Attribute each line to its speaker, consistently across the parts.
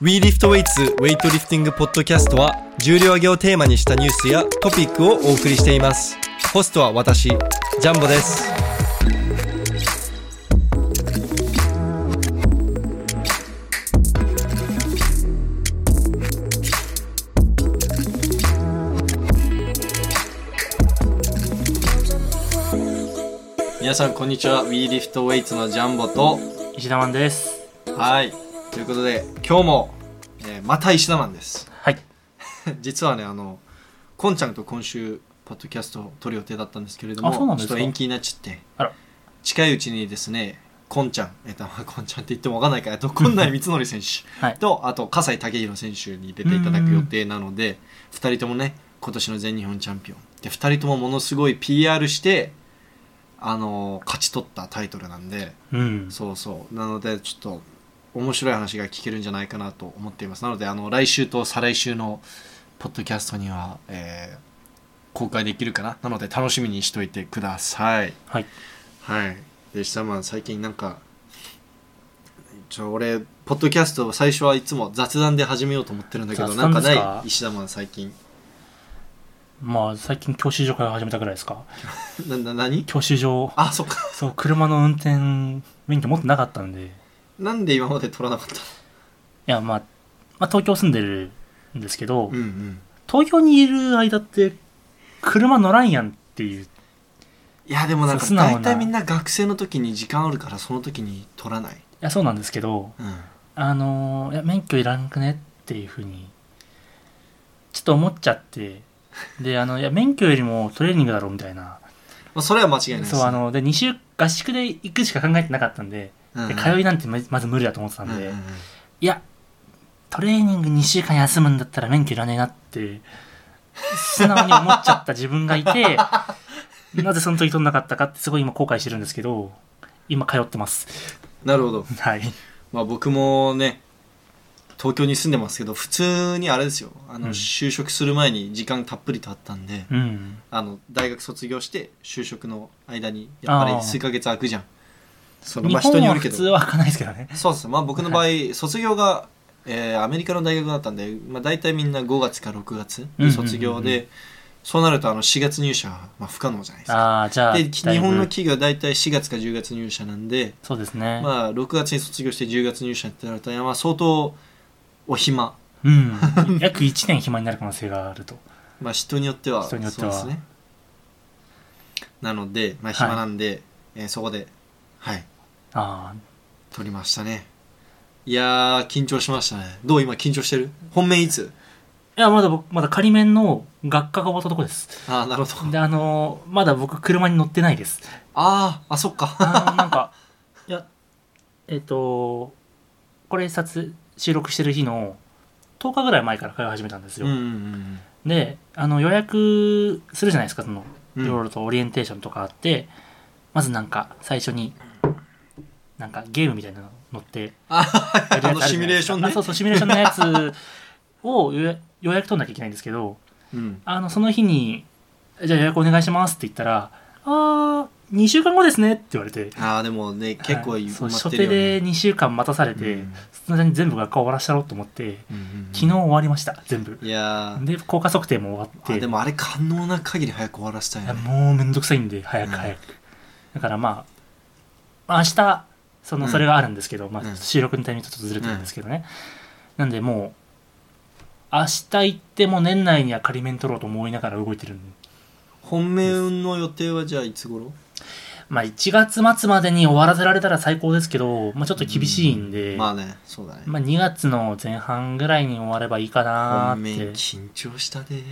Speaker 1: We Lift Weights ウェイトリフティングポッドキャストは重量挙げをテーマにしたニュースやトピックをお送りしていますホストは私ジャンボです皆さんこんにちは We Lift Weights のジャンボと
Speaker 2: 石田マンです
Speaker 1: はいということで今日も、えーまた石田なんです
Speaker 2: はい
Speaker 1: 実はねあのこんちゃんと今週ポッドキャストを撮る予定だったんですけれど
Speaker 2: あそうな
Speaker 1: も
Speaker 2: ん
Speaker 1: ち
Speaker 2: で
Speaker 1: ょっ
Speaker 2: すか
Speaker 1: と延期になっちゃって
Speaker 2: あら
Speaker 1: 近いうちにですねこんちゃんえっと まあこんちゃんって言っても分かんないからえっとこんないみつのり選手
Speaker 2: はい
Speaker 1: とあと葛西武宏選手に出ていただく予定なので2人ともね今年の全日本チャンピオンで2人ともものすごい PR してあの勝ち取ったタイトルなんで
Speaker 2: うん
Speaker 1: そうそうなのでちょっと面白い話が聞けるんじゃないかなと思っていますなのであの来週と再来週のポッドキャストには、えー公開できるかななので楽しみにしといてください
Speaker 2: はい
Speaker 1: はいで下マン最近なんかちょ俺ポッドキャストを最初はいつも雑談で始めようと思ってるんだけど
Speaker 2: 雑
Speaker 1: なん
Speaker 2: 談
Speaker 1: か
Speaker 2: ですか
Speaker 1: ない石田マン最近
Speaker 2: まあ最近教習所から始めたぐらいですか
Speaker 1: なな何
Speaker 2: 教習所
Speaker 1: あそっか
Speaker 2: そう車の運転免許持ってなかったんでい
Speaker 1: なんで今まで取らなかった
Speaker 2: やまあ、まあ、東京住んでるんですけど、
Speaker 1: のうんうん
Speaker 2: 東京にいる間って車乗らんやんっていう
Speaker 1: いやでもなんか
Speaker 2: そう素直な
Speaker 1: 大体みんな学生の時に時間あるからその時に取らない、
Speaker 2: いやそうなんですけど
Speaker 1: うん、
Speaker 2: あのーいや免許いらんくねっていうふうにちょっと思っちゃってであのいや免許よりもトレーニングだろうみたいな
Speaker 1: まあ、それは間違いないです、ね。
Speaker 2: そうあので2週合宿で行くしか考えてなかったんで
Speaker 1: うんう
Speaker 2: で
Speaker 1: ん、
Speaker 2: 通いなんてままず無理だと思ってた
Speaker 1: うん
Speaker 2: で、
Speaker 1: んで、
Speaker 2: いやトレーニング2週間休むんだったら免許いらねえなって素直に思っちゃった自分が いてなぜその時取んなかったかってすごい今後悔してるんですけど今通ってます
Speaker 1: なるほど。
Speaker 2: はい
Speaker 1: まあ僕もね、東京に住んでますけど、普通にあれですよ。あの、
Speaker 2: うん
Speaker 1: 就職する前に時間たっぷりとあったんで、
Speaker 2: うん
Speaker 1: あの、大学卒業して就職の間に、やっぱ
Speaker 2: あ
Speaker 1: り
Speaker 2: ー
Speaker 1: 数ヶ月空くじゃん。その、
Speaker 2: 日
Speaker 1: まあ人
Speaker 2: 本
Speaker 1: によ
Speaker 2: は
Speaker 1: るけど。
Speaker 2: 普通は開かないですけどね
Speaker 1: そうです。まあ僕の場合、卒業が、えーアメリカの大学だったんで、まあ大体みんな5月か6月
Speaker 2: うんうんうんう
Speaker 1: で
Speaker 2: ん
Speaker 1: 卒業で、そうなるとあの4月入社は、まあ、不可能じゃないですか。
Speaker 2: ああじゃあ
Speaker 1: で
Speaker 2: だい
Speaker 1: 日
Speaker 2: ぶ
Speaker 1: 本の企業は大体4月か10月入社なんで、
Speaker 2: そうですね、
Speaker 1: まあ、6月に卒業して10月入社ってなると、まあ、相当お暇、
Speaker 2: うん約1年暇になる可能性があると
Speaker 1: まあ、人によっては
Speaker 2: 人によっては
Speaker 1: そうですねなので、まあ、
Speaker 2: はい
Speaker 1: 暇なんで、えーそこではい
Speaker 2: あ
Speaker 1: 撮りましたねいやー緊張しましたねどう今緊張してる本命いつ
Speaker 2: あいやまだ僕まだ仮免の学科が終わったとこです
Speaker 1: ああなるほど
Speaker 2: であのーまだ僕車に乗ってないです
Speaker 1: あーあそっか
Speaker 2: あのなんかいやえっ、とこれ撮収録してる日の10日ぐらい前から通い始めたんです
Speaker 1: う
Speaker 2: よ、
Speaker 1: んうん
Speaker 2: であの予約するじゃないですかその
Speaker 1: うん
Speaker 2: いうろい
Speaker 1: ん
Speaker 2: ろとオリエンテーションとかあって、まずなんか最初になんかゲームみたいなの乗って
Speaker 1: あ
Speaker 2: やるやつあるじゃないです
Speaker 1: の
Speaker 2: か
Speaker 1: シミュレーションね
Speaker 2: あそうそうシミュレーションのやつを 予約予約取んなきゃいけないんですけど、
Speaker 1: うん
Speaker 2: あの、その日に、じゃあ予約お願いしますって言ったら、あー、2週間後ですねって言われて。
Speaker 1: ああでもね結構
Speaker 2: はいそう
Speaker 1: 待
Speaker 2: 初
Speaker 1: ってる
Speaker 2: 手
Speaker 1: よね、
Speaker 2: で2週間待たされて、
Speaker 1: うん
Speaker 2: その間に全部学科終わらしたろうと思って、
Speaker 1: うんうんうん
Speaker 2: 昨日終わりました、全部。
Speaker 1: いや
Speaker 2: で、効果測定も終わっ
Speaker 1: ーあ
Speaker 2: て、
Speaker 1: でもあれ可能な限り早く終わらせたい
Speaker 2: い
Speaker 1: よ
Speaker 2: や
Speaker 1: ね
Speaker 2: もうめんどくさいんで、早
Speaker 1: う
Speaker 2: く
Speaker 1: ん
Speaker 2: 早く。だからまあ、まあ明日、その、
Speaker 1: うん
Speaker 2: それがあるんですけど、ま
Speaker 1: うん
Speaker 2: あ、収録のタイミングちょっとずれてるんですけどね。なんでもう、明日行っても年内には仮免取ろうと思いながら動いてるんで
Speaker 1: 本命の予定はじゃあいつ頃
Speaker 2: まあ、1月末までに終わらせられたら最高ですけど、まあ、ちょっと厳しいんで、
Speaker 1: まあねそうだね
Speaker 2: まあ、2月の前半ぐらいに終わればいいかな
Speaker 1: 本命
Speaker 2: ーって
Speaker 1: 緊張したで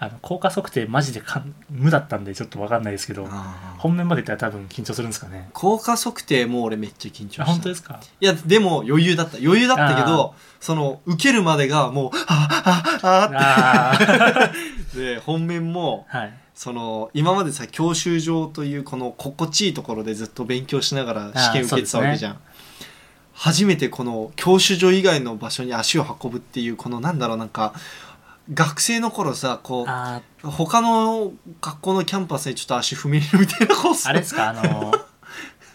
Speaker 2: あの効果測定マジでかん無だったんでちょっと分かんないですけど
Speaker 1: ああ
Speaker 2: 本面までいったら多分緊張するんですかね
Speaker 1: 効果測定も俺めっちゃ緊張した
Speaker 2: あ本当ですか
Speaker 1: いやでも余裕だった余裕だったけどその受けるまでがもうああああ
Speaker 2: あ
Speaker 1: ってで本面も
Speaker 2: あはい
Speaker 1: その今までさ教習所というこの心地いいところでずっと勉強しながら試験受けてたわけじゃん、初めてこの教習所以外の場所に足を運ぶっていうこのなんだろうなんか学生の頃さこ
Speaker 2: あ
Speaker 1: う他の学校のキャンパスにちょっと足踏み入れるみたいなコース
Speaker 2: ーあれですかあの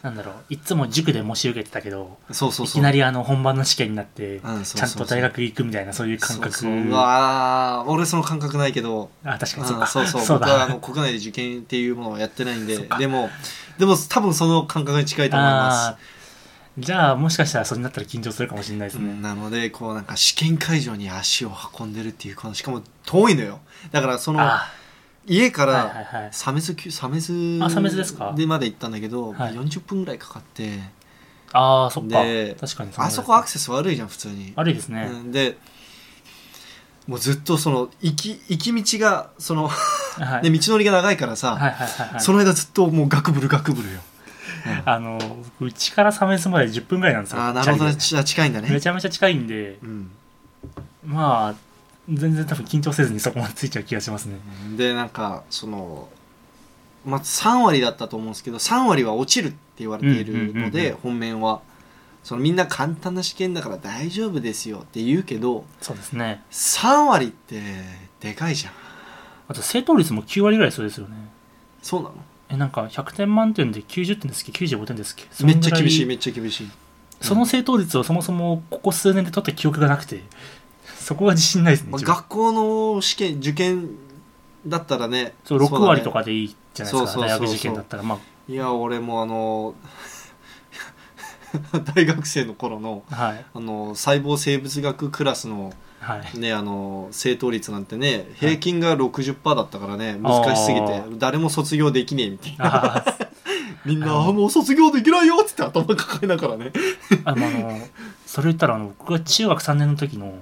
Speaker 2: なんだろういつも塾で模試受けてたけど
Speaker 1: そうそう
Speaker 2: い
Speaker 1: そう
Speaker 2: きなりあの本番の試験になって
Speaker 1: うんそう
Speaker 2: ちゃんと大学行くみたいなそういう
Speaker 1: そう
Speaker 2: 感
Speaker 1: そうそ
Speaker 2: 覚
Speaker 1: ううわー俺その感覚ないけど
Speaker 2: あ確かにそう
Speaker 1: あ
Speaker 2: か
Speaker 1: そうそう
Speaker 2: そう
Speaker 1: 僕はあ
Speaker 2: だ
Speaker 1: の国内で受験っていうものはやってないんででもでも多分その感覚に近いと思いま、
Speaker 2: あーじゃあもしかしたらそれになったら緊張するかもしれないですすね、
Speaker 1: なのでこうなんか試験会場に足を運んでるっていうこのしかも遠いのよだからその
Speaker 2: あ
Speaker 1: 家か
Speaker 2: あはいはい
Speaker 1: ら
Speaker 2: はい
Speaker 1: サメズサメズ
Speaker 2: あ鮫洲ですか
Speaker 1: まで行ったんだけど、
Speaker 2: はい
Speaker 1: 40分ぐらいかかって
Speaker 2: ああそっか
Speaker 1: で
Speaker 2: 確かに
Speaker 1: あそこアクセス悪いじゃん普通に
Speaker 2: 悪いですね、
Speaker 1: うんでもうずっとその行き行き道がその、
Speaker 2: はい
Speaker 1: で道のりが長いからさ、
Speaker 2: はいはいはいはい
Speaker 1: その間ずっともうガクブルガクブルよ、
Speaker 2: あのうちからサメスまで10分ぐらいなんですよ
Speaker 1: ああなるほどね
Speaker 2: チャ
Speaker 1: ち近いんだ
Speaker 2: リでめ
Speaker 1: ね
Speaker 2: ちゃめちゃ近いんで
Speaker 1: うん
Speaker 2: まあ全然多分緊張せずにそこまでついちゃう気がしますね
Speaker 1: でなんかそのまあ3割だったと思うんですけど3割は落ちるって言われているの
Speaker 2: うんうんうん
Speaker 1: で
Speaker 2: うん
Speaker 1: 本面はそのみんな簡単な試験だから大丈夫ですよって言うけど
Speaker 2: そうですね
Speaker 1: 3割ってでかいじゃん
Speaker 2: あと正答率も9割ぐらいそうですよね
Speaker 1: そうなの
Speaker 2: えなんか100点満点で90点ですっけ95点ですっけそん
Speaker 1: め
Speaker 2: ぐら
Speaker 1: っちゃ厳しいめっちゃ厳しい
Speaker 2: その正答率をそもそもここ数年で取った記憶がなくてそこが自信ないですね、
Speaker 1: まあ
Speaker 2: 一番
Speaker 1: 学校の試験受験だったらね
Speaker 2: そう
Speaker 1: だ
Speaker 2: 6
Speaker 1: ね
Speaker 2: 割とかでいいじゃないですか、
Speaker 1: そうそうそうそう
Speaker 2: 大学受験だったらま
Speaker 1: いや俺もあの 大学生の頃の
Speaker 2: あはい
Speaker 1: あの細胞生物学クラスの,、
Speaker 2: はい
Speaker 1: ね、あの正答率なんてね平均が60%だったからね
Speaker 2: あー
Speaker 1: 難しすぎて誰も卒業できねえみたいな
Speaker 2: あー
Speaker 1: みんな
Speaker 2: あー
Speaker 1: あーもう卒業できないよっつって頭抱えながらね
Speaker 2: あのあのそれ言ったらあの僕が中学3年の時の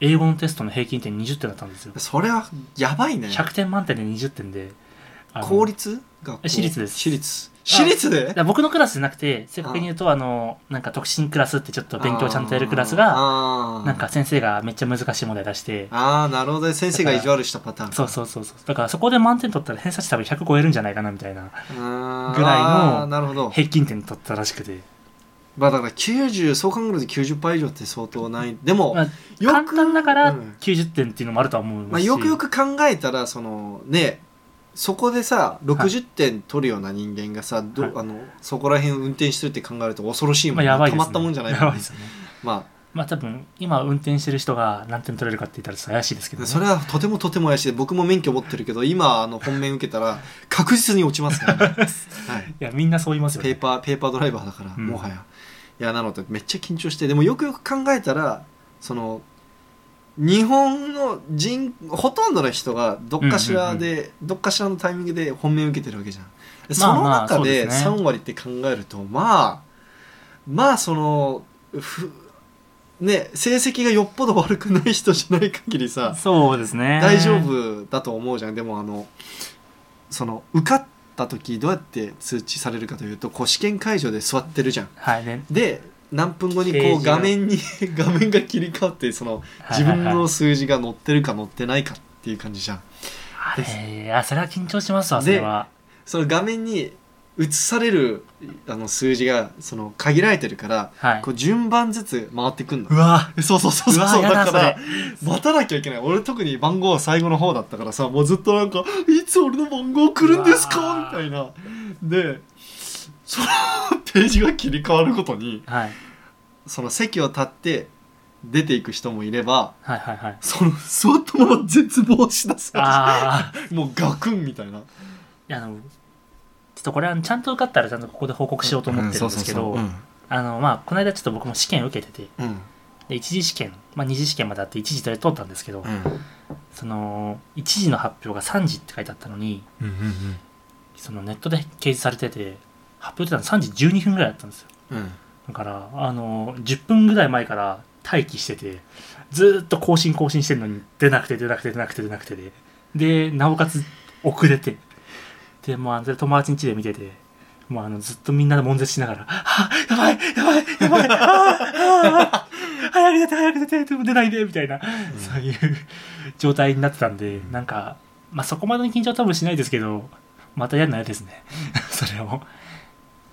Speaker 2: 英語のテストの平均点20点だったんですよ
Speaker 1: それはやばいね
Speaker 2: 100点満点で20点であの
Speaker 1: 公立学校
Speaker 2: 私立です
Speaker 1: 私立私立
Speaker 2: だ
Speaker 1: で
Speaker 2: から僕のクラスじゃなくて正確に言うとあのなんか特進クラスってちょっと勉強ちゃんとやるクラスが
Speaker 1: あー
Speaker 2: なんか先生がめっちゃ難しい問題出して
Speaker 1: あーなるほどね先生が意地悪したパターン
Speaker 2: そうそうそうそうだからそこで満点取ったら偏差値多分100超えるんじゃないかなみたいな
Speaker 1: うーん
Speaker 2: ぐらいの
Speaker 1: あーなるほど
Speaker 2: 平均点取ったらしくて、
Speaker 1: まあだから90そう考えると90以上って相当ないでも、
Speaker 2: まあ、
Speaker 1: よく
Speaker 2: 簡単だから
Speaker 1: うん
Speaker 2: 90点っていうのもあるとは思い
Speaker 1: ま
Speaker 2: ま
Speaker 1: あ、
Speaker 2: すし、
Speaker 1: よくよく考えたらそのねそこでさ60点取るような人間がさ、ど
Speaker 2: はい
Speaker 1: あのそこら辺運転してるって考えると恐ろしいもん
Speaker 2: まあ
Speaker 1: ね、
Speaker 2: やばいです、
Speaker 1: た
Speaker 2: ね、
Speaker 1: まったもんじゃない
Speaker 2: やばいですね
Speaker 1: ま
Speaker 2: まあ多分今運転してる人が何点取れるかって言ったらちょっと怪しいですけど、
Speaker 1: あ
Speaker 2: ね、
Speaker 1: それはとてもとても怪しい僕も免許持ってるけど今あの本面受けたら確実に落ちますから、 ねはい、
Speaker 2: いやみんなそう言いますよ、
Speaker 1: ペ
Speaker 2: ね、
Speaker 1: ーパーペーパードライバーだから、
Speaker 2: うん
Speaker 1: もはやいやなのでめっちゃ緊張してでもよくよく考えたらその日本の人ほとんどの人がどっかしらで、どっかしらのタイミングで本命受けてるわけじゃんでそ
Speaker 2: まあ
Speaker 1: の
Speaker 2: まあ
Speaker 1: 中
Speaker 2: そう
Speaker 1: で
Speaker 2: ですね
Speaker 1: 3割って考えるとまあまあそのふね成績がよっぽど悪くない人じゃない限りさ
Speaker 2: そうですね
Speaker 1: 大丈夫だと思うじゃんでもあのその受かった時どうやって通知されるかというとこう試験会場で座ってるじゃん
Speaker 2: はいね
Speaker 1: で何分後に
Speaker 2: ペ
Speaker 1: こ
Speaker 2: ー
Speaker 1: う
Speaker 2: ジが
Speaker 1: 画面に 画面が切り替わってその
Speaker 2: はい
Speaker 1: 自
Speaker 2: はいはい
Speaker 1: 分の数字が載ってるか載ってないかっていう感じじゃん
Speaker 2: あれあそれは緊張しますわそれは
Speaker 1: その画面に映されるあの数字がその限られてるから
Speaker 2: はい
Speaker 1: こう順番ずつ回ってくんの
Speaker 2: うわ
Speaker 1: そうそうそう
Speaker 2: う
Speaker 1: そう
Speaker 2: わ
Speaker 1: そう
Speaker 2: やだ
Speaker 1: だ
Speaker 2: そ
Speaker 1: から
Speaker 2: れ
Speaker 1: 待たなきゃいけない俺特に番号は最後の方だったからさもうずっとなんか「いつ俺の番号来るんです
Speaker 2: う
Speaker 1: か?」
Speaker 2: わ
Speaker 1: みたいなでそのページが切り替わることに
Speaker 2: はい
Speaker 1: その席を立って出ていく人もいれば
Speaker 2: はいはいはい
Speaker 1: その座ったまま絶望しだす
Speaker 2: ああ
Speaker 1: もうガクンみたいない
Speaker 2: やあのちょっとこれはちゃんと受かったらちゃんとここで報告しようと思ってるんですけどあのまあこの間ちょっと僕も試験受けてて
Speaker 1: うん
Speaker 2: で一次試験、まあ、二次試験まであって一次とりあえず通ったんですけど、
Speaker 1: うん
Speaker 2: その一次の発表が3時って書いてあったのに
Speaker 1: うんうん
Speaker 2: そのネットで掲示されてて発表出たの3時12分ぐらいだったんですよ
Speaker 1: うん
Speaker 2: だからあの10分ぐらい前から待機しててずーっと更新更新してるのに出なくて出なくて出なくて出なくてででなおかつ遅れてでもうあのそれ友達ん家で見ててもうあのずっとみんなで悶絶しながら「あやばいやばいやばいああああ早く出て早く出てでも出ないで」みたいな、そういう状態になってたんでなんか、まあ、そこまでの緊張は多分しないですけどまたやるの嫌ですね それを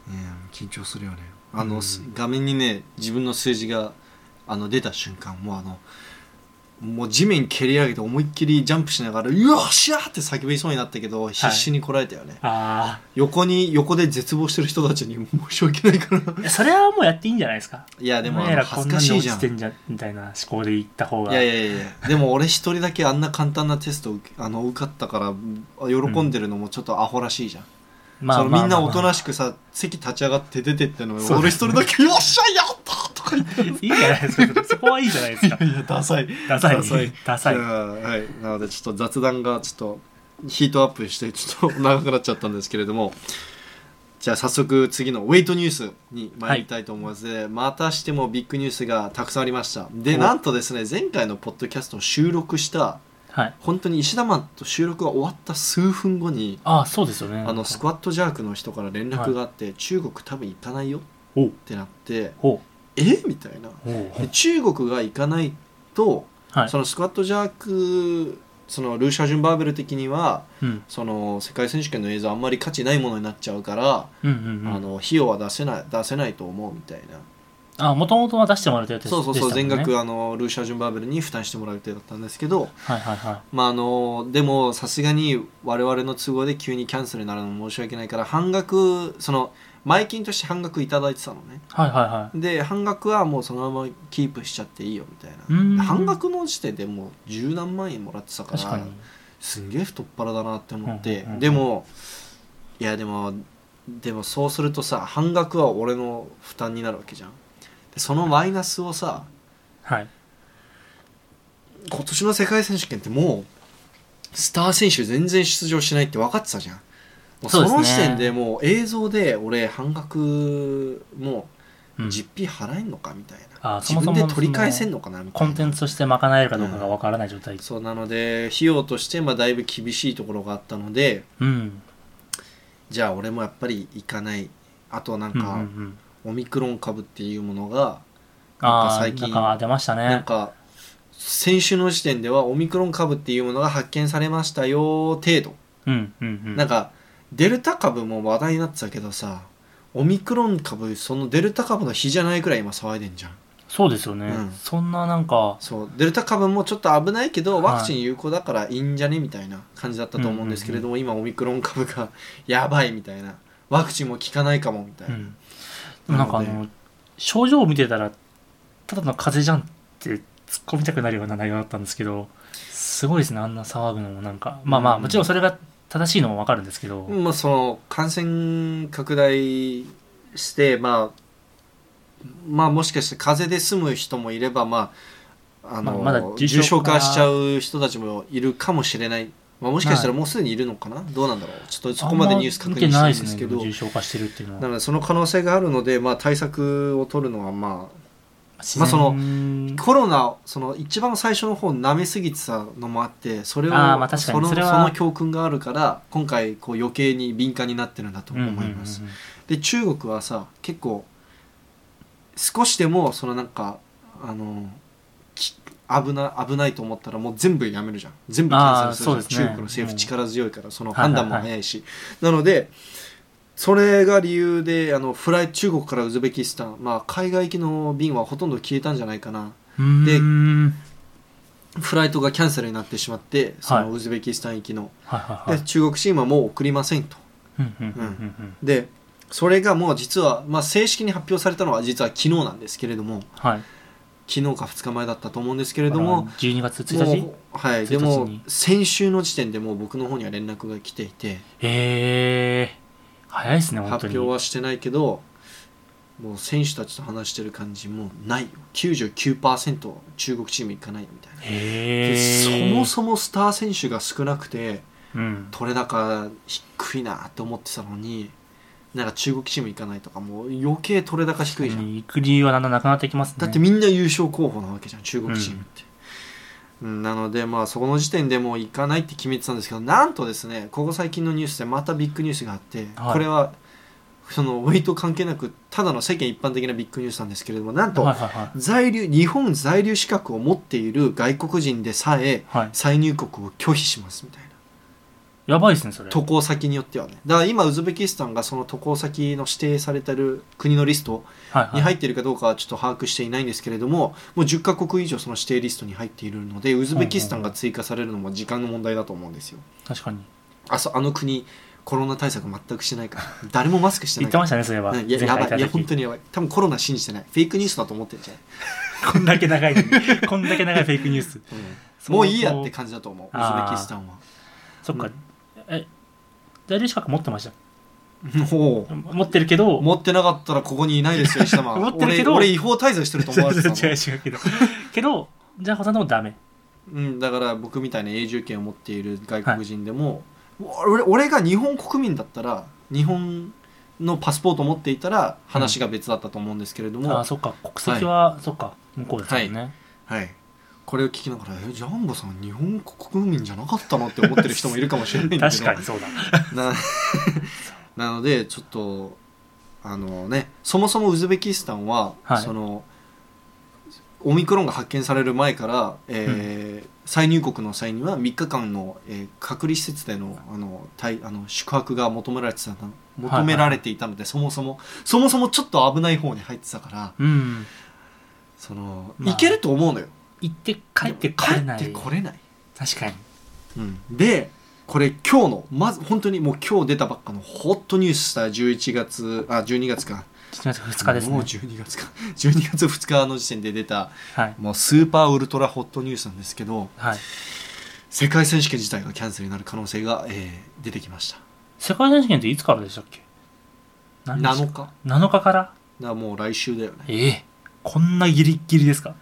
Speaker 1: うん緊張するよねあ
Speaker 2: う
Speaker 1: の、
Speaker 2: ん
Speaker 1: す画面にね自分の数字があの出た瞬間もうあのもう地面蹴り上げて思いっきりジャンプしながら「よっしゃ!」って叫びそうになったけど必死にこらえたよね、
Speaker 2: あ
Speaker 1: 横に横で絶望してる人たちに申し訳ないから
Speaker 2: あ。それはもうやっていいんじゃないですか。
Speaker 1: いやでも
Speaker 2: お
Speaker 1: あ
Speaker 2: 前
Speaker 1: の
Speaker 2: ら
Speaker 1: 恥
Speaker 2: こ
Speaker 1: ず
Speaker 2: ん
Speaker 1: か
Speaker 2: なに
Speaker 1: しい
Speaker 2: 落
Speaker 1: じゃ
Speaker 2: ち
Speaker 1: ん
Speaker 2: てんじゃん、みたいな思考で行った方が。
Speaker 1: いやいやいやいやでも俺一人だけあんな簡単なテストを受けあの受かったから喜んでるのもちょっとアホらしいじゃん、
Speaker 2: ま
Speaker 1: そのみんなおとな
Speaker 2: し
Speaker 1: しくさ席立ち上がって出てってんのに
Speaker 2: そう
Speaker 1: 俺一人だけ「よっしゃやった!」とか言って
Speaker 2: いいじゃないですか。そこはいいじゃないですか。
Speaker 1: いやダサい
Speaker 2: ダサい。
Speaker 1: ダサ
Speaker 2: ダサ
Speaker 1: い
Speaker 2: い。
Speaker 1: じゃあはい、なのでちょっと雑談がちょっとヒートアップしてちょっと長くなっちゃったんですけれどもじゃあ早速次のウェイトニュースに参りたいと思います、でまたしてもビッグニュースがたくさんありましたで
Speaker 2: お
Speaker 1: なんとですね前回のポッドキャストを収録した
Speaker 2: はい。
Speaker 1: 本当に石田マンと収録が終わった数分後に
Speaker 2: ああ、そうですよね。
Speaker 1: あのスクワットジャークの人から連絡があって、中国多分行かないよっ
Speaker 2: おう
Speaker 1: てなって
Speaker 2: おう
Speaker 1: えみたいな
Speaker 2: おう
Speaker 1: で中国が行かないと
Speaker 2: はい
Speaker 1: そ。のスクワットジャークそのルーシャージュン・バーベル的には
Speaker 2: うん。
Speaker 1: その世界選手権の映像あんまり価値ないものになっちゃうから、
Speaker 2: うんうんうん。
Speaker 1: あの費用は出せない出せないと思うみたいな、
Speaker 2: あ、もともとは出してもらう予定でした
Speaker 1: そ
Speaker 2: も
Speaker 1: うんそ
Speaker 2: ね。
Speaker 1: うそう、全額あのルーシャージュン・バーベルに負担してもらう予定だったんですけど、
Speaker 2: はいはいは
Speaker 1: まあ、あのでもさすがに我々の都合で急にキャンセルになるのも申し訳ないから半額その前金として半額いただいてたのね
Speaker 2: い。はいはいは
Speaker 1: で半額はもうそのままキープしちゃっていいよみたいな
Speaker 2: うーん
Speaker 1: 半額の時点でもう十何万円もらってた
Speaker 2: い。
Speaker 1: から
Speaker 2: 確かに。
Speaker 1: すんげえ太っ腹だなって思って、
Speaker 2: うんうんうん
Speaker 1: でもいやでもでもそうするとさ半額は俺の負担になるわけじゃんでそのマイナスをさ
Speaker 2: はい。
Speaker 1: 今年の世界選手権ってもうスター選手全然出場しないって分かってたじゃんもう
Speaker 2: そ
Speaker 1: そう
Speaker 2: です
Speaker 1: の
Speaker 2: ね
Speaker 1: 時点でもう映像で俺半額も
Speaker 2: う
Speaker 1: うん実費払えんのかみたいな、
Speaker 2: あ
Speaker 1: 自
Speaker 2: そもそ
Speaker 1: 分
Speaker 2: も
Speaker 1: で取り返せんのかなみた
Speaker 2: コ
Speaker 1: い
Speaker 2: ン
Speaker 1: な
Speaker 2: テンツとして賄えるかどうかがわからない状態。
Speaker 1: そうなので費用としてまあだいぶ厳しいところがあったので、
Speaker 2: うん。
Speaker 1: じゃあ俺もやっぱり行かないあとなん
Speaker 2: うんうんう
Speaker 1: か
Speaker 2: ん。
Speaker 1: オミクロン株っていうものがなんか
Speaker 2: ああ、
Speaker 1: 最近
Speaker 2: なんか出ました
Speaker 1: なん
Speaker 2: ね。
Speaker 1: か先週の時点ではオミクロン株っていうものが発見されましたよ程度
Speaker 2: うんうんうん。
Speaker 1: なんかデルタ株も話題になってたけどさオミクロン株そのデルタ株の比じゃないくらい今騒いでんじゃん
Speaker 2: そうですよね、
Speaker 1: うん
Speaker 2: そんななんか
Speaker 1: そうデルタ株もちょっと危ないけどワクチン有効だからいいんじゃねみたいな感じだったと思うんですけれども、今オミクロン株がやばいみたいなワクチンも効かないかもみたいうな、
Speaker 2: んでもなんかあ
Speaker 1: なの
Speaker 2: の症状を見てたらただの風邪じゃんって突っ込みたくなるような内容だったんですけどすごいですねあんな騒ぐのもなんかまあま
Speaker 1: う
Speaker 2: あ
Speaker 1: ん
Speaker 2: もちろんそれが正しいのもわかるんですけど、
Speaker 1: まあ、その感染拡大して、まあ、まあもしかして風邪で済む人もいれば、まああの
Speaker 2: まあまだ
Speaker 1: 重症
Speaker 2: 重症化
Speaker 1: 化しちゃう人たちもいるかもしれない、まあ、もしかしたらもうすでにいるのかな、どうなんだろうちょっとそこまでニュース
Speaker 2: あん
Speaker 1: 確認
Speaker 2: ま見て
Speaker 1: し
Speaker 2: な
Speaker 1: ないい
Speaker 2: で
Speaker 1: んで
Speaker 2: すね
Speaker 1: すけど
Speaker 2: 重症化してるっていうの
Speaker 1: な
Speaker 2: は
Speaker 1: のでその可能性があるので、まあ、対策を取るのはまあまあその
Speaker 2: の
Speaker 1: コロナその一番最初の方舐めすぎてたのもあってそれを
Speaker 2: あーまあ確かに
Speaker 1: その
Speaker 2: それは
Speaker 1: その教訓があるから今回こう余計に敏感になってるんだと思います、で中国はさ結構少しでもそのなんかあのき危な危ないと思ったらもう全部やめるじゃん全部キャンセルす
Speaker 2: あーそう
Speaker 1: る
Speaker 2: です
Speaker 1: じ
Speaker 2: ね
Speaker 1: ゃん、中国の政府力強いからその
Speaker 2: はい
Speaker 1: 判
Speaker 2: はいはい
Speaker 1: 断も早いし、なのでそれが理由であのフライ中国からウズベキスタン、まあ、海外行きの便はほとんど消えたんじゃないかなで
Speaker 2: で
Speaker 1: フライトがキャンセルになってしまってそ
Speaker 2: は
Speaker 1: の
Speaker 2: い
Speaker 1: ウズベキスタン行きの、
Speaker 2: はいはいはい
Speaker 1: で中国チームはもう送りませんと
Speaker 2: うんうんうんうんうん
Speaker 1: でそれがもう実は、まあ、正式に発表されたのは実は昨日なんですけれども
Speaker 2: はい
Speaker 1: 昨日か2日前だったと思うんですけ
Speaker 2: あ
Speaker 1: れども
Speaker 2: の12月1日
Speaker 1: もうはい
Speaker 2: 1日
Speaker 1: でも
Speaker 2: に
Speaker 1: 先週の時点でもう僕の方には連絡が来ていて
Speaker 2: へえ早いですね本
Speaker 1: 発
Speaker 2: 当に
Speaker 1: 表はしてないけどもう選手たちと話してる感じもうないよ99%中国チーム行かないよみたいな、
Speaker 2: へ
Speaker 1: で
Speaker 2: え
Speaker 1: そもそもスター選手が少なくて
Speaker 2: うん、
Speaker 1: 取れ高低いなって思ってたのになんか中国チーム行かないとかもう余計取れ高低いじゃん
Speaker 2: 行く理由はだんだんなくなってきますね。
Speaker 1: だってみんな優勝候補なわけじゃん中国チームって、うんなのでまあそこの時点でもう行かないって決めてたんですけどなんとですねここ最近のニュースでまたビッグニュースがあって、
Speaker 2: はい
Speaker 1: これはそのウェイト関係なくただの世間一般的なビッグニュースなんですけれどもなんと、
Speaker 2: はいはいは
Speaker 1: 在留日本在留資格を持っている外国人でさえ
Speaker 2: い。はい、
Speaker 1: 再入国を拒否しますみたいな
Speaker 2: やばいですね、それ。
Speaker 1: 渡航先によってはねだから今ウズベキスタンがその渡航先の指定されてる国のリスト
Speaker 2: はい
Speaker 1: に
Speaker 2: はい。
Speaker 1: 入っているかどうかはちょっと把握していないんですけれどももう10カ国以上その指定リストに入っているのでウズベキスタンが追加されるのも時間の問題だと思うんですよ
Speaker 2: 確かに。
Speaker 1: あそうあの国コロナ対策全くしてないから誰もマスクしてな
Speaker 2: 言
Speaker 1: い
Speaker 2: って
Speaker 1: か
Speaker 2: ましたね、それは。
Speaker 1: ら、ねいやや
Speaker 2: 前
Speaker 1: ばい
Speaker 2: 回
Speaker 1: い
Speaker 2: 行
Speaker 1: や
Speaker 2: った時
Speaker 1: 本当にやばい多分コロナ信じてないフェイクニュースだと思ってるじゃん、
Speaker 2: こんだけ長いのに、こんだけ長いフェイクニュース。
Speaker 1: もういいやって
Speaker 2: 相
Speaker 1: 感じだと思うウ
Speaker 2: あー
Speaker 1: ズベキスタンは
Speaker 2: 当そっか。え、在留資格持ってまし
Speaker 1: も
Speaker 2: た持ってるけど、
Speaker 1: う持ってなかったらここにいないですよ石田
Speaker 2: 持ってるけど
Speaker 1: 俺俺違法滞在してると思われてたもん
Speaker 2: 違う違うけど。けど、じゃあ、ほさんでもダメ。
Speaker 1: うん、だから僕みたいな永住権を持っている外国人でも、俺俺が日本国民だったら日本のパスポートを持っていたら話が別だったと思うんですけれども、
Speaker 2: ああ、そっか。国籍は、そっか。向こうですもんね。
Speaker 1: はい、これを聞きながら「えジャンボさん日本国民じゃなかったの?」って思ってる人もいるかもしれないんだけ
Speaker 2: 確
Speaker 1: ど
Speaker 2: かにそうだ。
Speaker 1: ななのでちょっとあのねそもそもウズベキスタンは、
Speaker 2: はい
Speaker 1: そのオミクロンが発見される前から、えー再入国の際には3日間の、えー隔離施設でのあの待あの宿泊が求められてたな求められていたので、そもそもそもそもちょっと危ない方に入ってたから
Speaker 2: うん。
Speaker 1: その、
Speaker 2: まあ
Speaker 1: 行けると思うのよ
Speaker 2: 行って帰ってこれない。
Speaker 1: 帰ってこれない
Speaker 2: 確かに。
Speaker 1: でこれ今日のまず本当にもう今日出たばっかのホットニュースした11月あ12月か
Speaker 2: 7月2日です
Speaker 1: もう
Speaker 2: ね。
Speaker 1: 12月か12月2日の時点で出た
Speaker 2: はい。
Speaker 1: もうスーパーウルトラホットニュースなんですけど
Speaker 2: はい。
Speaker 1: 世界選手権自体がキャンセルになる可能性が、えー出てきました
Speaker 2: 世界選手権っていつからでしたっけ何日
Speaker 1: 7日だか
Speaker 2: 7日から
Speaker 1: らもう来週だよね
Speaker 2: ええこんなギリッギリですか、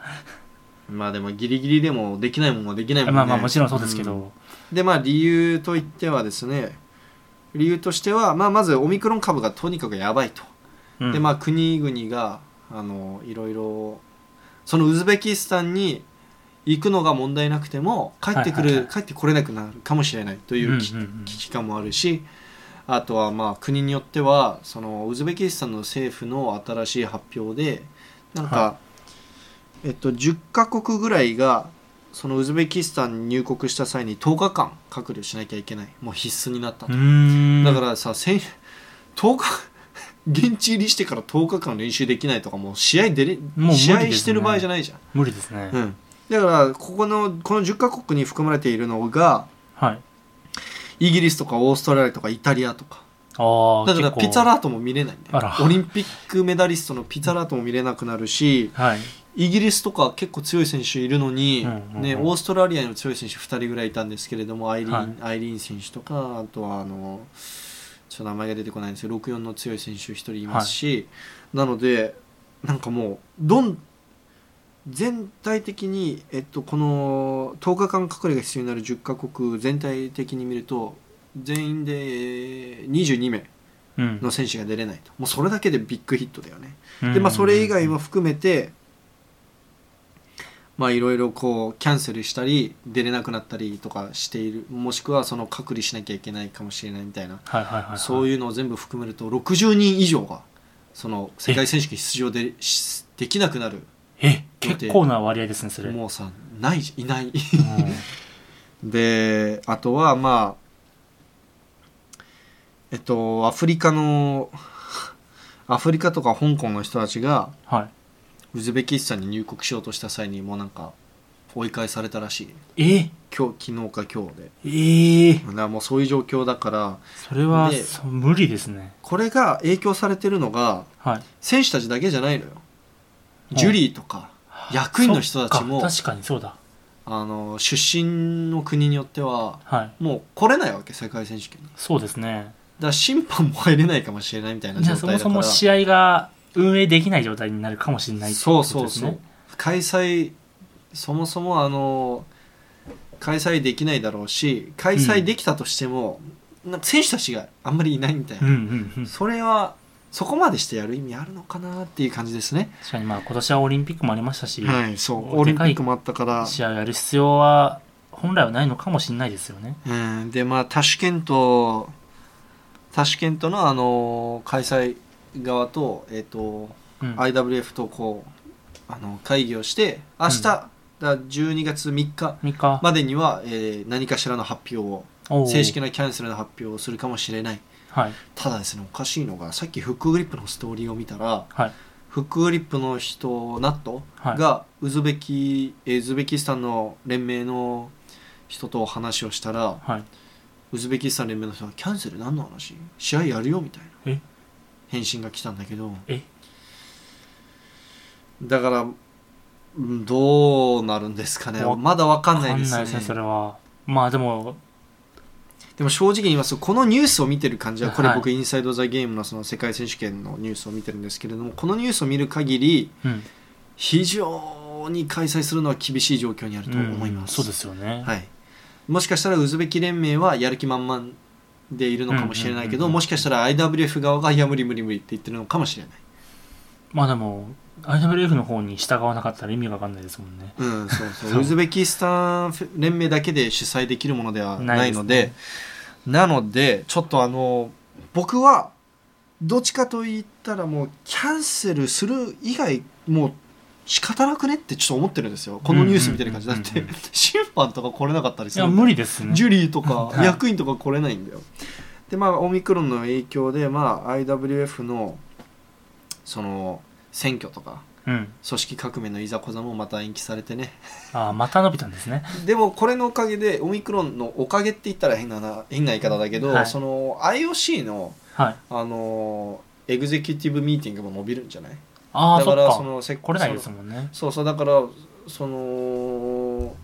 Speaker 1: まあでもギリギリでもできないもんはできないもんね
Speaker 2: まあまあもちろんそうですけど、
Speaker 1: んでまあ理由といってはですね理由としては、まあ、まずオミクロン株がとにかくやばいと
Speaker 2: うん
Speaker 1: でまあ国々があのいろいろそのウズベキスタンに行くのが問題なくても帰ってくる、
Speaker 2: はいはいは
Speaker 1: 帰ってこれなくなるかもしれないというき、
Speaker 2: うんうんうん
Speaker 1: 危機感もあるしあとはまあ国によってはそのウズベキスタンの政府の新しい発表でなんか、
Speaker 2: は
Speaker 1: えっと、10カ国ぐらいがそのウズベキスタンに入国した際に10日間隔離をしなきゃいけないもう必須になったと
Speaker 2: うーん
Speaker 1: だからさ、せん10日 現地入りしてから10日間練習できないとかもう試合出れ、
Speaker 2: 無理です
Speaker 1: 試
Speaker 2: ね
Speaker 1: 合してる場合じゃないじゃ
Speaker 2: 無理ですね、
Speaker 1: ん、うん、だからここのこの10カ国に含まれているのが
Speaker 2: はい
Speaker 1: イギリスとかオーストラリアとかイタリアとか
Speaker 2: ああ
Speaker 1: だからピザ
Speaker 2: ラ
Speaker 1: ラートも見れないんだ
Speaker 2: あ
Speaker 1: よ
Speaker 2: ら
Speaker 1: オリンピックメダリストのピザラートも見れなくなるし
Speaker 2: はい
Speaker 1: イギリスとか結構強い選手いるのに、
Speaker 2: うんうんうん
Speaker 1: ね、オーストラリアの強い選手2人ぐらいいたんですけれどもアイリーン,、
Speaker 2: はい
Speaker 1: アイリーン選手とかあとはあのちょっと名前が出てこないんですけど64の強い選手1人いますし、なのでなんかもうどん全体的に、えっと、この10日間隔離が必要になる10カ国全体的に見ると全員で22名
Speaker 2: うん
Speaker 1: の選手が出れないともうそれだけでビッグヒットだよね。でまあ、それ以外
Speaker 2: は
Speaker 1: も含めてまあいろいろこうキャンセルしたり出れなくなったりとかしているもしくはその隔離しなきゃいけないかもしれないみたいな、
Speaker 2: はいはいはい、はい、
Speaker 1: そう
Speaker 2: う
Speaker 1: いうのを全部含めると60人以上がその世界選手権出場でしできなくなる
Speaker 2: え結構な割合ですねそれ
Speaker 1: もうさないいない
Speaker 2: うん
Speaker 1: であとはまあえっとアフリカのアフリカとか香港の人たちが
Speaker 2: は
Speaker 1: ウズベキスタンに入国しようとした際にもうなんか追い返されたらしい
Speaker 2: いえ
Speaker 1: 今日昨日か今日で
Speaker 2: ええ
Speaker 1: だからもうそういう状況だから
Speaker 2: それは
Speaker 1: で
Speaker 2: そう無理ですね
Speaker 1: これが影響されてるのが
Speaker 2: はい
Speaker 1: 選手たちだけじゃないのよ
Speaker 2: うん
Speaker 1: ジュリーとか役員の人たちも
Speaker 2: そっか確かにそうだ
Speaker 1: あの出身の国によっては
Speaker 2: はい
Speaker 1: もう来れないわけ世界選手権にだか
Speaker 2: そうですね
Speaker 1: ら審判も入れないかもしれないみたいな
Speaker 2: じ
Speaker 1: 状
Speaker 2: ゃあそ
Speaker 1: 態だ
Speaker 2: も
Speaker 1: か
Speaker 2: そ
Speaker 1: ら
Speaker 2: も試合が運営できない状態になるかもしれないって
Speaker 1: そう
Speaker 2: こと
Speaker 1: そう
Speaker 2: です
Speaker 1: そ
Speaker 2: ね
Speaker 1: う開催そもそもあの開催できないだろうし開催できたとしても、なんか選手たちがあんまりいないみたいな、
Speaker 2: うんうんうん
Speaker 1: それはそこまでしてやる意味あるのかなっていう感じですね、
Speaker 2: 確かにまあ今年はオリンピックもありましたし、
Speaker 1: はいそうオ
Speaker 2: お
Speaker 1: リ
Speaker 2: で
Speaker 1: ンピ
Speaker 2: かい
Speaker 1: ックもあったから
Speaker 2: 試合をやる必要は本来はないのかもしれないですよね。
Speaker 1: うんでまあタシュケントタシュケントのあの開催側とえっ、と
Speaker 2: うん、
Speaker 1: IWF とこうあの会議をして明日、
Speaker 2: うん
Speaker 1: だから12月3日
Speaker 2: 3日、
Speaker 1: までには、えー何かしらの発表を
Speaker 2: おー
Speaker 1: 正式なキャンセルの発表をするかもしれない
Speaker 2: はい
Speaker 1: ただですねおかしいのがさっきフックグリップのストーリーを見たら
Speaker 2: はい
Speaker 1: フックグリップの人ナット
Speaker 2: はい
Speaker 1: がウズベキ、ウズベキスタンの連盟の人と話をしたら
Speaker 2: はい
Speaker 1: ウズベキスタン連盟の人が「キャンセル何の話試合やるよ」みたいな
Speaker 2: え
Speaker 1: 返信が来たんだけど
Speaker 2: え
Speaker 1: だからうんどうなるんですかね
Speaker 2: わ
Speaker 1: まだ分かん
Speaker 2: わ
Speaker 1: な
Speaker 2: か
Speaker 1: い
Speaker 2: ん
Speaker 1: で
Speaker 2: な
Speaker 1: す
Speaker 2: い
Speaker 1: ね
Speaker 2: ですねそれはまあでも
Speaker 1: でも正直に言いますとこのニュースを見てる感じはこれ
Speaker 2: はい
Speaker 1: 僕インサイド・ザ・ゲームのその世界選手権のニュースを見てるんですけれどもこのニュースを見る限り
Speaker 2: うん
Speaker 1: 非常に開催するのは厳しい状況にあると思います、
Speaker 2: うんそうですよね
Speaker 1: はい、もしかしたらウズベキ連盟はやる気満々でいるのかもしれないけど、
Speaker 2: うんうんうんうん
Speaker 1: もしかしたら IWF 側がいや無理無理無理って言ってるのかもしれない
Speaker 2: まあでも IWF の方に従わなかったら意味が分かんないですもんね
Speaker 1: うん、そうそう
Speaker 2: そう
Speaker 1: ウズベキスタン連盟だけで主催できるものではないの
Speaker 2: ない
Speaker 1: で
Speaker 2: で
Speaker 1: なのでちょっとあの僕はどっちかと言ったらもうキャンセルする以外もう仕方なくねってちょっと思ってるんですよこのニュース見てる感じ
Speaker 2: うん
Speaker 1: だっ
Speaker 2: うんうんうん
Speaker 1: て 審判とか来れなかったり
Speaker 2: い
Speaker 1: する
Speaker 2: や
Speaker 1: んで
Speaker 2: 無理ですね
Speaker 1: ジュリーとか
Speaker 2: はい
Speaker 1: 役員とか来れないんだよ。でまあオミクロンの影響で、まあ、IWF のその選挙とか
Speaker 2: うん
Speaker 1: 組織革命のいざこざもまた延期されてね
Speaker 2: ああまた伸びたんですね
Speaker 1: でもこれのおかげでオミクロンのおかげって言ったら変なな変な言い方だけど、
Speaker 2: はい
Speaker 1: その IOC の、
Speaker 2: はい
Speaker 1: あのエグゼキティブミーティングも伸びるんじゃない
Speaker 2: ああ
Speaker 1: だ
Speaker 2: そ
Speaker 1: か
Speaker 2: っ
Speaker 1: ら
Speaker 2: か
Speaker 1: そのせ
Speaker 2: 来れないですもんね
Speaker 1: そうそうだからその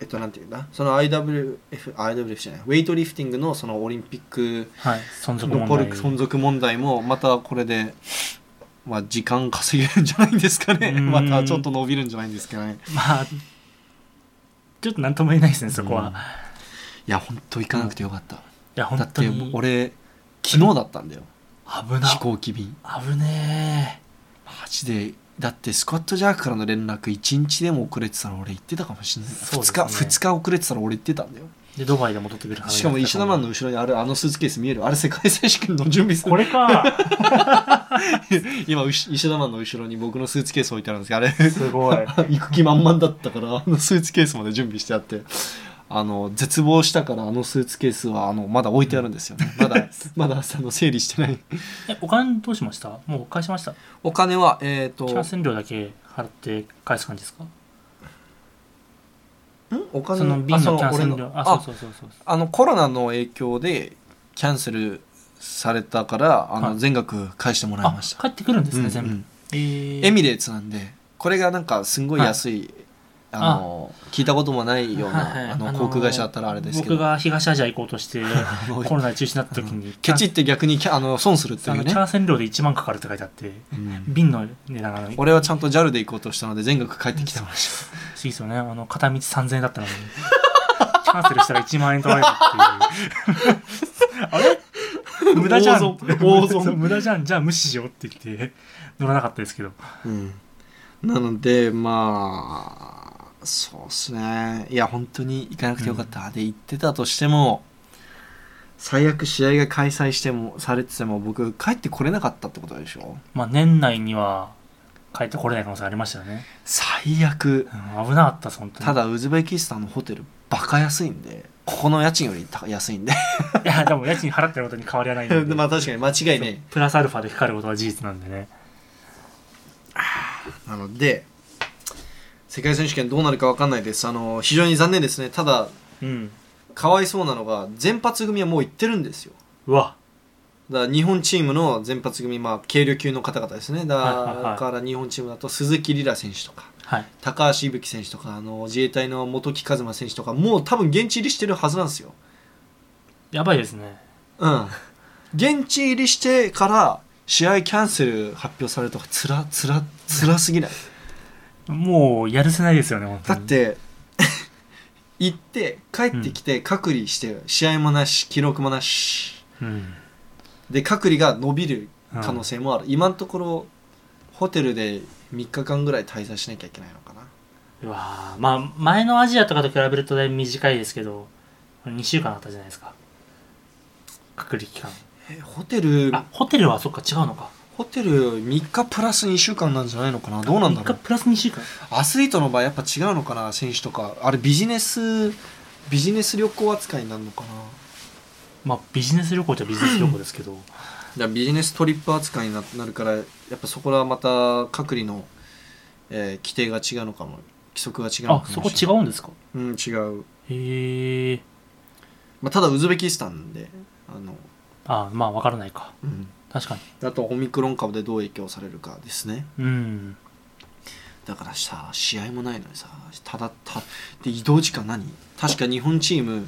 Speaker 1: えっとなんていうんだその IWF IWF じゃないウェイトリフティングのそのオリンピック
Speaker 2: はい存続問
Speaker 1: 残
Speaker 2: 題
Speaker 1: る存続問題もまたこれで、まあ、時間稼げるんじゃないんですかね
Speaker 2: うん
Speaker 1: またちょっと伸びるんじゃないんですかね
Speaker 2: まあちょっと何とも言えないですねそこは、
Speaker 1: うん
Speaker 2: い
Speaker 1: いや本当行かなくてよかった、
Speaker 2: や本
Speaker 1: だっ
Speaker 2: 当
Speaker 1: て
Speaker 2: に
Speaker 1: 俺昨日だったんだよ
Speaker 2: 危
Speaker 1: 飛
Speaker 2: な
Speaker 1: 行機便
Speaker 2: 危ね
Speaker 1: マジでだってスコット・ジャークからの連絡1日でも遅れてたら俺行ってたかもしれない、
Speaker 2: そうです
Speaker 1: 2
Speaker 2: ね
Speaker 1: 日2日遅れてたら俺行ってたんだよ
Speaker 2: えでドバイで戻ってくる話
Speaker 1: しかも石田マンの後ろにあるあのスーツケース見えるあれ世界選手権の準備する
Speaker 2: これか
Speaker 1: 今うし石田マンの後ろに僕のスーツケース置いてあるんですけどあれ
Speaker 2: すごい
Speaker 1: 行く気満々だったからあのスーツケースまで準備してあってあの絶望したからあのスーツケースはあのまだ置いてあるんですよね まだまだあの整理してない
Speaker 2: えお金どうしましたもう返しました
Speaker 1: お金はえっ、と
Speaker 2: キャンセル料だけ払って返す感じですか
Speaker 1: んお金
Speaker 2: その
Speaker 1: あ
Speaker 2: 便
Speaker 1: そ
Speaker 2: の
Speaker 1: の
Speaker 2: キャンセル
Speaker 1: 俺
Speaker 2: 料
Speaker 1: の
Speaker 2: あ
Speaker 1: あ
Speaker 2: そうそうそうそう
Speaker 1: あのコロナの影響でキャンセルされたからあ
Speaker 2: は
Speaker 1: の
Speaker 2: い
Speaker 1: 全額返してもらい
Speaker 2: あ
Speaker 1: ました、
Speaker 2: 帰ってくるんですね、
Speaker 1: うん
Speaker 2: 全部、
Speaker 1: うん
Speaker 2: えー
Speaker 1: エミレーツなんでこれがなんかすんごい安い、あの聞いたこともないような、
Speaker 2: はいはい
Speaker 1: あの
Speaker 2: あのー
Speaker 1: 航空会社だったらあれですけど
Speaker 2: 僕が東アジア行こうとして
Speaker 1: の
Speaker 2: コロナで中止になった時に
Speaker 1: ケチって逆にキャあの損するって
Speaker 2: あ
Speaker 1: い
Speaker 2: の
Speaker 1: う
Speaker 2: キ
Speaker 1: ね
Speaker 2: ャンセル料で1万かかるって書いてあって
Speaker 1: うん
Speaker 2: 瓶の値段がない
Speaker 1: 俺はちゃんと JAL で行こうとしたので全額帰ってきてまし
Speaker 2: そうですよね。あの、片道3000円だったのに。 キャンセルしたら1万円取られるっていう。あ れ無駄じゃん。
Speaker 1: 大損大損
Speaker 2: そう無駄じゃん。じゃあ無視しようって言って、乗らなかったですけど。
Speaker 1: た、うんなのでまあそうっすねいや本当に行かなくてよかった、で行ってたとしても最悪試合が開催してもされてても僕帰ってこれなかったってことでしょ
Speaker 2: まあ、年内には帰ってこれない可能性ありましたよね。
Speaker 1: 最悪
Speaker 2: うん危なかったです、本当に。
Speaker 1: た、だウズベキスタンのホテルバカ安いんでここの家賃より高安いんで
Speaker 2: いや、でも家賃払ってることに変わりはないん で。
Speaker 1: まあ確かに間違いねえ
Speaker 2: プラスアルファで光ることは事実なんでね。
Speaker 1: なので世界選手権どうなるか分かんないですあの非常に残念ですねただ
Speaker 2: うん。
Speaker 1: かわいそうなのが全発組はもう行ってるんですよ
Speaker 2: うわ。
Speaker 1: だから日本チームの全発組、まあ、軽量級の方々ですねだ
Speaker 2: はいはいはい
Speaker 1: から日本チームだと鈴木里羅選手とか
Speaker 2: はい。
Speaker 1: 高橋伊吹選手とかあの自衛隊の本木一馬選手とかもう多分現地入りしてるはずなんですよ
Speaker 2: やばいですね。
Speaker 1: うん現地入りしてから試合キャンセル発表されるとかつらつらつらすぎない
Speaker 2: もう、やるせないですよね、本当
Speaker 1: だ
Speaker 2: に。
Speaker 1: っ、て 行って帰ってきて隔離して試合もなし記録もなし
Speaker 2: うん。
Speaker 1: で隔離が伸びる可能性もある、今のところホテルで3日間ぐらい滞在しなきゃいけないのかな
Speaker 2: うわーまあ前のアジアとかと比べるとだいぶ短いですけど2週間あったじゃないですか隔離期間
Speaker 1: えホテル
Speaker 2: あホテルはそっか違うのか
Speaker 1: ホテル3日プラス2週間なんじゃないのかなどうなんだろ
Speaker 2: 3
Speaker 1: う
Speaker 2: 日プラス2週間
Speaker 1: アスリートの場合やっぱ違うのかな選手とかあれビジネスビジネス旅行扱いになるのかな
Speaker 2: まあビジネス旅行じゃビジネス旅行ですけど、
Speaker 1: だからビジネストリップ扱いにななるからやっぱそこはまた隔離の、えー規定が違うのかも規則が違うの
Speaker 2: あ
Speaker 1: かも
Speaker 2: そこ
Speaker 1: し
Speaker 2: 違
Speaker 1: れない
Speaker 2: うんですか
Speaker 1: うん違う、
Speaker 2: へえ
Speaker 1: まあ、ただウズベキスタンであの、
Speaker 2: あまあ分からないか
Speaker 1: うん、
Speaker 2: 確か
Speaker 1: あとオミクロン株でどう影響されるかですね
Speaker 2: にうん
Speaker 1: だからさ試合もないのにさただたで移動時間何確か日本チーム、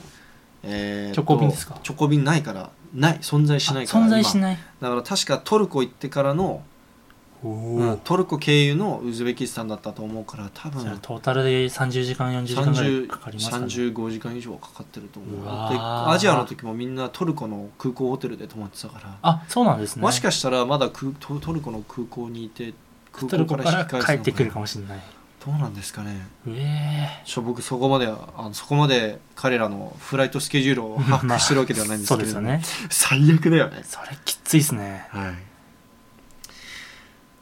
Speaker 1: えーっと
Speaker 2: チョコ便ですか
Speaker 1: チョコ便ないからない存在しないから
Speaker 2: あ存在し
Speaker 1: い
Speaker 2: ない
Speaker 1: だから確かトルコ行ってからの、
Speaker 2: おお
Speaker 1: うんトルコ経由のウズベキスタンだったと思うから多分
Speaker 2: じゃあトータルで30時間40時間ぐらいかかりますかね
Speaker 1: 35時間以上はかかってると思う
Speaker 2: う
Speaker 1: で
Speaker 2: わー
Speaker 1: アジアの時もみんなトルコの空港ホテルで泊まってたから、
Speaker 2: あそうなんですね
Speaker 1: もしかしたらまだ空トトルコの空港にいて空
Speaker 2: トル
Speaker 1: 港
Speaker 2: コ
Speaker 1: か引
Speaker 2: からら
Speaker 1: き返すの
Speaker 2: 帰ってくるかもしれない
Speaker 1: どうなんですかね
Speaker 2: うえ
Speaker 1: ちょ僕そこまであのそこまで彼らのフライトスケジュールを 把握してるわけではないんです
Speaker 2: そう
Speaker 1: け
Speaker 2: で
Speaker 1: れ
Speaker 2: す
Speaker 1: ど
Speaker 2: よ
Speaker 1: も、
Speaker 2: ね
Speaker 1: 最悪だよね
Speaker 2: それきついですね
Speaker 1: はい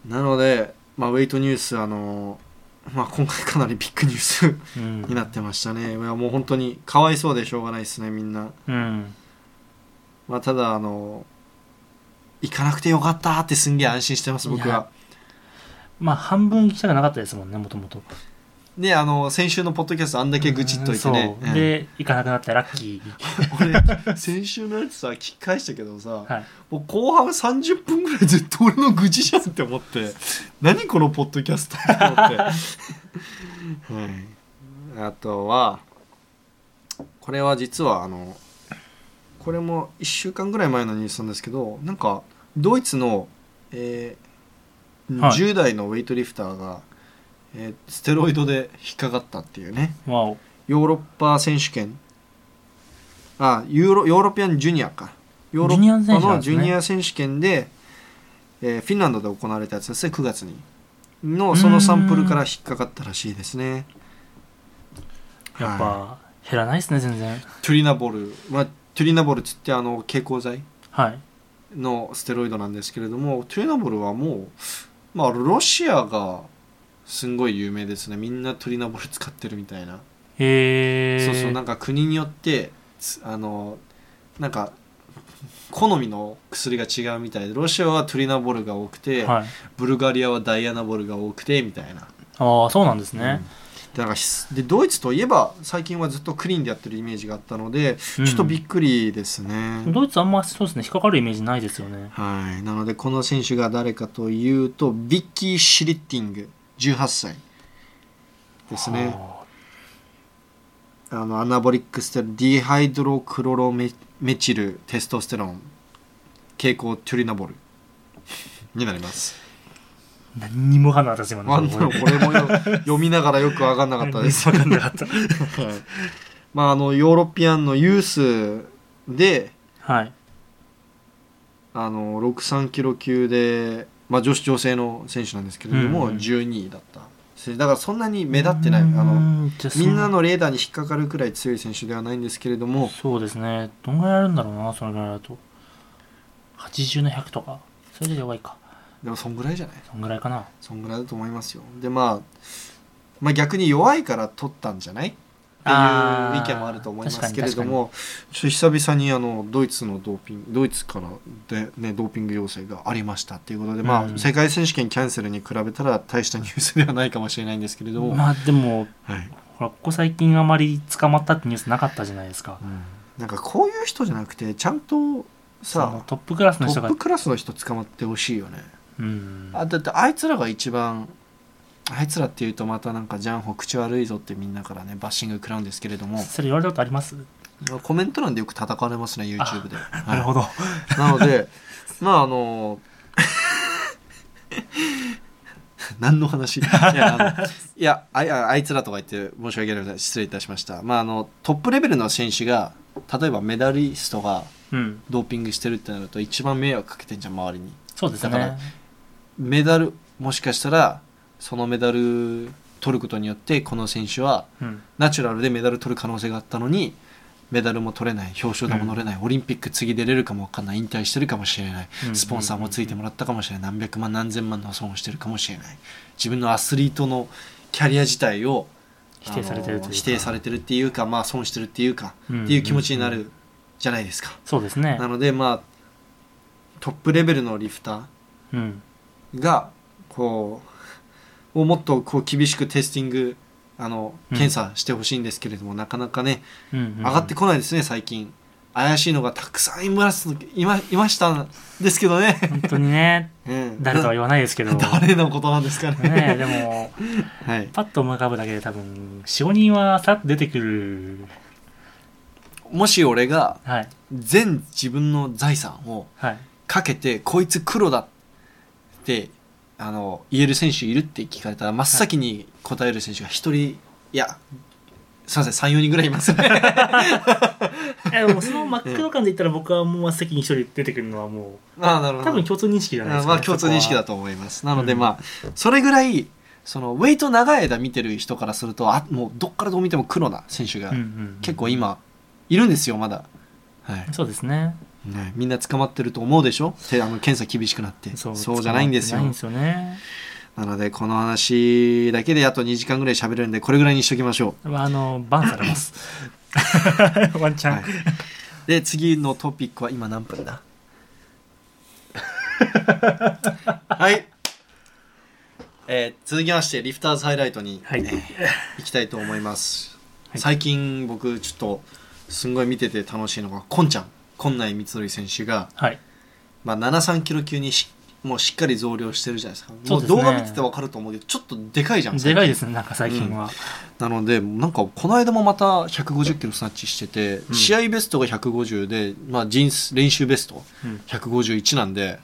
Speaker 1: なので、まあ、ウェイトニュースあのまあ、今回かなりビッグニュース
Speaker 2: うん
Speaker 1: になってましたね。いやもう本当にかわいそうでしょうがないですね、みんな。
Speaker 2: うん
Speaker 1: まあ、ただあの行かなくてよかったってすんげえ安心してます僕
Speaker 2: い
Speaker 1: は
Speaker 2: やまあ半分記者がなかったですもんねもともと
Speaker 1: ねあの先週のポッドキャストあんだけ愚痴っといてね、
Speaker 2: そうで行かなくなったラッキ
Speaker 1: うん俺先週のやつさ聞き返したけどさ
Speaker 2: ーはい
Speaker 1: もう後半30分ぐらいずっと俺の愚痴じゃんって思って何このポッドキャストって思 って、はい、あとはこれは実はあのこれも1週間ぐらい前のニュースなんですけどなんかドイツの、えー
Speaker 2: はい
Speaker 1: 10代のウェイトリフターが、えーステロイドで引っかかったっていうね
Speaker 2: わお
Speaker 1: ヨーロッパ選手権あユーロヨーロピアンジュニアかヨーロ
Speaker 2: ジュニ
Speaker 1: ッ
Speaker 2: ア選手な
Speaker 1: パ
Speaker 2: んですね
Speaker 1: のジュニア選手権でえーフィンランドで行われたやつですね9月にのそのサンプルから引っかかったらしいですね
Speaker 2: やっ
Speaker 1: は
Speaker 2: ぱ減らないですね全然
Speaker 1: いトゥリナボル、まあ、トゥリナボルつってあの蛍光剤
Speaker 2: はい
Speaker 1: のステロイドなんですけれどもトゥリナボルはもう、まあ、ロシアがすんごい有名ですねみんなトゥリナボル使ってるみたいな
Speaker 2: へえ
Speaker 1: そうそうなんか国によってつあのなんか好みの薬が違うみたいでロシアはトゥリナボルが多くて、
Speaker 2: はい、
Speaker 1: ブルガリアはダイアナボルが多くてみたいな、
Speaker 2: ああそうなんです
Speaker 1: うん
Speaker 2: ね、
Speaker 1: だからひでドイツといえば最近はずっとクリーンでやってるイメージがあったので、
Speaker 2: うん
Speaker 1: ちょっとびっくりですね、
Speaker 2: ドイツあんまそうですね引っかかるイメージないですよね
Speaker 1: はいなのでこの選手が誰かというとビッキー・シリッティング18歳ですね、
Speaker 2: は
Speaker 1: あのアナボリックステロディハイドロクロロメメチルテストステロン蛍光トゥリナボルになります。
Speaker 2: あ何にも分かんなかったです今
Speaker 1: あんなのこれもよ読みながらよく分かんなかった です。
Speaker 2: 分かんなかった
Speaker 1: はいまああのヨーロピアンのユースで
Speaker 2: はい
Speaker 1: あの63キロ級で、まあ、女子女性の選手なんですけれども、
Speaker 2: うんうん
Speaker 1: 12位だっただからそんなに目立ってないあの
Speaker 2: のみ
Speaker 1: みんなのレーダーに引っかかるくらい強い選手ではないんですけれども
Speaker 2: そうですねどんぐらいあるんだろうなそのぐらいだと80の100とかそれで弱いか
Speaker 1: でもそんぐらいじゃない
Speaker 2: そんぐらいかな
Speaker 1: そんぐらいだと思いますよでまあまあ逆に弱いから取ったんじゃないって
Speaker 2: あー
Speaker 1: いう意見もあると思いま
Speaker 2: 確か
Speaker 1: す
Speaker 2: に
Speaker 1: けれどもちょっと久々にあのドイツのドーピングドイツからで、ね、ドーピング要請がありましたっていうことで、まあ
Speaker 2: うん
Speaker 1: 世界選手権キャンセルに比べたら大したニュースではないかもしれないんですけれども、
Speaker 2: まあでも
Speaker 1: はい
Speaker 2: ほらここ最近あまり捕まったってニュースなかったじゃないですか
Speaker 1: なんかこういう人じゃなくてちゃんと
Speaker 2: その
Speaker 1: さ
Speaker 2: トップクラス
Speaker 1: ト
Speaker 2: の人
Speaker 1: ッ
Speaker 2: が
Speaker 1: プクラスの人捕まってほしいよね。
Speaker 2: うん
Speaker 1: あだってあいつらが一番あいつらっていうとまたなんかジャンホ口悪いぞってみんなからねバッシング食らうんですけれども
Speaker 2: それ言われたことあります
Speaker 1: コメント欄でよく叩かれますね YouTube で、はい
Speaker 2: なるほど
Speaker 1: なのでまああの 何の話いやあのいやあいやあいつらとか言って申し訳ありません失礼いたしました、まあ、あのトップレベルの選手が例えばメダリストが
Speaker 2: うん
Speaker 1: ドーピングしてるってなると一番迷惑かけてんじゃん周りに
Speaker 2: そうです
Speaker 1: だから
Speaker 2: ね
Speaker 1: メダルもしかしたらそのメダル取ることによってこの選手は
Speaker 2: うん
Speaker 1: ナチュラルでメダル取る可能性があったのにメダルも取れない表彰台も乗れない、オリンピック次出れるかもわかんない引退してるかもしれない
Speaker 2: うん
Speaker 1: スポンサーもついてもらったかもしれない何百万何千万の損をしてるかもしれない自分のアスリートのキャリア自体を
Speaker 2: 否定されてるというか
Speaker 1: あの否定されてるっていうかまあ損してるっていうか、
Speaker 2: うん
Speaker 1: っていう気持ちになるじゃないですか、
Speaker 2: そうですね
Speaker 1: なのでまあトップレベルのリフタ
Speaker 2: うん
Speaker 1: ーがこうをもっとこう厳しくテスティングあの
Speaker 2: うん
Speaker 1: 検査してほしいんですけれども、なかなかね
Speaker 2: うんうん
Speaker 1: 上がってこないですね最近怪しいのがたくさんいますいまいましたんですけどね、
Speaker 2: 本当に ね
Speaker 1: うん
Speaker 2: 誰とは言わないですけど
Speaker 1: 誰のことなんですかね
Speaker 2: ねえでも
Speaker 1: はい
Speaker 2: パッと思い浮かぶだけで多分45人はさっと出てくる
Speaker 1: もし俺が
Speaker 2: はい
Speaker 1: 全自分の財産を
Speaker 2: はい
Speaker 1: かけてこいつ黒だってあの言える選手いるって聞かれたら真っ先に答える選手が一人いやすいません34人ぐらいいますね
Speaker 2: えでもその真っ黒感で言ったら僕はもう席に一人出てくるのはも
Speaker 1: ああなる
Speaker 2: う
Speaker 1: ほ
Speaker 2: 多
Speaker 1: ど
Speaker 2: 分共通認識じゃないで
Speaker 1: あ
Speaker 2: すか、
Speaker 1: まあ共通認識だ
Speaker 2: と
Speaker 1: と思いますなので、
Speaker 2: うん
Speaker 1: まあそれぐらいそのウェイト長い間見てる人からするとあもうどっからどう見ても黒な選手が結構今いるんですよまだ、はい
Speaker 2: そうですね
Speaker 1: ね、みんな捕まってると思うでしょてあの検査厳しくなってそうじゃないんですよ
Speaker 2: ないんですよね
Speaker 1: なのでこの話だけであと2時間ぐらい喋れるんでこれぐらいにしときましょ
Speaker 2: まああのバンされます ワンチ
Speaker 1: う、
Speaker 2: ャン、
Speaker 1: はい、で次のトピックは今何 分だはい、えー続きましてリフターズハイライトに、
Speaker 2: はい
Speaker 1: えー行きたいと思います、
Speaker 2: はい
Speaker 1: 最近僕ちょっとすんごい見てて楽しいのがこんちゃん近内光則選手が、
Speaker 2: はい
Speaker 1: まあ、73キロ級にしもうしっかり増量してるじゃないですか
Speaker 2: そう
Speaker 1: も
Speaker 2: で
Speaker 1: う
Speaker 2: すね
Speaker 1: 動画見てて分かると思うけどちょっとでかいじゃん
Speaker 2: でかいですすねなんか最近は、
Speaker 1: なのでなんかこの間もまた150キロスナッチしてて、
Speaker 2: うん
Speaker 1: 試合ベストが150で、まあ、人生練習ベスト
Speaker 2: うん
Speaker 1: 151なんで、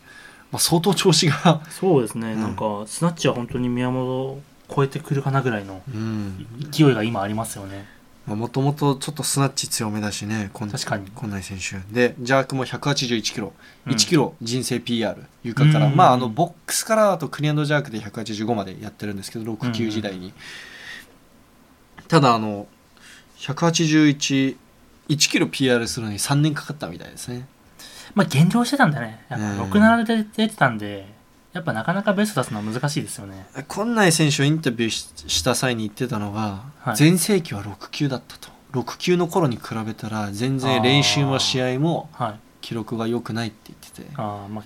Speaker 1: まあ、相当調子 が、
Speaker 2: そうですね、
Speaker 1: うん
Speaker 2: なんかスナッチは本当に宮本を超えてくるかなぐらいの
Speaker 1: うん
Speaker 2: 勢いが今ありますよね
Speaker 1: まあ、もともとちょっとスナッチ強めだしねこん
Speaker 2: 確かに
Speaker 1: こんない選手でジャークも181キロ
Speaker 2: うん
Speaker 1: 1キロ人生 PR 床から、
Speaker 2: うん
Speaker 1: まああのボックスからだとクリアンドジャークで185までやってるんですけど
Speaker 2: うん
Speaker 1: 6級時代に、ただあの1811キロ PR するのに3年かかったみたいですね
Speaker 2: まあ減量してたんだねやっ
Speaker 1: うん
Speaker 2: ぱ67で出てたんでやっぱなかなかベスト出すのは難しいですよね
Speaker 1: こんない選手をインタビューしした際に言ってたのが、
Speaker 2: はい
Speaker 1: 全盛期は6級だったと6級の頃に比べたら全然練習も試合も
Speaker 2: はい
Speaker 1: 記録が良くないって言ってて
Speaker 2: あー、まあ、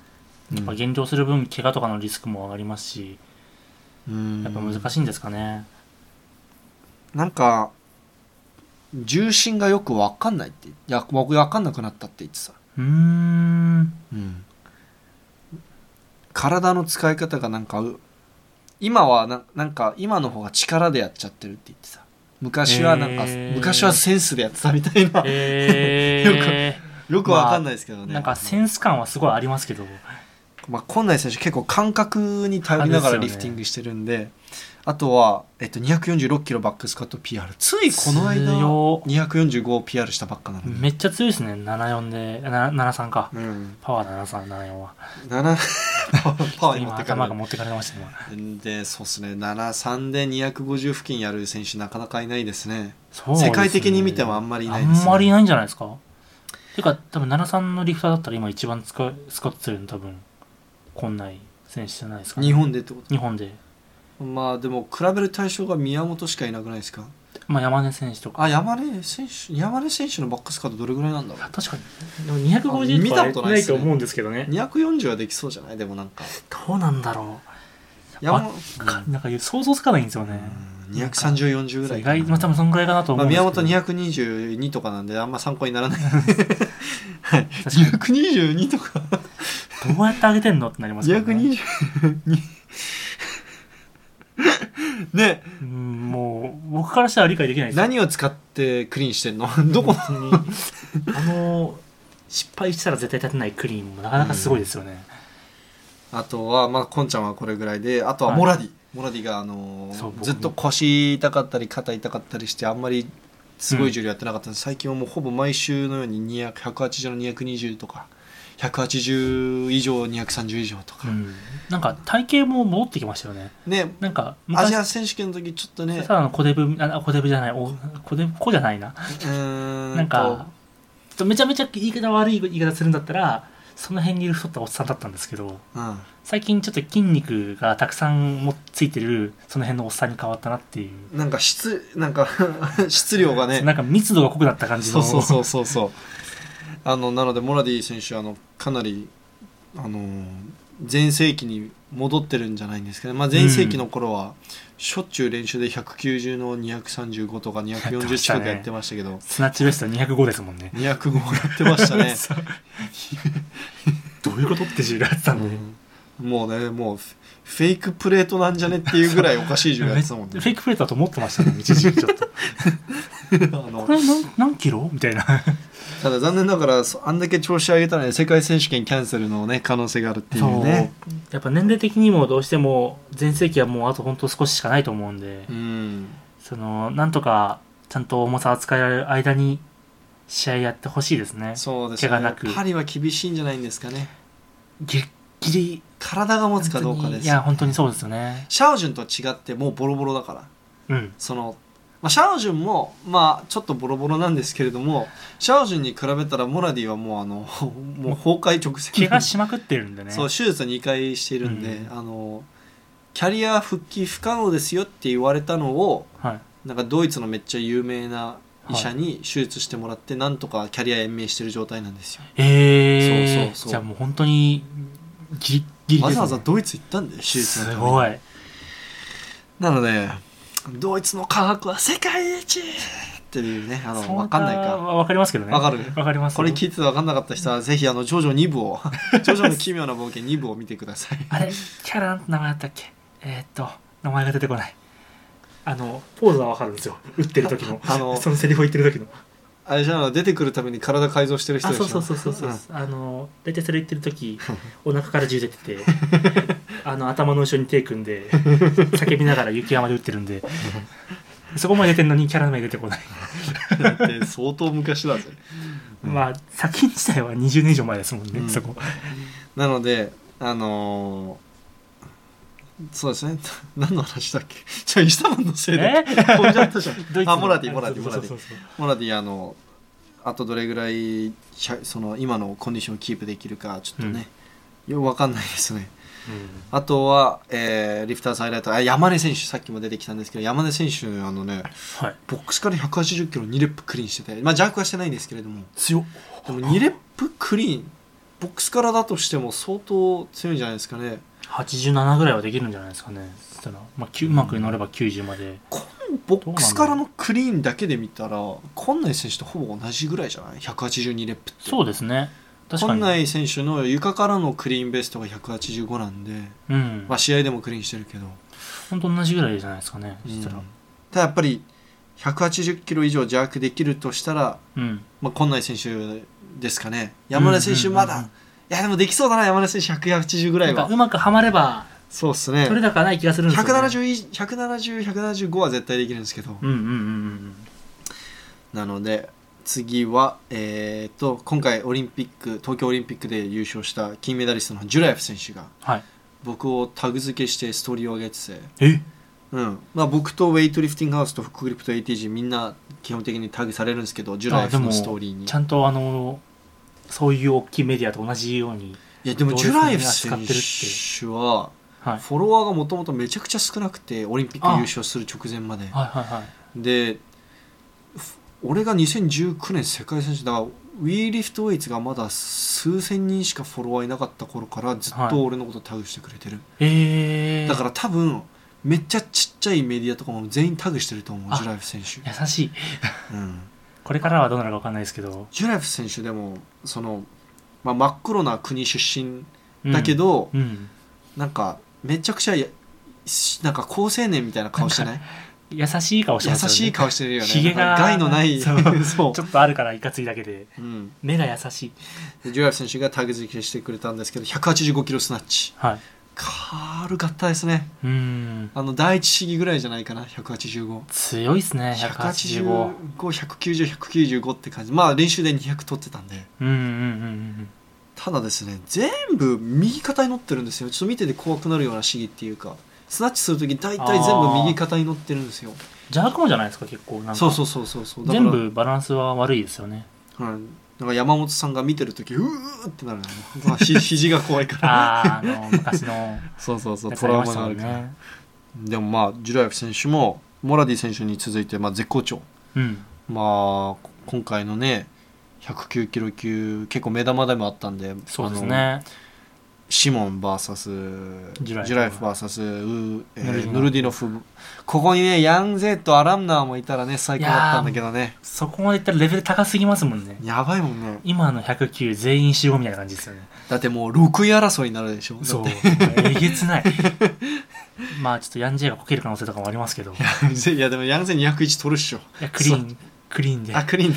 Speaker 1: うん
Speaker 2: やっぱ減量する分怪我とかのリスクも上がりますしやっぱ難しいんですかね、
Speaker 1: なんか重心がよく分かんないっていや僕分かんなくなったって言ってた、
Speaker 2: うーん
Speaker 1: うん、体の使い方がなんかう今はななんか今の方が力でやっちゃってるって言ってた昔はなんか、
Speaker 2: へー
Speaker 1: 昔はセンスでやってたみたいな、
Speaker 2: え
Speaker 1: よく分かんないですけどね、
Speaker 2: ー、なんかセンス感はすごいありますけど
Speaker 1: まあ、今内選手結構感覚に頼りながら
Speaker 2: あで
Speaker 1: リ
Speaker 2: すよね
Speaker 1: フティングしてるんであとは、えっと、246キロバックスカット PR ついこの間
Speaker 2: 強
Speaker 1: 245PR したばっかなのに、
Speaker 2: めっちゃ強いですね74でな73か
Speaker 1: うん、
Speaker 2: パワー7374は
Speaker 1: 7 パワーに持
Speaker 2: 今
Speaker 1: ってかれ
Speaker 2: 頭が
Speaker 1: る
Speaker 2: 持ってかれました今
Speaker 1: でそうですね73で250付近やる選手なかなかいないですね
Speaker 2: そうですね
Speaker 1: 世界的に見てもあんまりいないですね
Speaker 2: あんまりいないんじゃないですかてか多分73のリフターだったら今一番使う使ってるの多分こんない選手じゃないですかね、
Speaker 1: 日本でってこ
Speaker 2: 日本で、
Speaker 1: とまあでも比べる対象が宮本しかいなくないですか
Speaker 2: まあ、山根選手とか
Speaker 1: あ山根選手山根選手のバックスカットどれぐらいなんだろう
Speaker 2: 確かにでも250
Speaker 1: 見
Speaker 2: と
Speaker 1: た
Speaker 2: か
Speaker 1: ことないっ
Speaker 2: ない
Speaker 1: すね
Speaker 2: と思うんですけどね
Speaker 1: 240はできそうじゃないでもなんか
Speaker 2: どうなんだろ
Speaker 1: 山
Speaker 2: あう、
Speaker 1: うん
Speaker 2: なんか想像つかないんですよね、
Speaker 1: 23040ぐらい
Speaker 2: 意
Speaker 1: かな
Speaker 2: 外まあ多分そんぐらいかなと思
Speaker 1: ま
Speaker 2: う
Speaker 1: あ、
Speaker 2: んです
Speaker 1: 宮
Speaker 2: けど、
Speaker 1: 本222とかなんであんま参考になら ないはい222とか
Speaker 2: どうやって上げてんのってなりますけどね
Speaker 1: 222 ね
Speaker 2: うんもう僕からしたら理解できないですよ
Speaker 1: 何を使ってクリーンしてんのどこ
Speaker 2: 本当に あの失敗したら絶対立てないクリーンもなかなかすごいですよね、
Speaker 1: あとはまあこんちゃんはこれぐらいであとは
Speaker 2: はい
Speaker 1: モラディ、モラディがあのー
Speaker 2: そう僕も
Speaker 1: ずっと腰痛かったり肩痛かったりしてあんまりすごい重量やってなかったんで、最近はもうほぼ毎週のように200 180の220とか180以上230以上とか、
Speaker 2: うんなんか体型も戻ってきましたよね
Speaker 1: ね
Speaker 2: なんか
Speaker 1: アジ
Speaker 2: 昔
Speaker 1: ア選手権の時ちょっとね
Speaker 2: ただの小デブあ小デブじゃないお小デブ小じゃないな
Speaker 1: うーんと
Speaker 2: なんかちょっとめちゃめちゃ言い方悪い言い方するんだったらその辺にいる太ったおっさんだったんですけど
Speaker 1: うん
Speaker 2: 最近ちょっと筋肉がたくさんもついてるその辺のおっさんに変わったなっていう、
Speaker 1: なんか質なんか 質量がね
Speaker 2: なんか密度が濃くなった感じ
Speaker 1: そう
Speaker 2: の
Speaker 1: そうそうそうそうあのなのでモラディ選手あのかなりあの全盛期に戻ってるんじゃないんですけど、まあ、前世紀の頃はしょっちゅう練習で190の235とか240近くやってましたけど
Speaker 2: スナッチベスト205ですもんね
Speaker 1: 205やってました ね
Speaker 2: そうどういうことって自由があったんで、
Speaker 1: うんもうねもうフフェイクプレートなんじゃねっていうぐらいおかしい重量やってたもん
Speaker 2: フ
Speaker 1: ね
Speaker 2: ェイクプレートだと思ってましたね一時期ち ょっと
Speaker 1: あの
Speaker 2: これ何何キロみたいな
Speaker 1: ただ残念ながらそあんだけ調子上げたのに世界選手権キャンセルのね可能性があるっていうね
Speaker 2: やっぱ年齢的にもどうしても全盛期はもうあと本当少ししかないと思うんで、
Speaker 1: うん
Speaker 2: そのなんとかちゃんと重さを扱える間に試合やってほしいですね
Speaker 1: そうですね
Speaker 2: 怪我なく
Speaker 1: パリは厳しいんじゃないんですかね
Speaker 2: ギリギリ
Speaker 1: 体が持つかどうかで
Speaker 2: い
Speaker 1: す
Speaker 2: や本当にそうですよね
Speaker 1: シャオジュンと違ってもうボロボロだから
Speaker 2: うん
Speaker 1: その、まあ、シャオジュンもまあちょっとボロボロなんですけれどもシャオジュンに比べたらモラディはもうあの もう崩壊直前
Speaker 2: 怪我しまくってるんでね
Speaker 1: そう手術2回してるんで、
Speaker 2: う
Speaker 1: あのキャリア復帰不可能ですよって言われたのを
Speaker 2: はい
Speaker 1: なんかドイツのめっちゃ有名な医者に手術してもらって、なんとかキャリア延命してる状態なんですよ
Speaker 2: ええ
Speaker 1: そう
Speaker 2: ー、
Speaker 1: そうそう
Speaker 2: じゃあもう本当にギリギリです、ね、
Speaker 1: わざわざドイツ行ったんで手術のた
Speaker 2: す
Speaker 1: めに
Speaker 2: ごい
Speaker 1: なのでドイツの科学は世界一っていうねあの分かんないか
Speaker 2: わかりますけどね
Speaker 1: わかる
Speaker 2: わかります
Speaker 1: これ聞いてて分かんなかった人はぜひあの「ジョジョ2部 を」「ジョジョの奇妙な冒険」2部を見てください
Speaker 2: あれキャラの名前だったっけえーっと名前が出てこないあのポーズはわかるんですよ打ってる時の
Speaker 1: あの
Speaker 2: そのセリフを言ってる時の
Speaker 1: あれじゃあ出てくるために体改造してる人
Speaker 2: あ
Speaker 1: でしょ
Speaker 2: そうそうそうそうそう、あの大体それ言ってる 時お腹から銃出ててあの頭の後ろに手組んで叫びながら雪山で打ってるんでそこまで出てんのにキャラ名出てこない、
Speaker 1: うんだって相当昔だぜうん
Speaker 2: まあ作品自体は20年以上前ですもんね、
Speaker 1: うん
Speaker 2: そこ
Speaker 1: なのであのーそうですね 何の話だっけじゃあイスタマンのせいで
Speaker 2: え
Speaker 1: 飛んじゃったじゃん
Speaker 2: ドイツの
Speaker 1: あモラティモラティ
Speaker 2: そうそうそう
Speaker 1: モラディあのあとどれぐらいしゃその今のコンディションをキープできるかちょっとね、よくわかんないですね
Speaker 2: うん
Speaker 1: あとは、えーリフターズハイライトあ山根選手さっきも出てきたんですけど山根選手あのね
Speaker 2: はい
Speaker 1: ボックスから180キロ2レップクリーンしててまあ弱はしてないんですけれども
Speaker 2: 強っ
Speaker 1: でも2レップクリーンボックスからだとしても相当強いんじゃないですかね
Speaker 2: 87ぐらいはできるんじゃないですかねそしたら、まあ、きゅうまく乗れば90まで
Speaker 1: こんボックスからのクリーンだけで見たら今内選手とほぼ同じぐらいじゃない182レップって
Speaker 2: そうですね確か
Speaker 1: 本
Speaker 2: に、
Speaker 1: 内選手の床からのクリーンベストが185なんで、
Speaker 2: うん
Speaker 1: まあ、試合でもクリーンしてるけど、
Speaker 2: 本当同じぐらいじゃないですかねそした
Speaker 1: た
Speaker 2: ら
Speaker 1: だやっぱり180キロ以上弱できるとしたら、
Speaker 2: うん
Speaker 1: まあ、今内選手ですかね山根選手まだ、
Speaker 2: うんうんうんうん
Speaker 1: いやでもできそうだな山根選手180ぐら
Speaker 2: ないんか
Speaker 1: は
Speaker 2: うまくはまれば
Speaker 1: そうっすね
Speaker 2: 取れ高ない気がするんですよ、ね、
Speaker 1: 170175は絶対できるんですけど、
Speaker 2: うんうんうんうん
Speaker 1: なので次は、えー、と今回オリンピック東京オリンピックで優勝した金メダリストのジュラエフ選手が
Speaker 2: はい
Speaker 1: 僕をタグ付けしてストーリーを上げてて
Speaker 2: え
Speaker 1: うんまあ、僕とウェイトリフティングハウスとフックグリップと ATG みんな基本的にタグされるんですけどジュライフのストーリーに
Speaker 2: ちゃんとあのそういう大きいメディアと同じように
Speaker 1: いやでも
Speaker 2: 同
Speaker 1: ジ
Speaker 2: 列
Speaker 1: ュライフ
Speaker 2: に扱って
Speaker 1: 選
Speaker 2: るって
Speaker 1: 手は
Speaker 2: はい
Speaker 1: フォロワーがもともとめちゃくちゃ少なくてオリンピック優勝する直前まで
Speaker 2: はいはいはい
Speaker 1: でふ俺が2019年世界選手だからウィーリフトウェイツがまだ数千人しかフォロワーいなかった頃からずっ
Speaker 2: はい
Speaker 1: と俺のことタグしてくれてる、
Speaker 2: えー、
Speaker 1: だから多分めっちゃちっちゃいメディアとかも全員タグしてると思う
Speaker 2: あ
Speaker 1: ジュライフ選手、
Speaker 2: 優しい
Speaker 1: うん
Speaker 2: これからはどうなるかわかんないですけど、
Speaker 1: ジュラエフ選手でもその、まあ、真っ黒な国出身
Speaker 2: うん
Speaker 1: だけど、
Speaker 2: うん、
Speaker 1: なんかめちゃくちゃやしなんか好青年みたいな顔してない
Speaker 2: 優しい顔して
Speaker 1: 優
Speaker 2: ますよね
Speaker 1: しい顔してるよね
Speaker 2: ひげが
Speaker 1: なんか害のない
Speaker 2: そ
Speaker 1: そう う
Speaker 2: ちょっとあるからいかついだけで
Speaker 1: うん、
Speaker 2: 目が優しい
Speaker 1: でジュラエフ選手がタグ付けしてくれたんですけど185キロスナッチ
Speaker 2: はい
Speaker 1: 軽かったですね
Speaker 2: うーん
Speaker 1: あの第一試技ぐらいじゃないかな185。
Speaker 2: 強いですね185
Speaker 1: 195190195って感じまあ練習で200取ってたんで
Speaker 2: うんうんうん
Speaker 1: ただですね全部右肩に乗ってるんですよちょっと見てて怖くなるような試技っていうかスナッチする時大体全部右肩に乗ってるんですよ
Speaker 2: 邪悪もじゃないですか結構なんか
Speaker 1: そうそうそうそうそうだから
Speaker 2: 全部バランスは悪いですよね
Speaker 1: はい、なんか山本さんが見てる時うーってなるの、まあ、ひ 肘が怖いから
Speaker 2: ああ、あの、昔の、
Speaker 1: そうそう そう
Speaker 2: やつ
Speaker 1: トラ
Speaker 2: あり
Speaker 1: ウ
Speaker 2: ま
Speaker 1: マが
Speaker 2: した
Speaker 1: あ
Speaker 2: もん
Speaker 1: るから、
Speaker 2: ね。
Speaker 1: でもまあジュラエフ選手もモラディ選手に続いて、まあ、絶好調
Speaker 2: うん。
Speaker 1: まあこ今回のね109キロ級結構目玉でもあったんで
Speaker 2: そうです
Speaker 1: あの
Speaker 2: ね。
Speaker 1: シモン VS
Speaker 2: ジュラエフ
Speaker 1: ジュラエフ VS ウ、え
Speaker 2: ヌル
Speaker 1: ー、
Speaker 2: ディノフ
Speaker 1: ヌルディノフここにねヤンゼットアランナーもいたらね最高だったんだけどね
Speaker 2: そこまでいったらレベル高すぎますもんね。
Speaker 1: やばいもんね
Speaker 2: 今の109全員集合みたいな感じですよね。
Speaker 1: だってもう6位争いになるでしょ
Speaker 2: そう
Speaker 1: だっ。
Speaker 2: えげつない。 まあちょっとヤンジェイがこける可能性とかもありますけど、い
Speaker 1: ていやでもヤンゼ201取るっしょ
Speaker 2: やクリーン、クリーンで。
Speaker 1: あクリーン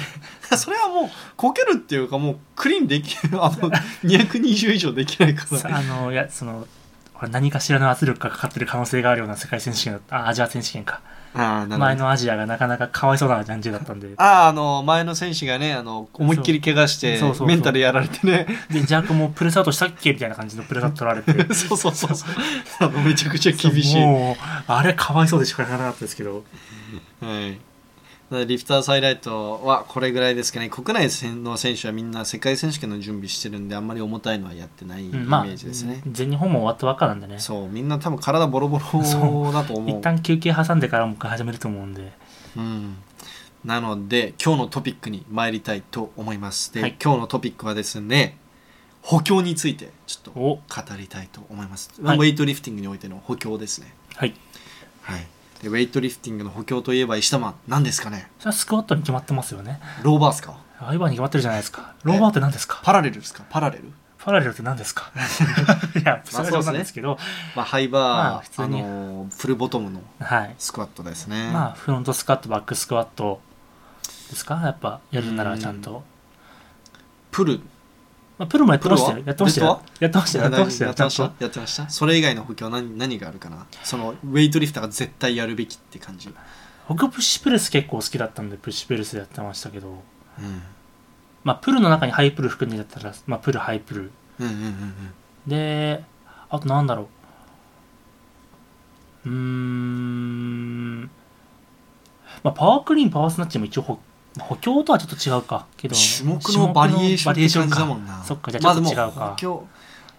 Speaker 1: で それはもうこけるっていうかもうクリーンできるあの220以上できないから
Speaker 2: さあの、いや、その、ほら何かしらの圧力がかかってる可能性があるような世界選手権だった、あ、アジア選手権か。
Speaker 1: ああなるほど
Speaker 2: 前のアジアがなかなかかわいそうなヤンジェイだったんで。
Speaker 1: あああの前の選手がねあの思いっきり怪我して
Speaker 2: そうそうそう
Speaker 1: メンタルやられてね
Speaker 2: で、ジャークもプレスアウトしたっけみたいな感じのプレスアウト取られ て。
Speaker 1: そうそうそうそうあのめちゃくちゃ厳しい、は
Speaker 2: もう、あれかわいそうでしかなかったですけど。
Speaker 1: い、なのでリフターズハイライトはこれぐらいですかね国内の選手はみんな世界選手権の準備してるんであんまり重たいのはやってないイメ
Speaker 2: うんまあ、
Speaker 1: ージですね、
Speaker 2: 全日本も終わったばっかなんでね。
Speaker 1: そうみんな多分体ボロボロだと思
Speaker 2: 一
Speaker 1: う
Speaker 2: 旦休憩挟んでからもう一回始めると思うんで。
Speaker 1: うん、なので今日のトピックに参りたいと思いますで、
Speaker 2: はい
Speaker 1: 今日のトピックはですね補強についてちょっと
Speaker 2: お
Speaker 1: 語りたいと思います、
Speaker 2: はい
Speaker 1: ウェイトリフティングにおいての補強ですね、
Speaker 2: はい。
Speaker 1: はい、でウェイトリフティングの補強といえば石田マン何ですかね
Speaker 2: それはスクワットに決まってますよね。
Speaker 1: ローバースか
Speaker 2: アイバーに決まってるじゃないですか。ローバーって何ですか
Speaker 1: パラレルですかパラレル、
Speaker 2: パラレルって何で すかいや、それは冗談ですけど、
Speaker 1: まあ、ハイバー、
Speaker 2: ま
Speaker 1: あ
Speaker 2: あ普通に
Speaker 1: のーフルボトムの
Speaker 2: はい。
Speaker 1: スクワットですね、
Speaker 2: まあ、フロントスクワット、バックスクワットですかやっぱ、やるならちゃんと。
Speaker 1: プル
Speaker 2: まあ、プロもやってましたよ。
Speaker 1: プロは
Speaker 2: やってましたよ。やってましたよ。やってました
Speaker 1: や
Speaker 2: よ。
Speaker 1: っ
Speaker 2: ち
Speaker 1: て
Speaker 2: ゃ
Speaker 1: ましたや
Speaker 2: んと。
Speaker 1: ってましたそれ以外の補強は何何があるかなそのウェイトリフターが絶対やるべきって感じ、
Speaker 2: 僕、プッシュプレス結構好きだったんで、プッシュプレスやってましたけど、
Speaker 1: うん
Speaker 2: まあ、プルの中にハイプル含んでだったら、まあ、プル、ハイプル。
Speaker 1: うんうんうんうん
Speaker 2: で、あとなんだろう。うーん。まあ、パワークリーン、パワースナッチも一応補、補強とはちょっと違うか。けど、
Speaker 1: 種目のバリエーションって
Speaker 2: 種目
Speaker 1: 感じだも
Speaker 2: のバリエーショ
Speaker 1: ん
Speaker 2: ンか
Speaker 1: な
Speaker 2: そっか、じゃあちょっと違う
Speaker 1: ま
Speaker 2: か。
Speaker 1: あでも補強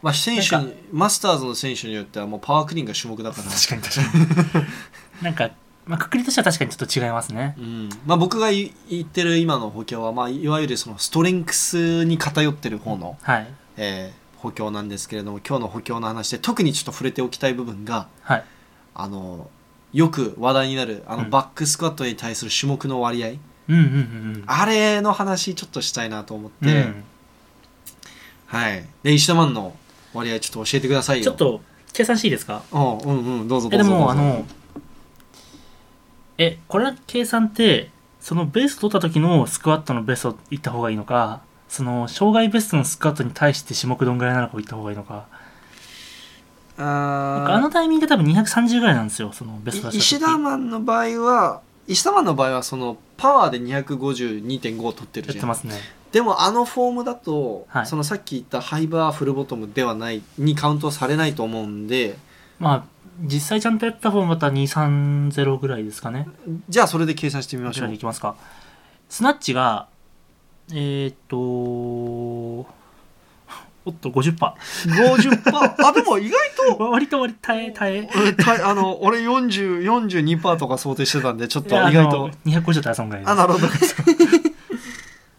Speaker 1: まあ、選手
Speaker 2: な
Speaker 1: にマスターズの選手によってはもうパワークリーンが種目だから
Speaker 2: 確かに確かに。 なんか、まあ、くくりとしては確かにちょっと違いますね。
Speaker 1: うんまあ、僕がい言ってる今の補強は、まあ、いわゆるそのストレンクスに偏ってる方の、
Speaker 2: はい。
Speaker 1: えー補強なんですけれども今日の補強の話で特にちょっと触れておきたい部分が
Speaker 2: はい。
Speaker 1: あのよく話題になるあの
Speaker 2: うん
Speaker 1: バックスクワットに対する種目の割合、
Speaker 2: うんうんうん
Speaker 1: あれの話ちょっとしたいなと思って、
Speaker 2: うん。うん
Speaker 1: はい、で石田マンの割合ちょっと教えてくださいよ
Speaker 2: ちょっと、計算していいですか
Speaker 1: うんうんうんどうぞど
Speaker 2: え、
Speaker 1: う
Speaker 2: で
Speaker 1: ぞどう
Speaker 2: も、
Speaker 1: ぞ
Speaker 2: あの、え、これ計算って、そのベース取った時のスクワットのベストいった方がいいのか、その、障害ベストのスクワットに対して種目どんぐらいなのかをいった方がいいのか。
Speaker 1: あ
Speaker 2: 僕あのタイミングで多分230ぐらいなんですよ、そのベスト
Speaker 1: い
Speaker 2: 出し
Speaker 1: 石
Speaker 2: た時
Speaker 1: 田マンの場合は石田マンの場合はそのパワーで252.5を取ってる
Speaker 2: やっ
Speaker 1: じゃ
Speaker 2: て
Speaker 1: ん
Speaker 2: ますね。
Speaker 1: でもあのフォームだと、
Speaker 2: はい
Speaker 1: そのさっき言ったハイバーフルボトムではないにカウントされないと思うんで
Speaker 2: まあ、実際ちゃんとやった方がまた230ぐらいですかね。
Speaker 1: じゃあそれで計算してみま
Speaker 2: こ
Speaker 1: し
Speaker 2: ち
Speaker 1: ょ
Speaker 2: ら
Speaker 1: う
Speaker 2: でいきますか。スナッチが、えーっと、おっと、50%。わ
Speaker 1: 50%あ でも意外
Speaker 2: 割と割と耐え、耐え。
Speaker 1: とうんたあの俺40 42%とか想定してたんでちょっと
Speaker 2: いや
Speaker 1: 意外と
Speaker 2: あの250対3ぐらいで
Speaker 1: あなるほどです
Speaker 2: す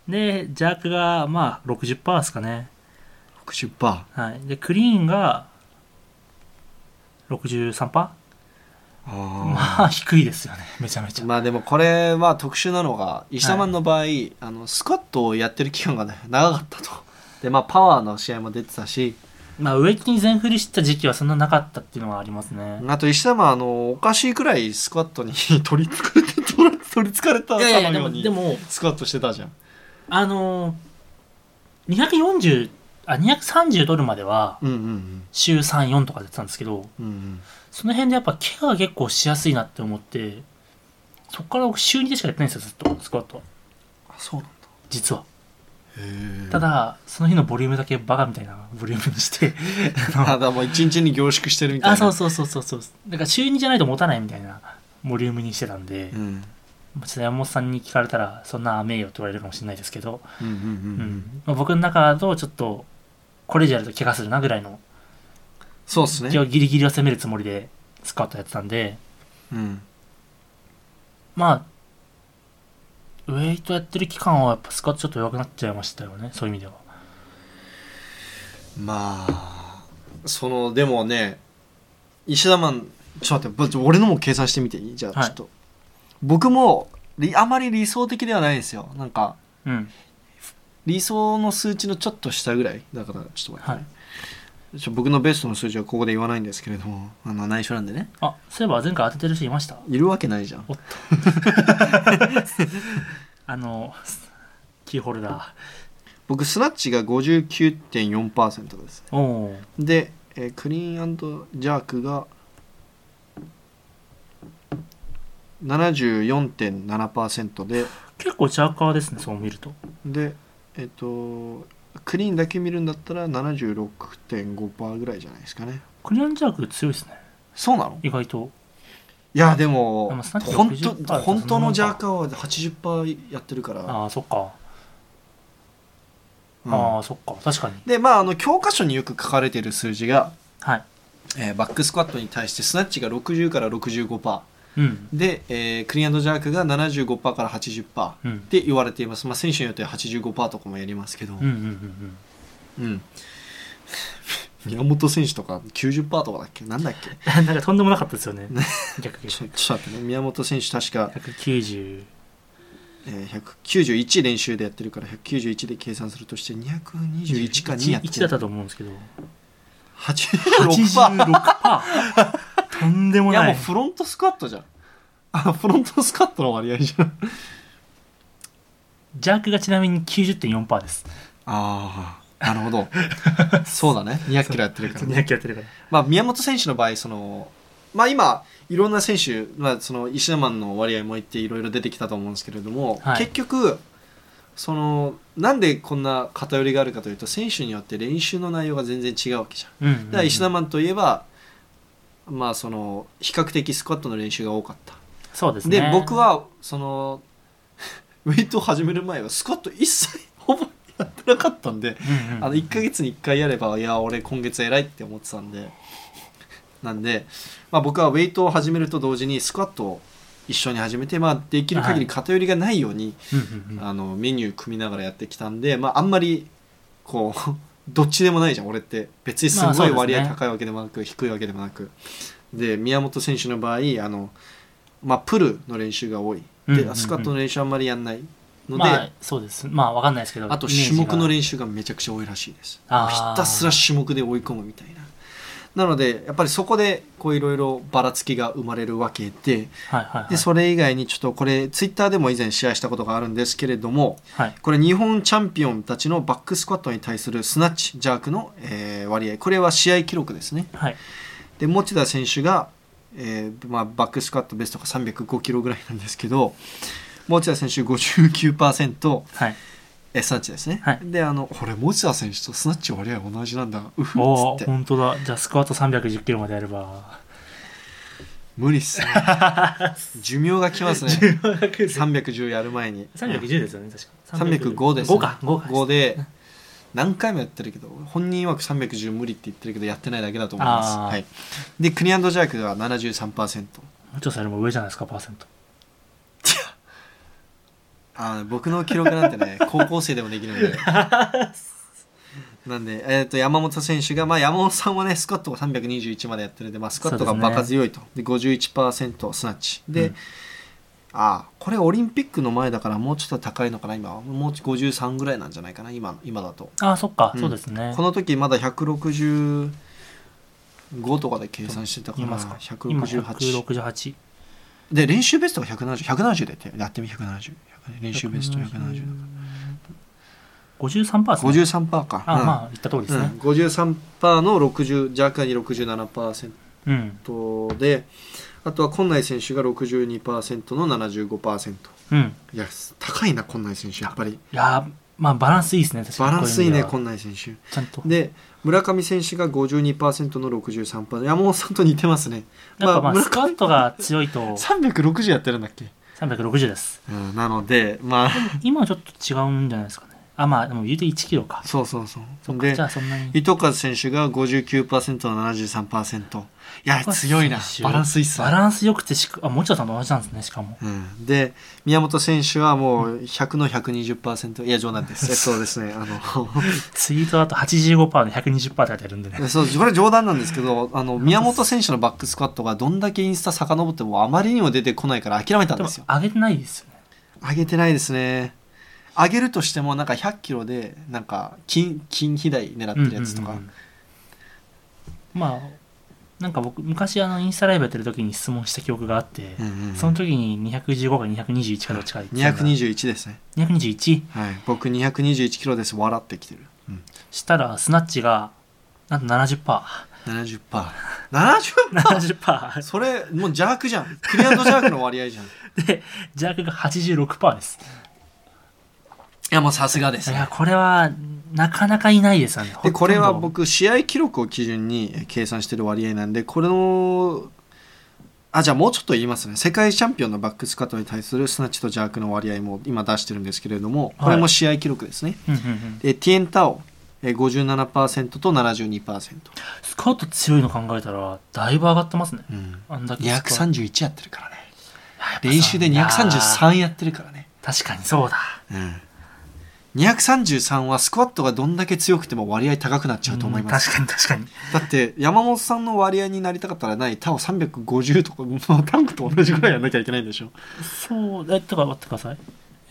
Speaker 2: でジャークがまあ60%ですかね、
Speaker 1: 60%
Speaker 2: はい、でクリーンが63%ま
Speaker 1: あ
Speaker 2: あ低いですよねめちゃめち
Speaker 1: ー
Speaker 2: ゃ
Speaker 1: まあでもこれは特殊なのが石田マンの場合、あのスクワットをやってる期間がね長かったとでまあパワーの試合も出てたし
Speaker 2: まあウエイトに全振りしてた時期はそんななかったっていうのはありますね
Speaker 1: あと石田もあのおかしいくらいスクワットに 取りつかれて取り取りつかれたか
Speaker 2: いやいや
Speaker 1: の
Speaker 2: で
Speaker 1: よう
Speaker 2: も
Speaker 1: に
Speaker 2: でも
Speaker 1: スクワットしてたじゃん
Speaker 2: あのー240あ230ドルまでは
Speaker 1: うんうん
Speaker 2: 週34とかでやってたんですけど
Speaker 1: うんうん
Speaker 2: その辺でやっぱ怪我が結構しやすいなって思ってそこから僕週2でしかやってないんですよずっとスクワットは
Speaker 1: あそうなんだ
Speaker 2: 実は
Speaker 1: へえ
Speaker 2: ただその日のボリュームだけバカみたいなボリュームにして
Speaker 1: あだからもう一日に凝縮してるみたいな
Speaker 2: あそうそうそうそうそうだから週2じゃないと持たないみたいなボリュームにしてたんで、
Speaker 1: うん
Speaker 2: まあちょっと山本さんに聞かれたらそんな名誉と言われるかもしれないですけど、
Speaker 1: うんうん
Speaker 2: う
Speaker 1: うんうん
Speaker 2: んまあ、僕の中だとちょっとこれ以上やると怪我するなぐらいの
Speaker 1: そうです
Speaker 2: 一応
Speaker 1: ね、
Speaker 2: ギリギリを攻めるつもりでスカートやってたんで
Speaker 1: うん、
Speaker 2: まあウェイトやってる期間はやっぱスカートちょっと弱くなっちゃいましたよねそういう意味では
Speaker 1: まあそのでもね石田マンちょっと待ってぼ俺のも計算してみていいじゃあ
Speaker 2: はい
Speaker 1: ちょっと、僕もりあまり理想的ではないんですよなんか
Speaker 2: うん
Speaker 1: 理想の数値のちょっと下ぐらいだからちょっと待って、ねちょ僕のベストの数字はここで言わないんですけれどもあの内緒なんでね
Speaker 2: あそういえば前回当ててる人いました
Speaker 1: いるわけないじゃん
Speaker 2: おっとあのキーホルダ
Speaker 1: 僕スナッチが59.4%です
Speaker 2: ーおー
Speaker 1: で、えークリーンジャークが74.7%で
Speaker 2: 結構チャーカーですねそう見ると
Speaker 1: でえっ、とクリーンだけ見るんだったら76.5%ぐらいじゃないですかね
Speaker 2: クリアンジャーク強いですね
Speaker 1: そうなの
Speaker 2: 意外と
Speaker 1: いやでも
Speaker 2: でもスナッチ
Speaker 1: 本
Speaker 2: 60%だった
Speaker 1: 当
Speaker 2: ら
Speaker 1: 本当のジャー
Speaker 2: そ
Speaker 1: カーは80%やってるから、
Speaker 2: ああそっか、
Speaker 1: うん
Speaker 2: ああそっか確かに
Speaker 1: でまああの教科書によく書かれてる数字が、
Speaker 2: はい
Speaker 1: えーバックスクワットに対してスナッチが60から65%
Speaker 2: うん
Speaker 1: で、えークリーンジャークが75%から80%、
Speaker 2: うん
Speaker 1: って言われています、まあ、選手によっては85%とかもやりますけど、
Speaker 2: うんうんうんうん
Speaker 1: うん宮本選手とか90%とかだっけ なんだっけ
Speaker 2: なんかとんでもなかったですよね
Speaker 1: ね。
Speaker 2: 逆に
Speaker 1: ちょちょっと待ってね宮本選手確か、
Speaker 2: 190。
Speaker 1: えー191練習でやってるから191で計算するとして221か2やって
Speaker 2: 1だったと思うんですけど。
Speaker 1: 86%
Speaker 2: パ ー。とんでも
Speaker 1: いや
Speaker 2: な
Speaker 1: もう
Speaker 2: い。
Speaker 1: フロントスクワットじゃんあフロントスクワットの割合じゃん
Speaker 2: ジャークがちなみに90.4パーです。
Speaker 1: ああなるほどそうだね200キロやってるからね
Speaker 2: 200やってるから。
Speaker 1: まあ、宮本選手の場合その、まあ、今、いろんな選手、まあ、その石田マンの割合も言っていろいろ出てきたと思うんですけれども、
Speaker 2: はい
Speaker 1: 結局その、なんでこんな偏りがあるかというと選手によって練習の内容が全然違うわけじゃん。
Speaker 2: うんうんう
Speaker 1: だ
Speaker 2: ん
Speaker 1: から石田マンといえば、まあ、その比較的スクワットの練習が多かった。
Speaker 2: そうです
Speaker 1: で
Speaker 2: ね。
Speaker 1: 僕。はその ウェイトを始める前はスクワット一切ほぼやってなかったんで、
Speaker 2: うんうん
Speaker 1: あの1ヶ月に1回やればいや俺今月偉いって思ってたんでなんで、まあ、僕はウェイトを始めると同時にスクワットを一緒に始めて、まあ、できる限り偏りがないように、
Speaker 2: うんうんうん
Speaker 1: あのメニュー組みながらやってきたんで、まあ、あんまりこう どっちでもないじゃん俺って別にす
Speaker 2: まあ
Speaker 1: ご
Speaker 2: そう
Speaker 1: い
Speaker 2: ですね
Speaker 1: 割合高いわけでもなく、低いわけでもなくで宮本選手の場合あの、まあ、プルの練習が多いで、
Speaker 2: うんうんうん
Speaker 1: スクワットの練習あんまりやんないので、
Speaker 2: まあ、そうです。まあ、わかんないですけど。
Speaker 1: あと種目の
Speaker 2: イメージ
Speaker 1: 練習がめちゃくちゃ多いらしいです。
Speaker 2: あ
Speaker 1: ひ
Speaker 2: ー
Speaker 1: たすら種目で追い込むみたいな。なのでやっぱりそこでこういろいろばらつきが生まれるわけで
Speaker 2: がはいはいはい。
Speaker 1: でそれ以外にちょっとこれツイッターでも以前シェアしたことがあるんですけれども
Speaker 2: はい。
Speaker 1: これ日本チャンピオンたちのバックスクワットに対するスナッチジャークの、えー割合これは試合記録ですね
Speaker 2: はい。
Speaker 1: で持田選手が、えーまあ、バックスクワットベストが305キロぐらいなんですけど持田選手59%
Speaker 2: はい。
Speaker 1: えスナッチですね、
Speaker 2: はい
Speaker 1: であの俺持田選手とスナッチ割合同じなんだうふっ
Speaker 2: おお、
Speaker 1: つって
Speaker 2: 本当だ。じゃあ、スクワット310キロまでやれ ば。
Speaker 1: 無理っ すね寿命が来ますね310やる前に
Speaker 2: 310ですよね、確か。
Speaker 1: 305です、ね、
Speaker 2: 5か、5か。
Speaker 1: 5で何回もやってるけど本人曰く310無理って言ってるけどやってないだけだと思います、
Speaker 2: あー
Speaker 1: はい、でクリアンドジャークでは73%
Speaker 2: もうちょっとそれも上じゃないですか、パーセント。
Speaker 1: あー僕の記録なんてね 高校生でもできるんでなんで、えー、と山本選手が、まあ、山本さんはねスクワットが321までやってるんで、まあ、スクワットが
Speaker 2: そうです
Speaker 1: バ
Speaker 2: ね
Speaker 1: カ強いとで、51%スナッチで、
Speaker 2: うん
Speaker 1: ああこれオリンピックの前だからもうちょっと高いのかな今はもう53ぐらいなんじゃないかな今今だと
Speaker 2: ああ、そっか、
Speaker 1: うん
Speaker 2: そうですね
Speaker 1: こ。の時まだ165とかで計算してたか
Speaker 2: い
Speaker 1: ら
Speaker 2: ますか今
Speaker 1: 168
Speaker 2: 168。
Speaker 1: で練習ベストが170170でやってやってみ170練習ベスト170だ
Speaker 2: 53%パーですね。
Speaker 1: 53%パーか
Speaker 2: あ、
Speaker 1: うん
Speaker 2: まあ、言った通りですね。
Speaker 1: うん、53%の60若干に67%
Speaker 2: うん。
Speaker 1: であとは金内選手が62%の75%
Speaker 2: うん。
Speaker 1: いや高いな金内選手やっぱり
Speaker 2: いやー、まあ、バランスいいですね、確か
Speaker 1: バ
Speaker 2: に。
Speaker 1: ランスいいね
Speaker 2: こうう
Speaker 1: 金内選手
Speaker 2: 意味ではちゃんと。
Speaker 1: で村上選手が52%の63%山本さんと似てますね
Speaker 2: やっぱまあ、
Speaker 1: 村
Speaker 2: スカウトが強いと、
Speaker 1: 上360やってるんだっけ
Speaker 2: 360です
Speaker 1: うん、なのでまあ
Speaker 2: 今はちょっと違うんじゃないですかねあまあでも言うて1キロか
Speaker 1: そうそうそう
Speaker 2: そっか
Speaker 1: で
Speaker 2: じゃあそんなに
Speaker 1: 糸数選手が59%73% いや強いなバランスいいっす
Speaker 2: バ
Speaker 1: ね
Speaker 2: ランス良くてしかあ持田さんと同じなんですねしかも
Speaker 1: うん、で宮本選手はもう100の120%いや冗談です えそうですねあの
Speaker 2: ツイートあと85%で120%って書いてあるんでね
Speaker 1: そうこれ冗談なんですけどあの宮本選手のバックスクワットがどんだけインスタ遡ってもあまりにも出てこないから諦めたん
Speaker 2: で
Speaker 1: で
Speaker 2: も
Speaker 1: すよ
Speaker 2: 上げてないですよね
Speaker 1: 上げてないですね上げるとしてもなんか1 0 0キロでなんか金金肥大狙ってるやつとか、
Speaker 2: うんうんうんうんまあなんか僕昔あのインスタライブやってる時に質問した記憶があって、
Speaker 1: うんうん
Speaker 2: その時に215か221かどっちか言ってたんだ
Speaker 1: 221ですね、
Speaker 2: 221
Speaker 1: はい、僕221キロです笑ってきてる、うん、
Speaker 2: したらスナッチがなんと 70%70%
Speaker 1: 70パー70
Speaker 2: 70%
Speaker 1: それもう邪悪じゃんクリアンド邪悪の割合じゃん い
Speaker 2: でジャークが86%です
Speaker 1: やもうさすがで
Speaker 2: いやこれはなかなかいないですよね
Speaker 1: でこれは
Speaker 2: ほとんど
Speaker 1: 僕試合記録を基準にえー計算してる割合なんでこれのあじゃあもうちょっと言いますね世界チャンピオンのバックスカットに対するスナッチとジャークの割合も今出してるんですけれどもこれも試合記録ですね、
Speaker 2: うんうんうん
Speaker 1: でティエンタオえー57%と72%、
Speaker 2: スカート強いの考えたらだいぶ上がってますね
Speaker 1: うん、
Speaker 2: あんだけスカウト
Speaker 1: 231やってるからね
Speaker 2: やっぱそうなんだ
Speaker 1: 練習で233やってるからね、
Speaker 2: 確かにそうだ
Speaker 1: うん、233はスクワットがどんだけ強くても割合高くなっちゃうと思います、
Speaker 2: うん確かに確かに
Speaker 1: だって山本さんの割合になりたかったらないタオ350とかもうタンクと同じぐらいやんなきゃいけないんでしょ
Speaker 2: そうえとか待ってください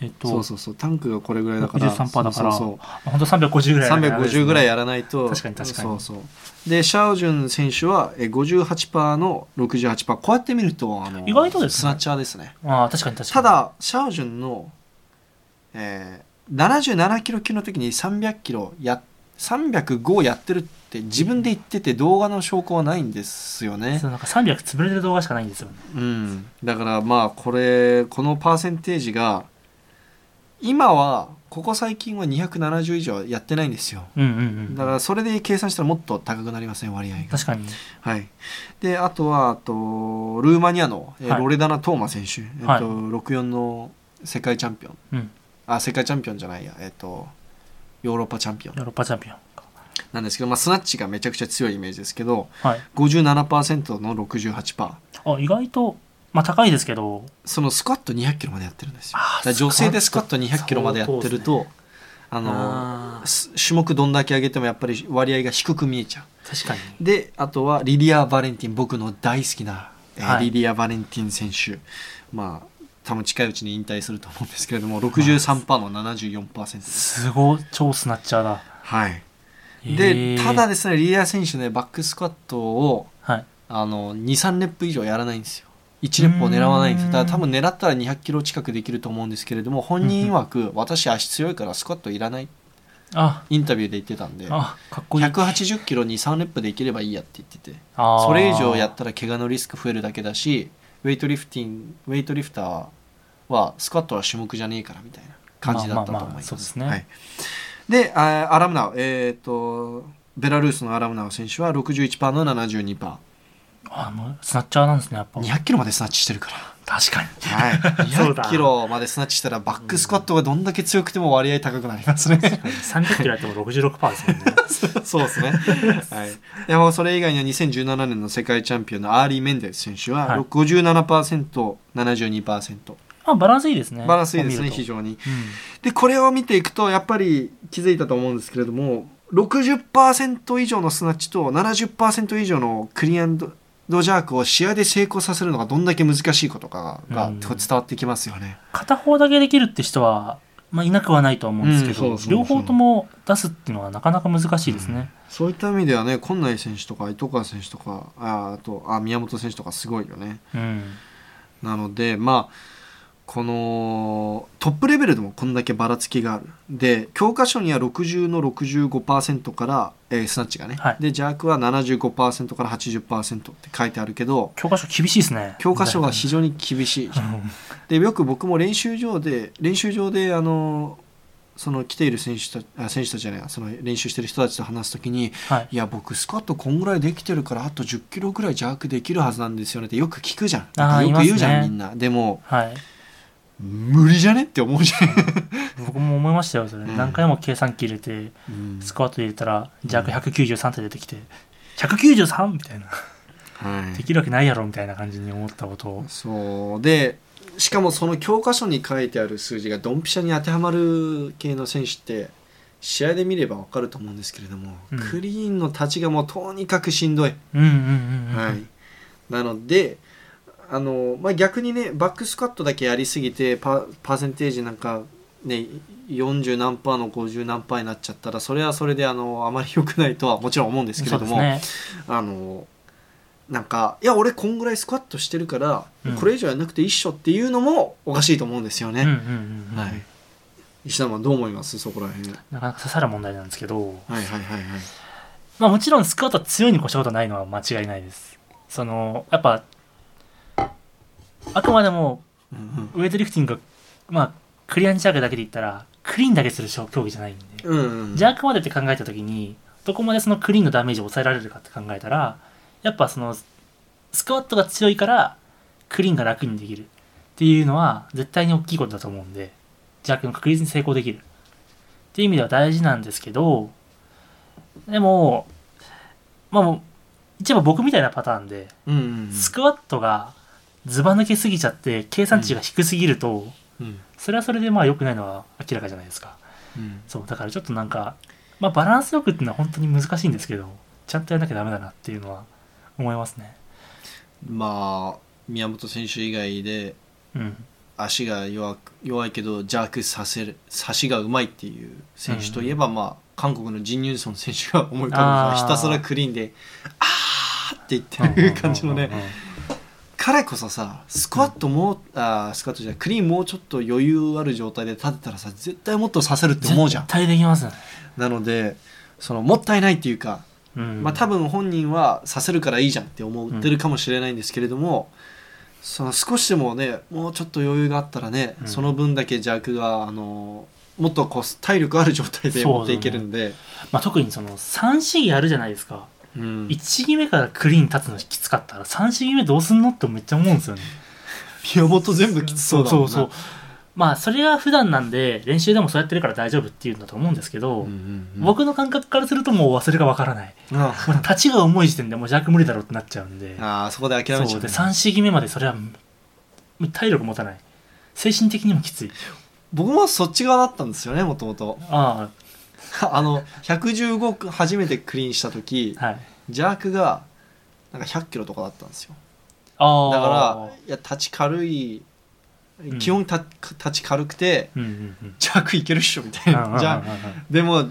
Speaker 2: えっと
Speaker 1: そうそうそうタンクがこれぐらいだから
Speaker 2: 63%だか
Speaker 1: そう
Speaker 2: ら
Speaker 1: そうそう
Speaker 2: あ本当三350ぐらい
Speaker 1: 350ぐらい
Speaker 2: や
Speaker 1: やらないと
Speaker 2: 確かに確かに
Speaker 1: そうそうでシャオジュン選手はえ58%の68%こうやって見るとあの
Speaker 2: 意外とですね
Speaker 1: スナッチャーですね
Speaker 2: ああ確かに確か
Speaker 1: た
Speaker 2: に
Speaker 1: だシャオジュンの、えー、77キロ級の時に300キロや305やってるって自分で言ってて動画の証拠はないんですよね
Speaker 2: そうなんか300潰れてる動画しかないんですよね
Speaker 1: うん、だからまあこれこのパーセンテージが今はここ最近は270以上やってないんですよ
Speaker 2: うんうんうん
Speaker 1: だからそれで計算したらもっと高くなりますね割合が、
Speaker 2: 確かに
Speaker 1: はい、であとはあとルーマニアの、えー
Speaker 2: はい
Speaker 1: ロレダナ・トーマ選手、えっと
Speaker 2: はい
Speaker 1: 64の世界チャンピオン
Speaker 2: うん
Speaker 1: あ世界チャンピオンじゃないや、えっとヨーロッパチャンピオン
Speaker 2: ヨーロッパチャンピオン
Speaker 1: なんですけど、まあ、スナッチがめちゃくちゃ強いイメージですけど
Speaker 2: はい
Speaker 1: 57%の68%
Speaker 2: あ意外とまあ高いですけど
Speaker 1: そのスクワット200キロまでやってるんですよ。だ
Speaker 2: あー
Speaker 1: から女性でスクワット200キロまでやってると、あの
Speaker 2: あー
Speaker 1: す種目どんだけ上げてもやっぱり割合が低く見えちゃ
Speaker 2: 確かに
Speaker 1: う。で、あとはリリア・バレンティン、僕の大好きな、えー
Speaker 2: はい
Speaker 1: リリア・バレンティン選手。まあ、多分近いうちに引退すると思うんですけれども、63%の74%です。
Speaker 2: すごい超スナッチャーだ
Speaker 1: はい。
Speaker 2: へ
Speaker 1: で、
Speaker 2: ー
Speaker 1: ただですね、リリア選手ね、バックスクワットを、
Speaker 2: はい
Speaker 1: あの2、3レップ以上やらないんですよ。1レップを狙わないんですよ。だから多分狙ったら200キロ近くできると思うんですけれども、本人曰く、私足強いからスクワットいらない。
Speaker 2: あ
Speaker 1: インタビューで言ってたんで、
Speaker 2: あかっこいい
Speaker 1: 180キロ2、3レップでいければいいやって言ってて、
Speaker 2: あー
Speaker 1: それ以上やったら怪我のリスク増えるだけだし、ウェイトリフティング、ウェイトリフターはスクワットは種目じゃねえからみたいな感じだったと思いま
Speaker 2: まあまあまあ
Speaker 1: す。
Speaker 2: そうですね
Speaker 1: はい。で、あアラムナウ、えっ、と、ベラルースのアラムナウ選手は61%の72%。
Speaker 2: あもうスナッチャーなんですねやっぱ
Speaker 1: 200キロまでスナッチしてるから。
Speaker 2: 確かに
Speaker 1: はい、
Speaker 2: そうだ
Speaker 1: 200キロまでスナッチしたらバックスクワットがどんだけ強くても割合高くなります ね。
Speaker 2: 300キロやっても66%ですもん ね
Speaker 1: そうですね。はい、でもそれ以外には2017年の世界チャンピオンのアーリー・メンデス選手
Speaker 2: は
Speaker 1: はい57%、72%。
Speaker 2: あバランスいいですね
Speaker 1: バランスいいですね、
Speaker 2: こう見
Speaker 1: 非
Speaker 2: ると
Speaker 1: 常に。
Speaker 2: うん
Speaker 1: で、これを見ていくと、やっぱり気づいたと思うんですけれども、60%以上のスナッチと70%以上のクリアンドジャークを試合で成功させるのがどんだけ難しいことかが
Speaker 2: うん
Speaker 1: 伝わってきますよね。
Speaker 2: 片方だけできるって人は、まあ、いなくはないとは思うんですけ
Speaker 1: うんそ
Speaker 2: ど
Speaker 1: うそうそう
Speaker 2: 両方とも出すっていうのはなかなか難しいですね、
Speaker 1: そういった意味ではね、今内選手とか糸川選手とか、ああとあ宮本選手とかすごいよね。
Speaker 2: うん
Speaker 1: なので、まあ、このトップレベルでもこんだけばらつきがある。で、教科書には60の65%から、えースナッチがね、
Speaker 2: はい
Speaker 1: で、ジャークは75%から80%って書いてあるけど、
Speaker 2: 教科書厳しいですね
Speaker 1: 教科書が非常に厳しい。で、よく僕も練習場で、練習場で、あのその来ている選手たあ選手たちじゃないその練習してる人たちと話すときに
Speaker 2: はい
Speaker 1: いや僕スクワットこんぐらいできてるからあと1 0キロぐらい弱できるはずなんですよねってよく聞くじゃん
Speaker 2: あー
Speaker 1: よく言うじゃん、
Speaker 2: いますね
Speaker 1: みんなでも
Speaker 2: はい
Speaker 1: 無理じゃねって思うじゃん、
Speaker 2: 僕も思いましたよそれ、
Speaker 1: うん
Speaker 2: 何回も計算機入れてスクワット入れたら弱
Speaker 1: う
Speaker 2: 193って出てきて193みたいな
Speaker 1: は
Speaker 2: できるわけないやろみたいな感じに思ったことを
Speaker 1: そうでしかもその教科書に書いてある数字がドンピシャに当てはまる系の選手って試合で見れば分かると思うんですけれども、
Speaker 2: うん
Speaker 1: クリーンの立ちがもうとにかくしんどい、
Speaker 2: うんうんうんうん、
Speaker 1: はい、なのであの、まあ、逆にねバックスカットだけやりすぎてパパーセンテージなんか、ね、40何パーの50何パーになっちゃったらそれはそれであのあまり良くないとはもちろん思うんですけれ
Speaker 2: そう
Speaker 1: ど
Speaker 2: です
Speaker 1: も、
Speaker 2: ね
Speaker 1: あのなんかいや俺こんぐらいスクワットしてるから、
Speaker 2: うん
Speaker 1: これ以上やんなくていいっしょっていうのもおかしいと思うんですよ
Speaker 2: うんうん
Speaker 1: ね、
Speaker 2: うんうん
Speaker 1: はい石田マンどう思いますそこら辺はい
Speaker 2: なかなか刺さる問題なんですけど、
Speaker 1: はいはいはい
Speaker 2: まあ、もちろんスクワットは強いに越したことはないのは間違いないですそのやっぱあくまでも
Speaker 1: うんうん
Speaker 2: ウエイトリフティングが、まあ、クリアンジャークだけで言ったらクリーンだけする競技じゃないんで、
Speaker 1: うんうん
Speaker 2: ジャークまでって考えた時にどこまでそのクリーンのダメージを抑えられるかって考えたらやっぱそのスクワットが強いからクリーンが楽にできるっていうのは絶対に大きいことだと思うんでジャークの確率に成功できるっていう意味では大事なんですけどでもまあもう一番僕みたいなパターンで
Speaker 1: うんうん
Speaker 2: スクワットがずば抜けすぎちゃって計算値が低すぎると、
Speaker 1: うん
Speaker 2: それはそれでまあ良くないのは明らかじゃないですか。
Speaker 1: うん
Speaker 2: そうだからちょっとなんか、まあ、バランスよくっていうのは本当に難しいんですけどちゃんとやらなきゃダメだなっていうのは思いますね
Speaker 1: まあ宮本選手以外で
Speaker 2: うん
Speaker 1: 足が弱く弱いけどジャークさせる差しがうまいっていう選手といえば、まあ韓国のジン・ユンソン選手が思い浮かぶの
Speaker 2: あ
Speaker 1: は
Speaker 2: ー
Speaker 1: ひたすらクリーンであーって言ってる感じのね
Speaker 2: うんうんうんうん
Speaker 1: 彼こそさスクワットも、あースクワットじゃないクリーンもうちょっと余裕ある状態で立てたらさ絶対もっとさせるって思うじゃん
Speaker 2: 絶対できますね、
Speaker 1: なのでそのもったいないっていうか、
Speaker 2: うん
Speaker 1: まあ、多分本人はさせるからいいじゃんって思ってるかもしれないんですけれども、その少しでもねもうちょっと余裕があったらね、
Speaker 2: うん
Speaker 1: その分だけ邪悪があのもっとこう体力ある状態で持っていけるんで
Speaker 2: まあ、特にその3試技あるじゃないですか、
Speaker 1: うん
Speaker 2: 一1技目からクリーン立つのきつかったら3試技目どうすんのってめっちゃ思うんですよね
Speaker 1: 宮本全部きつそうだもんな
Speaker 2: そうそうまあそれが普段なんで練習でもそうやってるから大丈夫っていうんだと思うんですけど、
Speaker 1: うんうんうん
Speaker 2: 僕の感覚からするともう忘れがわか らない
Speaker 1: あ
Speaker 2: もう立ちが重い時点でもう弱無理だろうってなっちゃうんで
Speaker 1: あーそこで諦めち
Speaker 2: そ
Speaker 1: ゃう
Speaker 2: うで
Speaker 1: ね
Speaker 2: 3試技目までそれはむ体力持たない精神的にもきつい
Speaker 1: 僕もそっち側だったんですよねもともと
Speaker 2: あ
Speaker 1: あの115初めてクリーンした時
Speaker 2: あはい
Speaker 1: ジャークがなんか100キロとかだったんですよ
Speaker 2: あ
Speaker 1: だ
Speaker 2: あ
Speaker 1: からいや立ち軽い
Speaker 2: ん
Speaker 1: 基本た立ち軽くて
Speaker 2: うんうんうん
Speaker 1: ジャークいけるっしょみたいなじゃあ
Speaker 2: あ
Speaker 1: でも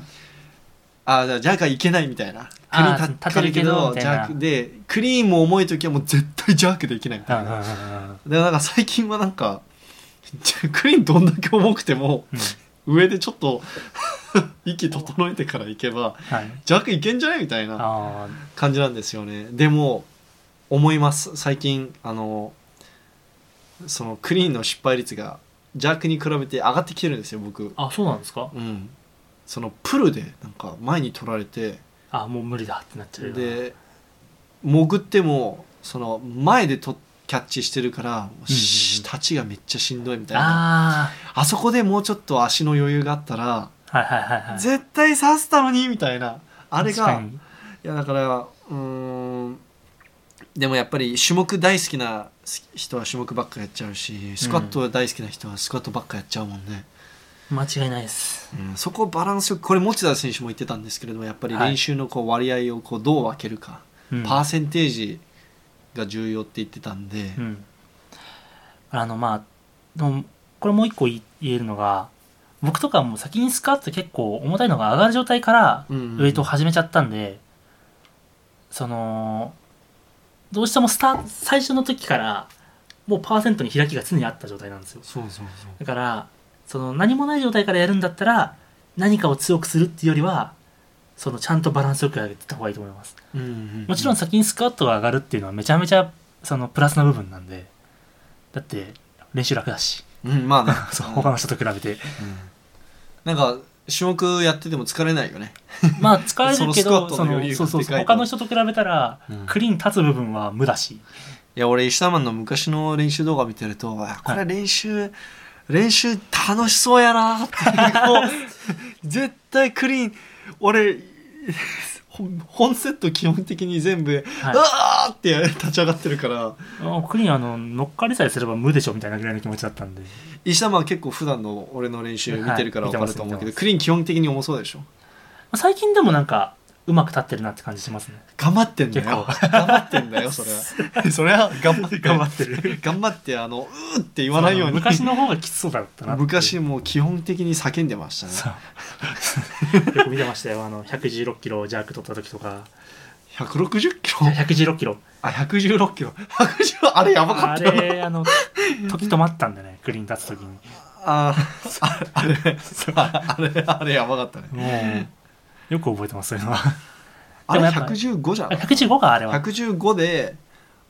Speaker 1: あじゃあジャークはいけないみたいなクリ
Speaker 2: あー
Speaker 1: ーン立ってるけど
Speaker 2: 立てるけどみたいな
Speaker 1: ジャークでクリーンも重い時はもう絶対ジャークでいけないみたいなでもなんか最近はなんかジャクリーンどんだけ重くても上でちょっと 息整えてからいけば
Speaker 2: はい
Speaker 1: ジャークいけんじゃないみたいな
Speaker 2: あ
Speaker 1: 感じなんですよねでも思います最近あのそのクリーンの失敗率がジャークに比べて上がってきてるんですよ僕
Speaker 2: ーあそうなんですか
Speaker 1: うんそのプルでなんか前に取られて
Speaker 2: あもう無理だってなっちゃうよ
Speaker 1: で潜ってもその前でとキャッチしてるから、し立ちがめっちゃしんどいみたいな
Speaker 2: あ
Speaker 1: あそこでもうちょっと足の余裕があったら、
Speaker 2: あはいはいはいはい
Speaker 1: 絶対刺せたのにみたいなあれ
Speaker 2: 確
Speaker 1: が
Speaker 2: かに
Speaker 1: いやだからうーんでもやっぱり種目大好きな人は種目ばっかやっちゃうしスクワット大好きな人はスクワットばっかやっちゃうもんね、
Speaker 2: 間違いないです
Speaker 1: うんそこをバランスよくこれ持田選手も言ってたんですけれどもやっぱり
Speaker 2: はい
Speaker 1: 練習のこう割合をこうどう分けるか、
Speaker 2: うん
Speaker 1: パーセンテージが重要って言ってたんで、
Speaker 2: うん、あのまあでもこれもう一個言言えるのが僕とかはもう先にスカッと結構重たいのが上がる状態から
Speaker 1: うんうんうん
Speaker 2: ウエイトを始めちゃったんで、そのどうしてもスタート最初の時からもうパーセントに開きが常にあった状態なんですよ
Speaker 1: そうそうそう
Speaker 2: だからその何もない状態からやるんだったら何かを強くするっていうよりはそのちゃんとバランスよくやった方がいいと思います
Speaker 1: うんうんうん
Speaker 2: もちろん先にスクワットが上がるっていうのはめちゃめちゃそのプラスな部分なんでだって練習楽だし
Speaker 1: うんまあね
Speaker 2: そう他の人と比べて
Speaker 1: なんか種目やってても疲れないよね
Speaker 2: まあ疲れるけど
Speaker 1: そのスクワットの
Speaker 2: その
Speaker 1: 余裕が
Speaker 2: そうそう
Speaker 1: で
Speaker 2: そう
Speaker 1: かいと
Speaker 2: 他の人と比べたら
Speaker 1: うん
Speaker 2: クリーン立つ部分は無だし
Speaker 1: いや俺石田マンの昔の練習動画見てるとあこれ練習練習楽しそうやなってこ う絶対クリーン俺ほ本セット基本的に全部、
Speaker 2: はいう
Speaker 1: わーって立ち上がってるから
Speaker 2: あクリーンあの乗っかりさえすれば無でしょみたいなぐらいの気持ちだったんで
Speaker 1: 石田は結構普段の俺の練習見てるから
Speaker 2: はい
Speaker 1: 分かると思うけ
Speaker 2: 見てま
Speaker 1: ど
Speaker 2: す
Speaker 1: クリーン基本的に重そうでしょ
Speaker 2: 最近でもなんかうまく立ってるなって感じしますね
Speaker 1: 頑張ってんだよ
Speaker 2: 結
Speaker 1: 頑張ってんだよそれ はそれは頑張って
Speaker 2: 頑張ってる
Speaker 1: 頑張ってあのうーって言わないように
Speaker 2: 昔の方がきつそうだったなって
Speaker 1: 昔もう基本的に叫んでましたね
Speaker 2: そう よく見てましたよあの116キロジャーク取った時とか
Speaker 1: 160キ
Speaker 2: い
Speaker 1: ロ
Speaker 2: や116キロ
Speaker 1: あ116キロ110あれやばか
Speaker 2: あ
Speaker 1: ったよな
Speaker 2: れあの時止まったんだねクリーン立つ時に
Speaker 1: あーあれあれあれやばかったね
Speaker 2: もうよく覚えてますそういう のは
Speaker 1: あれ
Speaker 2: でもやっぱ
Speaker 1: 115じゃ
Speaker 2: あ
Speaker 1: ない
Speaker 2: 115かあれは
Speaker 1: 115で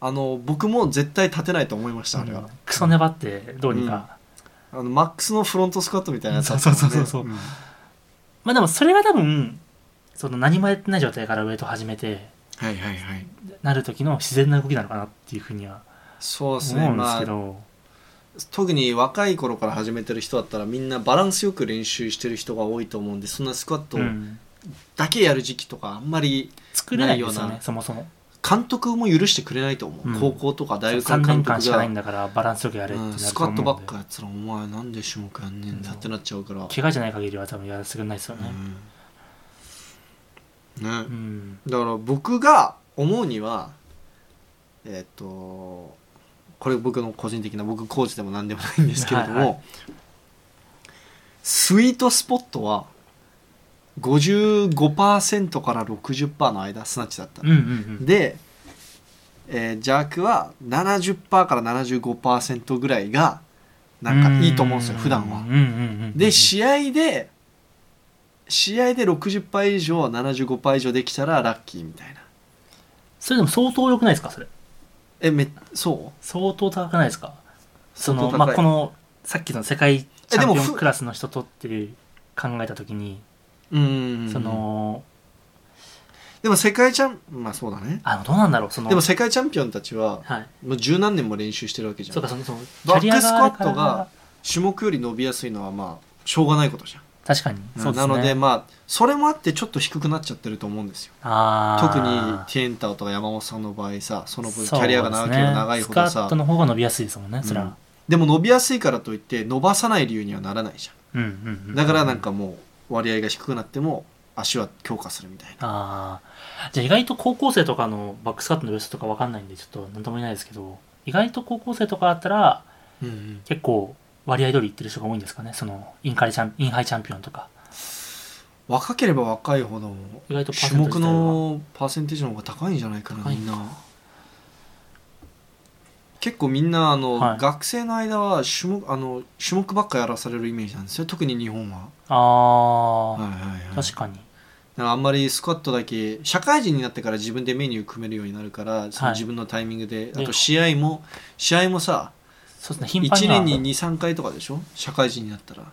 Speaker 1: あの僕も絶対立てないと思いましたあれ
Speaker 2: うん
Speaker 1: は、
Speaker 2: クソ粘ってどうにか、
Speaker 1: あのマックスのフロントスクワットみたいなやつだった
Speaker 2: そうそうそうそう
Speaker 1: もんね
Speaker 2: まあでもそれが多分その何もやってない状態からウエイト始めて
Speaker 1: んはいはいはい
Speaker 2: なる時の自然な動きなのかなっていうふうには
Speaker 1: そうですね
Speaker 2: 思うんです
Speaker 1: ま
Speaker 2: け
Speaker 1: あ
Speaker 2: ど、
Speaker 1: 特に若い頃から始めてる人だったらみんなバランスよく練習してる人が多いと思うんでそんなスクワット
Speaker 2: うん
Speaker 1: だけやる時期とかあんまり
Speaker 2: 作れないです
Speaker 1: ない
Speaker 2: よ
Speaker 1: よ
Speaker 2: ね
Speaker 1: な
Speaker 2: そもそも
Speaker 1: 監督も許してくれないと思う、
Speaker 2: うん
Speaker 1: 高校とか大学
Speaker 2: 3
Speaker 1: の監
Speaker 2: 年間し
Speaker 1: 督が
Speaker 2: かないんだからバランスよくやれって
Speaker 1: う
Speaker 2: なる
Speaker 1: ん、
Speaker 2: と
Speaker 1: スク
Speaker 2: 思う
Speaker 1: ワッ
Speaker 2: ん
Speaker 1: ト
Speaker 2: で
Speaker 1: ばっかやってたらお前なんで種目やんねんだってなっちゃうから、
Speaker 2: 怪我じゃない限りは多分やらせてくれないですよね、
Speaker 1: うんね
Speaker 2: うん
Speaker 1: だから僕が思うにはえっ、とこれ僕の個人的な僕コーチでも何でもないんですけれども、
Speaker 2: はいは
Speaker 1: スイートスポットは55%から60%の間スナッチだった
Speaker 2: う
Speaker 1: の、
Speaker 2: んうん
Speaker 1: で、えー、ジャークは70%から75%ぐらいが
Speaker 2: う
Speaker 1: なん
Speaker 2: ん
Speaker 1: かいいと思うんですよ普段は
Speaker 2: うん。うんうんうん
Speaker 1: で試合で試合で60杯以上75杯以上できたらラッキーみたいな
Speaker 2: それでも相当良くないですかそれ
Speaker 1: えめそ
Speaker 2: 相当高くないですかそ
Speaker 1: 相
Speaker 2: の
Speaker 1: 当高い
Speaker 2: まあこのさっきの世界チャン
Speaker 1: えで
Speaker 2: ピオ
Speaker 1: も
Speaker 2: ンクラスの人とっていう考えた時に
Speaker 1: ううん
Speaker 2: その
Speaker 1: でも世界チャンまあそうだね
Speaker 2: あのどうなんだろうその
Speaker 1: でも世界チャンピオンたちは
Speaker 2: はい
Speaker 1: もう十何年も練習してるわけじゃ
Speaker 2: そうんかそのそのキ
Speaker 1: バ
Speaker 2: ャ
Speaker 1: ッ
Speaker 2: リ
Speaker 1: ク
Speaker 2: ア
Speaker 1: スク
Speaker 2: があ
Speaker 1: ワ
Speaker 2: る
Speaker 1: ッ
Speaker 2: から
Speaker 1: トが種目より伸びやすいのはまあしょうがないことじゃん
Speaker 2: 確かにそうですね
Speaker 1: なのでまあそれもあってちょっと低くなっちゃってると思うんですよ
Speaker 2: あ
Speaker 1: 特に
Speaker 2: ー
Speaker 1: ティエンタオとか山本さんの場合さその分キ
Speaker 2: そう
Speaker 1: ャリアが長ければ長いほど
Speaker 2: ですねスカ
Speaker 1: さ
Speaker 2: ートの方が伸びやすいですもんね、それ
Speaker 1: うん
Speaker 2: は
Speaker 1: でも伸びやすいからといって伸ばさない理由にはならないじ
Speaker 2: うんうんうんう
Speaker 1: ゃ
Speaker 2: ん
Speaker 1: んだからなんかもう割合が低くなっても足は強化するみたいな
Speaker 2: ああじゃあ意外と高校生とかのバックスカットの様子とかわかんないんでちょっと何とも言えないですけど意外と高校生とかだったら結構割合通りいってる人が多いんですかねそのインカレチャンインハイチャンピオンとか
Speaker 1: 若ければ若いほど
Speaker 2: 意外とパーセ
Speaker 1: 種
Speaker 2: ント
Speaker 1: 目
Speaker 2: 自体は
Speaker 1: のパーセンテージの方が高いんじゃないかな
Speaker 2: 高い
Speaker 1: みんな結構みんなあの、
Speaker 2: はい
Speaker 1: 学生の間は種目あの種目ばっかやらされるイメージなんですよ特に日本は、
Speaker 2: あ
Speaker 1: はい
Speaker 2: あ、
Speaker 1: はいはい、
Speaker 2: 確かに
Speaker 1: だからあんまりスクワットだけ社会人になってから自分でメニュー組めるようになるからその自分のタイミングで、
Speaker 2: はい
Speaker 1: あと試合も試合もさ
Speaker 2: そうですね頻繁
Speaker 1: 1
Speaker 2: には
Speaker 1: 年に23回とかでしょ社会人になったら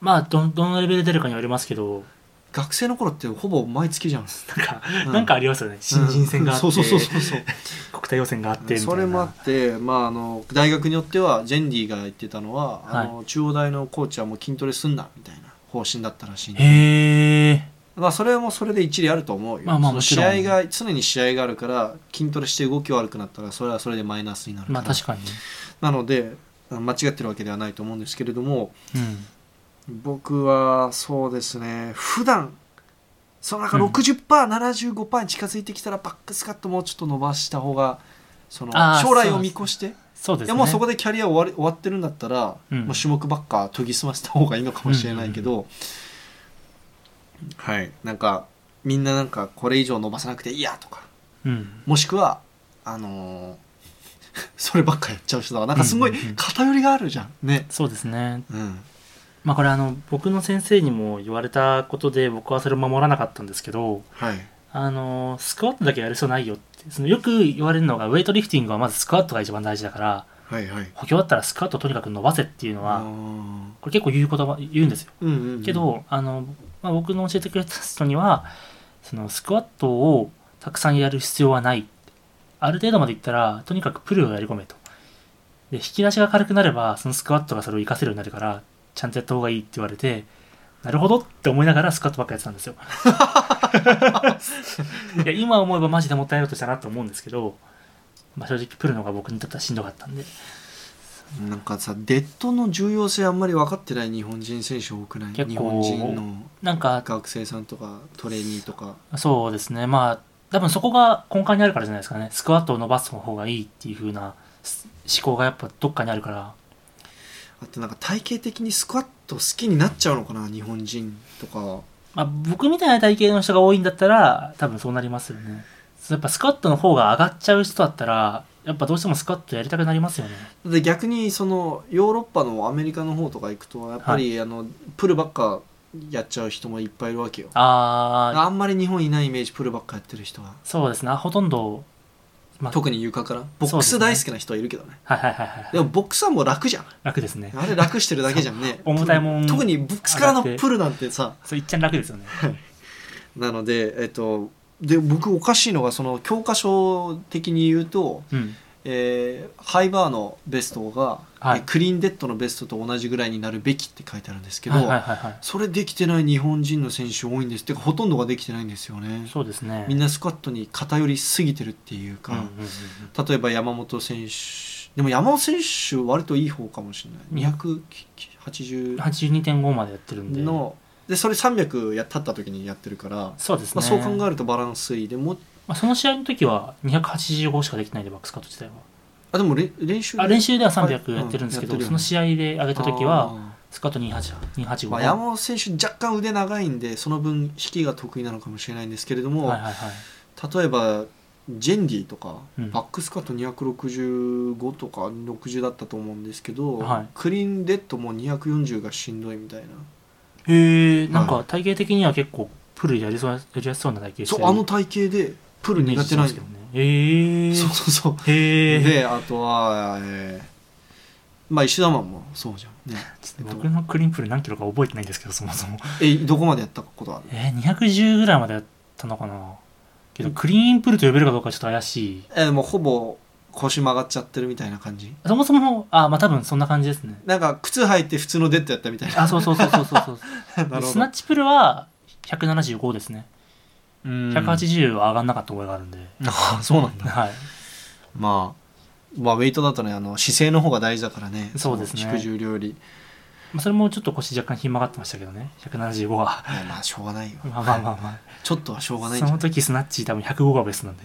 Speaker 2: まあどどのレベルで出るかによりますけど
Speaker 1: 学生の頃ってほぼ毎月じゃん、
Speaker 2: なんか、
Speaker 1: うん
Speaker 2: なんかありますよね新人戦があって、
Speaker 1: うんそうそうそうそう
Speaker 2: 国体予選があってみたいな
Speaker 1: それもあって、まあ、あの大学によってはジェンディが言ってたのは、あの中央大のコーチはもう筋トレすんなみたいな方針だったらしいんで
Speaker 2: へえ
Speaker 1: まあ、それもそれで一理あると思うよ、
Speaker 2: まあまあ
Speaker 1: その
Speaker 2: もち
Speaker 1: 試
Speaker 2: ろん
Speaker 1: 合が常に試合があるから筋トレして動き悪くなったらそれはそれでマイナスになる
Speaker 2: まあ確
Speaker 1: か
Speaker 2: かに
Speaker 1: らなので間違ってるわけではないと思うんですけれども
Speaker 2: うん
Speaker 1: 僕はそうですね普段そのなんか
Speaker 2: うん
Speaker 1: 60%75% に近づいてきたらバックスカットもうちょっと伸ばした方がその
Speaker 2: あー
Speaker 1: 将来を見越して
Speaker 2: そうで
Speaker 1: い
Speaker 2: す
Speaker 1: や
Speaker 2: ね
Speaker 1: もうそこでキャリア終わり終わってるんだったら、
Speaker 2: うん
Speaker 1: もう種目ばっか研ぎ澄ませた方がいいのかもしれないけど、はいなんかみんななんかこれ以上伸ばさなくていいやとか
Speaker 2: うん
Speaker 1: もしくはあのー そればっかやっちゃう人だからなんかすごい
Speaker 2: うんうんうん
Speaker 1: 偏りがあるじゃんね、
Speaker 2: そうですね
Speaker 1: うん、
Speaker 2: まあこれあの僕の先生にも言われたことで僕はそれを守らなかったんですけど
Speaker 1: はい
Speaker 2: あのスクワットだけやる必要ないよってそのよく言われるのがウェイトリフティングはまずスクワットが一番大事だから
Speaker 1: はいはい
Speaker 2: 補強だったらスクワットをとにかく伸ばせっていうの
Speaker 1: あー
Speaker 2: はこれ結構言う言葉言うんですよ
Speaker 1: うんうんうん
Speaker 2: けど、あのまあ、僕の教えてくれた人にはそのスクワットをたくさんやる必要はないある程度までいったらとにかくプルをやり込めとで、引き出しが軽くなれば、そのスクワットがそれを活かせるようになるから、ちゃんとやった方がいいって言われて、なるほどって思いながらスクワットばっかやってた んですよ。いや、今思えばマジでもったいないことしたなと思うんですけど、まあ正直プルの方が僕にとってはしんどかったんで、
Speaker 1: なんかさデッドの重要性あんまり分かってない日本人選手多くない
Speaker 2: 結構
Speaker 1: 日本人の
Speaker 2: なんか、
Speaker 1: 学生さんとかトレーニーとか
Speaker 2: そうですね。まあ、多分そこが根幹にあるからじゃないですかね。スクワットを伸ばす方がいいっていう風なす思考がやっぱどっかにあるから、
Speaker 1: あとなんか体型的にスクワット好きになっちゃうのかな日本人とか
Speaker 2: まあ、僕みたいな体型の人が多いんだったら、多分そうなりますよね。そうやっぱスクワットの方が上がっちゃう人だったら、やっぱどうしてもスクワットやりたくなりますよね。
Speaker 1: で逆にそのヨーロッパのアメリカの方とか行くとやっぱり、あのプルばっかやっちゃう人もいっぱいいるわけよ
Speaker 2: あー、
Speaker 1: あんまり日本いないイメージプルばっかやってる人は
Speaker 2: そうですね。ほとんど、まあ、
Speaker 1: 特に床からボックス大好きな人はいるけどね
Speaker 2: はいはいはいはい。
Speaker 1: でもボックスはもう楽じゃん
Speaker 2: 楽ですね。
Speaker 1: あれ楽してるだけじゃんね
Speaker 2: 重たいもん
Speaker 1: 特にボックスからのプルなんてさ
Speaker 2: そう、いっちゃん楽ですよね。
Speaker 1: なのでえっとで僕おかしいのがその教科書的に言うと、
Speaker 2: うん。
Speaker 1: えーハイバーのベストが、
Speaker 2: はい
Speaker 1: えークリーンデッドのベストと同じぐらいになるべきって書いてあるんですけど、
Speaker 2: はいはいはいはい。
Speaker 1: それできてない日本人の選手多いんですてかほとんどができてないんですよね
Speaker 2: そうですね。
Speaker 1: みんなスクワットに偏りすぎてるっていう
Speaker 2: うんうん
Speaker 1: か、
Speaker 2: うんうん、
Speaker 1: 例えば山本選手でも山本選手割といい方かもしれない280
Speaker 2: 82.5までやってるんで。
Speaker 1: のでそれ300や立った時にやってるから、ま
Speaker 2: そうですね。
Speaker 1: あ、そう考えるとバランスいいでもう
Speaker 2: まあ、その試合の時は285しかできないでバックスカット自体は
Speaker 1: あでもれ練習
Speaker 2: あ練習では
Speaker 1: あ
Speaker 2: 300
Speaker 1: れ
Speaker 2: やってるんですけど、
Speaker 1: うんやってるよね
Speaker 2: その試合で上げた時
Speaker 1: あ
Speaker 2: は
Speaker 1: ー
Speaker 2: スカット28 285、
Speaker 1: まあ、山本選手若干腕長いんでその分引きが得意なのかもしれないんですけれども、
Speaker 2: はいはいはい
Speaker 1: 例えばジェンディとか、
Speaker 2: うん
Speaker 1: バックスカット265とか60だったと思うんですけど、
Speaker 2: はい
Speaker 1: クリーンデッドも240がしんどいみたいな
Speaker 2: へえんか体型的には結構プルやりそうやりやすそうな体型して
Speaker 1: そ
Speaker 2: る
Speaker 1: うあの体型でプル
Speaker 2: イメー
Speaker 1: 苦
Speaker 2: ジし
Speaker 1: 手
Speaker 2: ま
Speaker 1: なん
Speaker 2: す
Speaker 1: よ、
Speaker 2: けどねへえ
Speaker 1: そうそうそう、
Speaker 2: へえ
Speaker 1: であとは、えーまあ石田マンもそうじゃんね
Speaker 2: 僕のクリーンプル何キロか覚えてないんですけどそもそも
Speaker 1: えどこまでやったことある
Speaker 2: えー、210ぐらいまでやったのかなけどクリーンプルと呼べるかどうかちょっと怪しい
Speaker 1: えーもうほぼ腰曲がっちゃってるみたいな感じ
Speaker 2: そもそもあまあ多分そんな感じですね
Speaker 1: なんか靴履いて普通のデッドやったみた いな
Speaker 2: あそうそうそうそうそうそう
Speaker 1: なるほど
Speaker 2: スナッチプルは175ですね。
Speaker 1: うん
Speaker 2: 180は上がんなかった覚えがあるんで。
Speaker 1: ああそうなんだ
Speaker 2: はい。
Speaker 1: まあまあウェイトだとねあの姿勢の方が大事だからね
Speaker 2: そうですね
Speaker 1: の低重量より
Speaker 2: まあ、それもちょっと腰若干ひん曲がってましたけどね。175は。
Speaker 1: いやまあしょうがないよ
Speaker 2: まあまあまあま
Speaker 1: ちょっとはしょうが
Speaker 2: あ。
Speaker 1: ないん
Speaker 2: そ
Speaker 1: じゃな
Speaker 2: の
Speaker 1: い
Speaker 2: 時スナッチ多分105がベストなんで。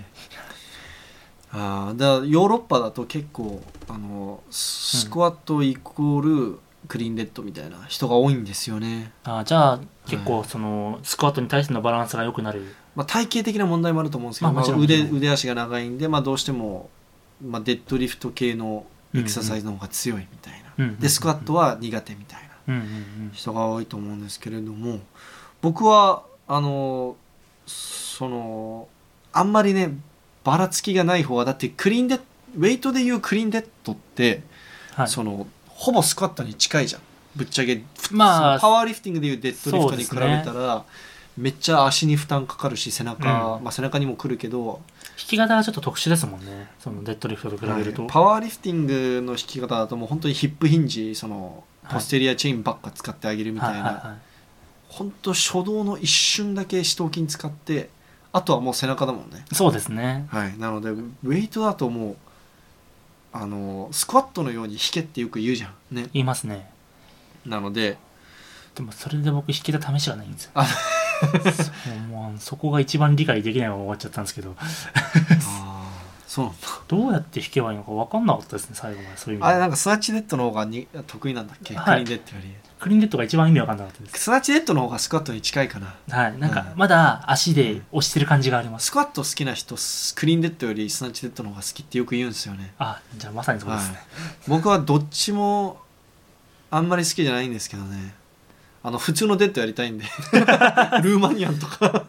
Speaker 1: ああだからヨーロッパだと結構あのスクワットイコールクリーンレッドみたいな人が多いんですよね、
Speaker 2: あーじゃあ結構そのスクワットに対してのバランスが良くなる。
Speaker 1: まあ、体型的な問題もあると思うんですけど、
Speaker 2: まあもちろん
Speaker 1: まあ腕
Speaker 2: もちろん
Speaker 1: 腕足が長いんで、まあ、どうしても、まあ、デッドリフト系のエクササイズの方が強いみたいな、
Speaker 2: うんうんうんうん
Speaker 1: でスクワットは苦手みたいな
Speaker 2: うんうんうん。
Speaker 1: 人が多いと思うんですけれども僕はあのそのあんまりねばらつきがない方はだってクリーンデッウェイトでいうクリーンデッドって、
Speaker 2: はい。
Speaker 1: そのほぼスクワットに近いじゃんぶっちゃけ
Speaker 2: まあ
Speaker 1: そのパワーリフティングでいうデッドリフトに比
Speaker 2: そ
Speaker 1: べ
Speaker 2: う
Speaker 1: た
Speaker 2: で
Speaker 1: ら
Speaker 2: す、
Speaker 1: めっちゃ足に負担かかるし背中、
Speaker 2: うん
Speaker 1: まあ、背中にもくるけど、
Speaker 2: 引き方がちょっと特殊ですもんね。そのデッドリフトと比べると。
Speaker 1: パワーリフティングの引き方だともう本当にヒップヒンジその
Speaker 2: はい
Speaker 1: ポステリアチェーンばっか使ってあげるみたいな、
Speaker 2: はいはいはい。
Speaker 1: 本当初動の一瞬だけ四頭筋使ってあとはもう背中だもんね
Speaker 2: そうですね。
Speaker 1: はいなのでウェイトだともうあのスクワットのように引けってよく言うじゃんね
Speaker 2: 言いますね。
Speaker 1: なの で
Speaker 2: でもそれで僕引きた試しがないんですよ
Speaker 1: あ。
Speaker 2: そうもうそこが一番理解できないまま終わっちゃったんですけど。
Speaker 1: そうなんだ
Speaker 2: どうやって弾けばいいのか分かんなかったですね、最後まで。そういう意
Speaker 1: あれ
Speaker 2: 味
Speaker 1: な
Speaker 2: で。
Speaker 1: んかスナッチデッドの方がに得意なんだっけ、
Speaker 2: はい
Speaker 1: クリーンデッドより
Speaker 2: クリーンデッドが一番意味分かんなかったです。
Speaker 1: スナッチデッドの方がスクワットに近いかな
Speaker 2: はい。なんか
Speaker 1: う、ん
Speaker 2: まだ足で押してる感じがあります。
Speaker 1: スクワット好きな人スクリーンデッドよりスナッチデッドの方が好きってよく言うんですよね
Speaker 2: あ、じゃあまさにそうですね。
Speaker 1: 僕はどっちもあんまり好きじゃないんですけどねあの普通のデッドやりたい んでルーマニアンとか
Speaker 2: だか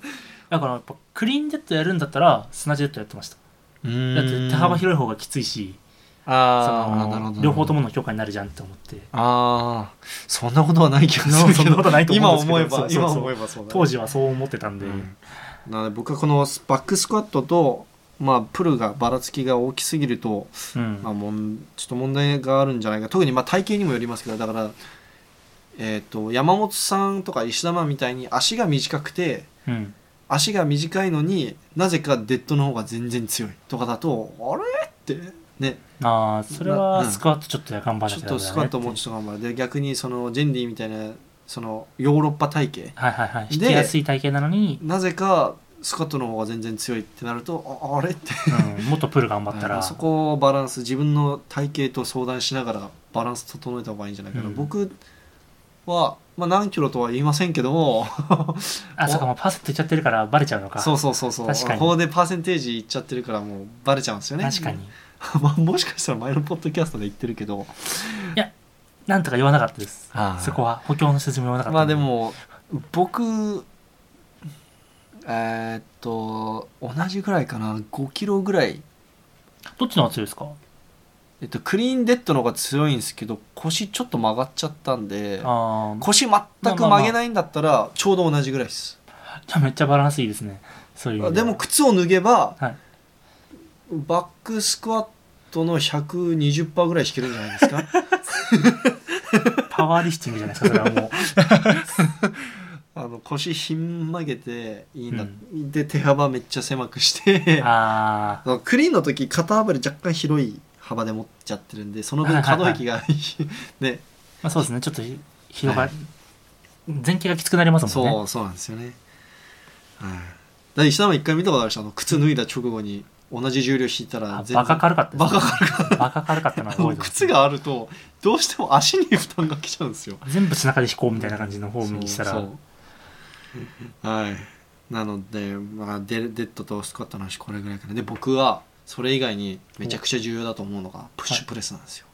Speaker 2: ら、やっぱ、クリーンデッドやるんだったら、スナジデッドやってました。だって、手幅広い方がきついし、
Speaker 1: あ
Speaker 2: そ
Speaker 1: あ
Speaker 2: の両方ともの強化になるじゃんって思って。
Speaker 1: ああそんなことはない気がするけど
Speaker 2: そんなことないと思うんですけど
Speaker 1: 今思えば
Speaker 2: そうそうそう
Speaker 1: 今思えばそうだね
Speaker 2: 当時はそう思ってたんで、
Speaker 1: うんなので僕はこのバックスクワットとまあ、プルがばらつきが大きすぎると、
Speaker 2: うん
Speaker 1: まあ、もんちょっと問題があるんじゃないか特にまあ体型にもよりますけどだから、えー、と山本さんとか石田真央みたいに足が短くて
Speaker 2: うん
Speaker 1: 足が短いのになぜかデッドの方が全然強いとかだとあれってね
Speaker 2: ああそれ
Speaker 1: う
Speaker 2: は
Speaker 1: ん
Speaker 2: スクワットちょっと頑張ら
Speaker 1: ちょ
Speaker 2: な
Speaker 1: っ
Speaker 2: きゃダメだ
Speaker 1: と
Speaker 2: ね
Speaker 1: スクワットもうちょっと頑張るで逆にそのジェンディみたいなそのヨーロッパ体型
Speaker 2: はいはいはい
Speaker 1: で
Speaker 2: 引きやすい体型なのに、
Speaker 1: なぜかスクワットの方が全然強いってなるとああれって
Speaker 2: うん、もっとプル頑張ったら、
Speaker 1: うんそこをバランス自分の体型と相談しながらバランス整えた方がいいんじゃないかな、
Speaker 2: うん
Speaker 1: 僕は、まあ、何キロとは言いませんけど も
Speaker 2: あそうかもうパーセントいっちゃってるからバレちゃうのか
Speaker 1: そうそうそうそう
Speaker 2: 確かに
Speaker 1: ここでパーセンテージいっちゃってるからもうバレちゃうんですよね
Speaker 2: 確かに
Speaker 1: まあもしかしたら前のポッドキャストで言ってるけど
Speaker 2: なんとか言わなかったです
Speaker 1: あー
Speaker 2: そこは補強の説明も言わなかった
Speaker 1: まあでも僕えーっと同じぐらいかな5キロぐらい
Speaker 2: どっちの方が強いですか
Speaker 1: えっと、クリーンデッドの方が強いんですけど腰ちょっと曲がっちゃったんで
Speaker 2: ああ
Speaker 1: 腰全く曲げないんだったらちょうど同じぐらいです、
Speaker 2: じゃあめっちゃバランスいいですねそういう意味
Speaker 1: でも靴を脱げば、
Speaker 2: はい
Speaker 1: バックスクワットの120%ぐらい引けるんじゃないですか
Speaker 2: パワーリフティングじゃないですかそれはもう
Speaker 1: あの腰ひん曲げていいな、で手幅めっちゃ狭くして
Speaker 2: あ
Speaker 1: あ
Speaker 2: あ
Speaker 1: のクリーンの時肩幅で若干広い幅で持っちゃってるんでその分可動域が ね
Speaker 2: まあそうですねちょっとひ広が
Speaker 1: はい
Speaker 2: 前傾がきつくなりますもんね
Speaker 1: そうそうなんですよね、はい、だから石田も一回見たことあるしあの靴脱いだ直後に同じ重量引いたら
Speaker 2: あ
Speaker 1: 全
Speaker 2: バカ
Speaker 1: 然
Speaker 2: 軽かったですね
Speaker 1: バ
Speaker 2: バカ軽かった のは覚えてます
Speaker 1: 靴があるとどうしても足に負担が来ちゃうんですよ
Speaker 2: 全部背中で引こうみたいな感じのフォームにした
Speaker 1: そ
Speaker 2: ら
Speaker 1: うそうはいなので、まあ、デデッドとスクワットの話これぐらいかなで僕はそれ以外にめちゃくちゃ重要だと思うのがプッシュプレスなんですよ、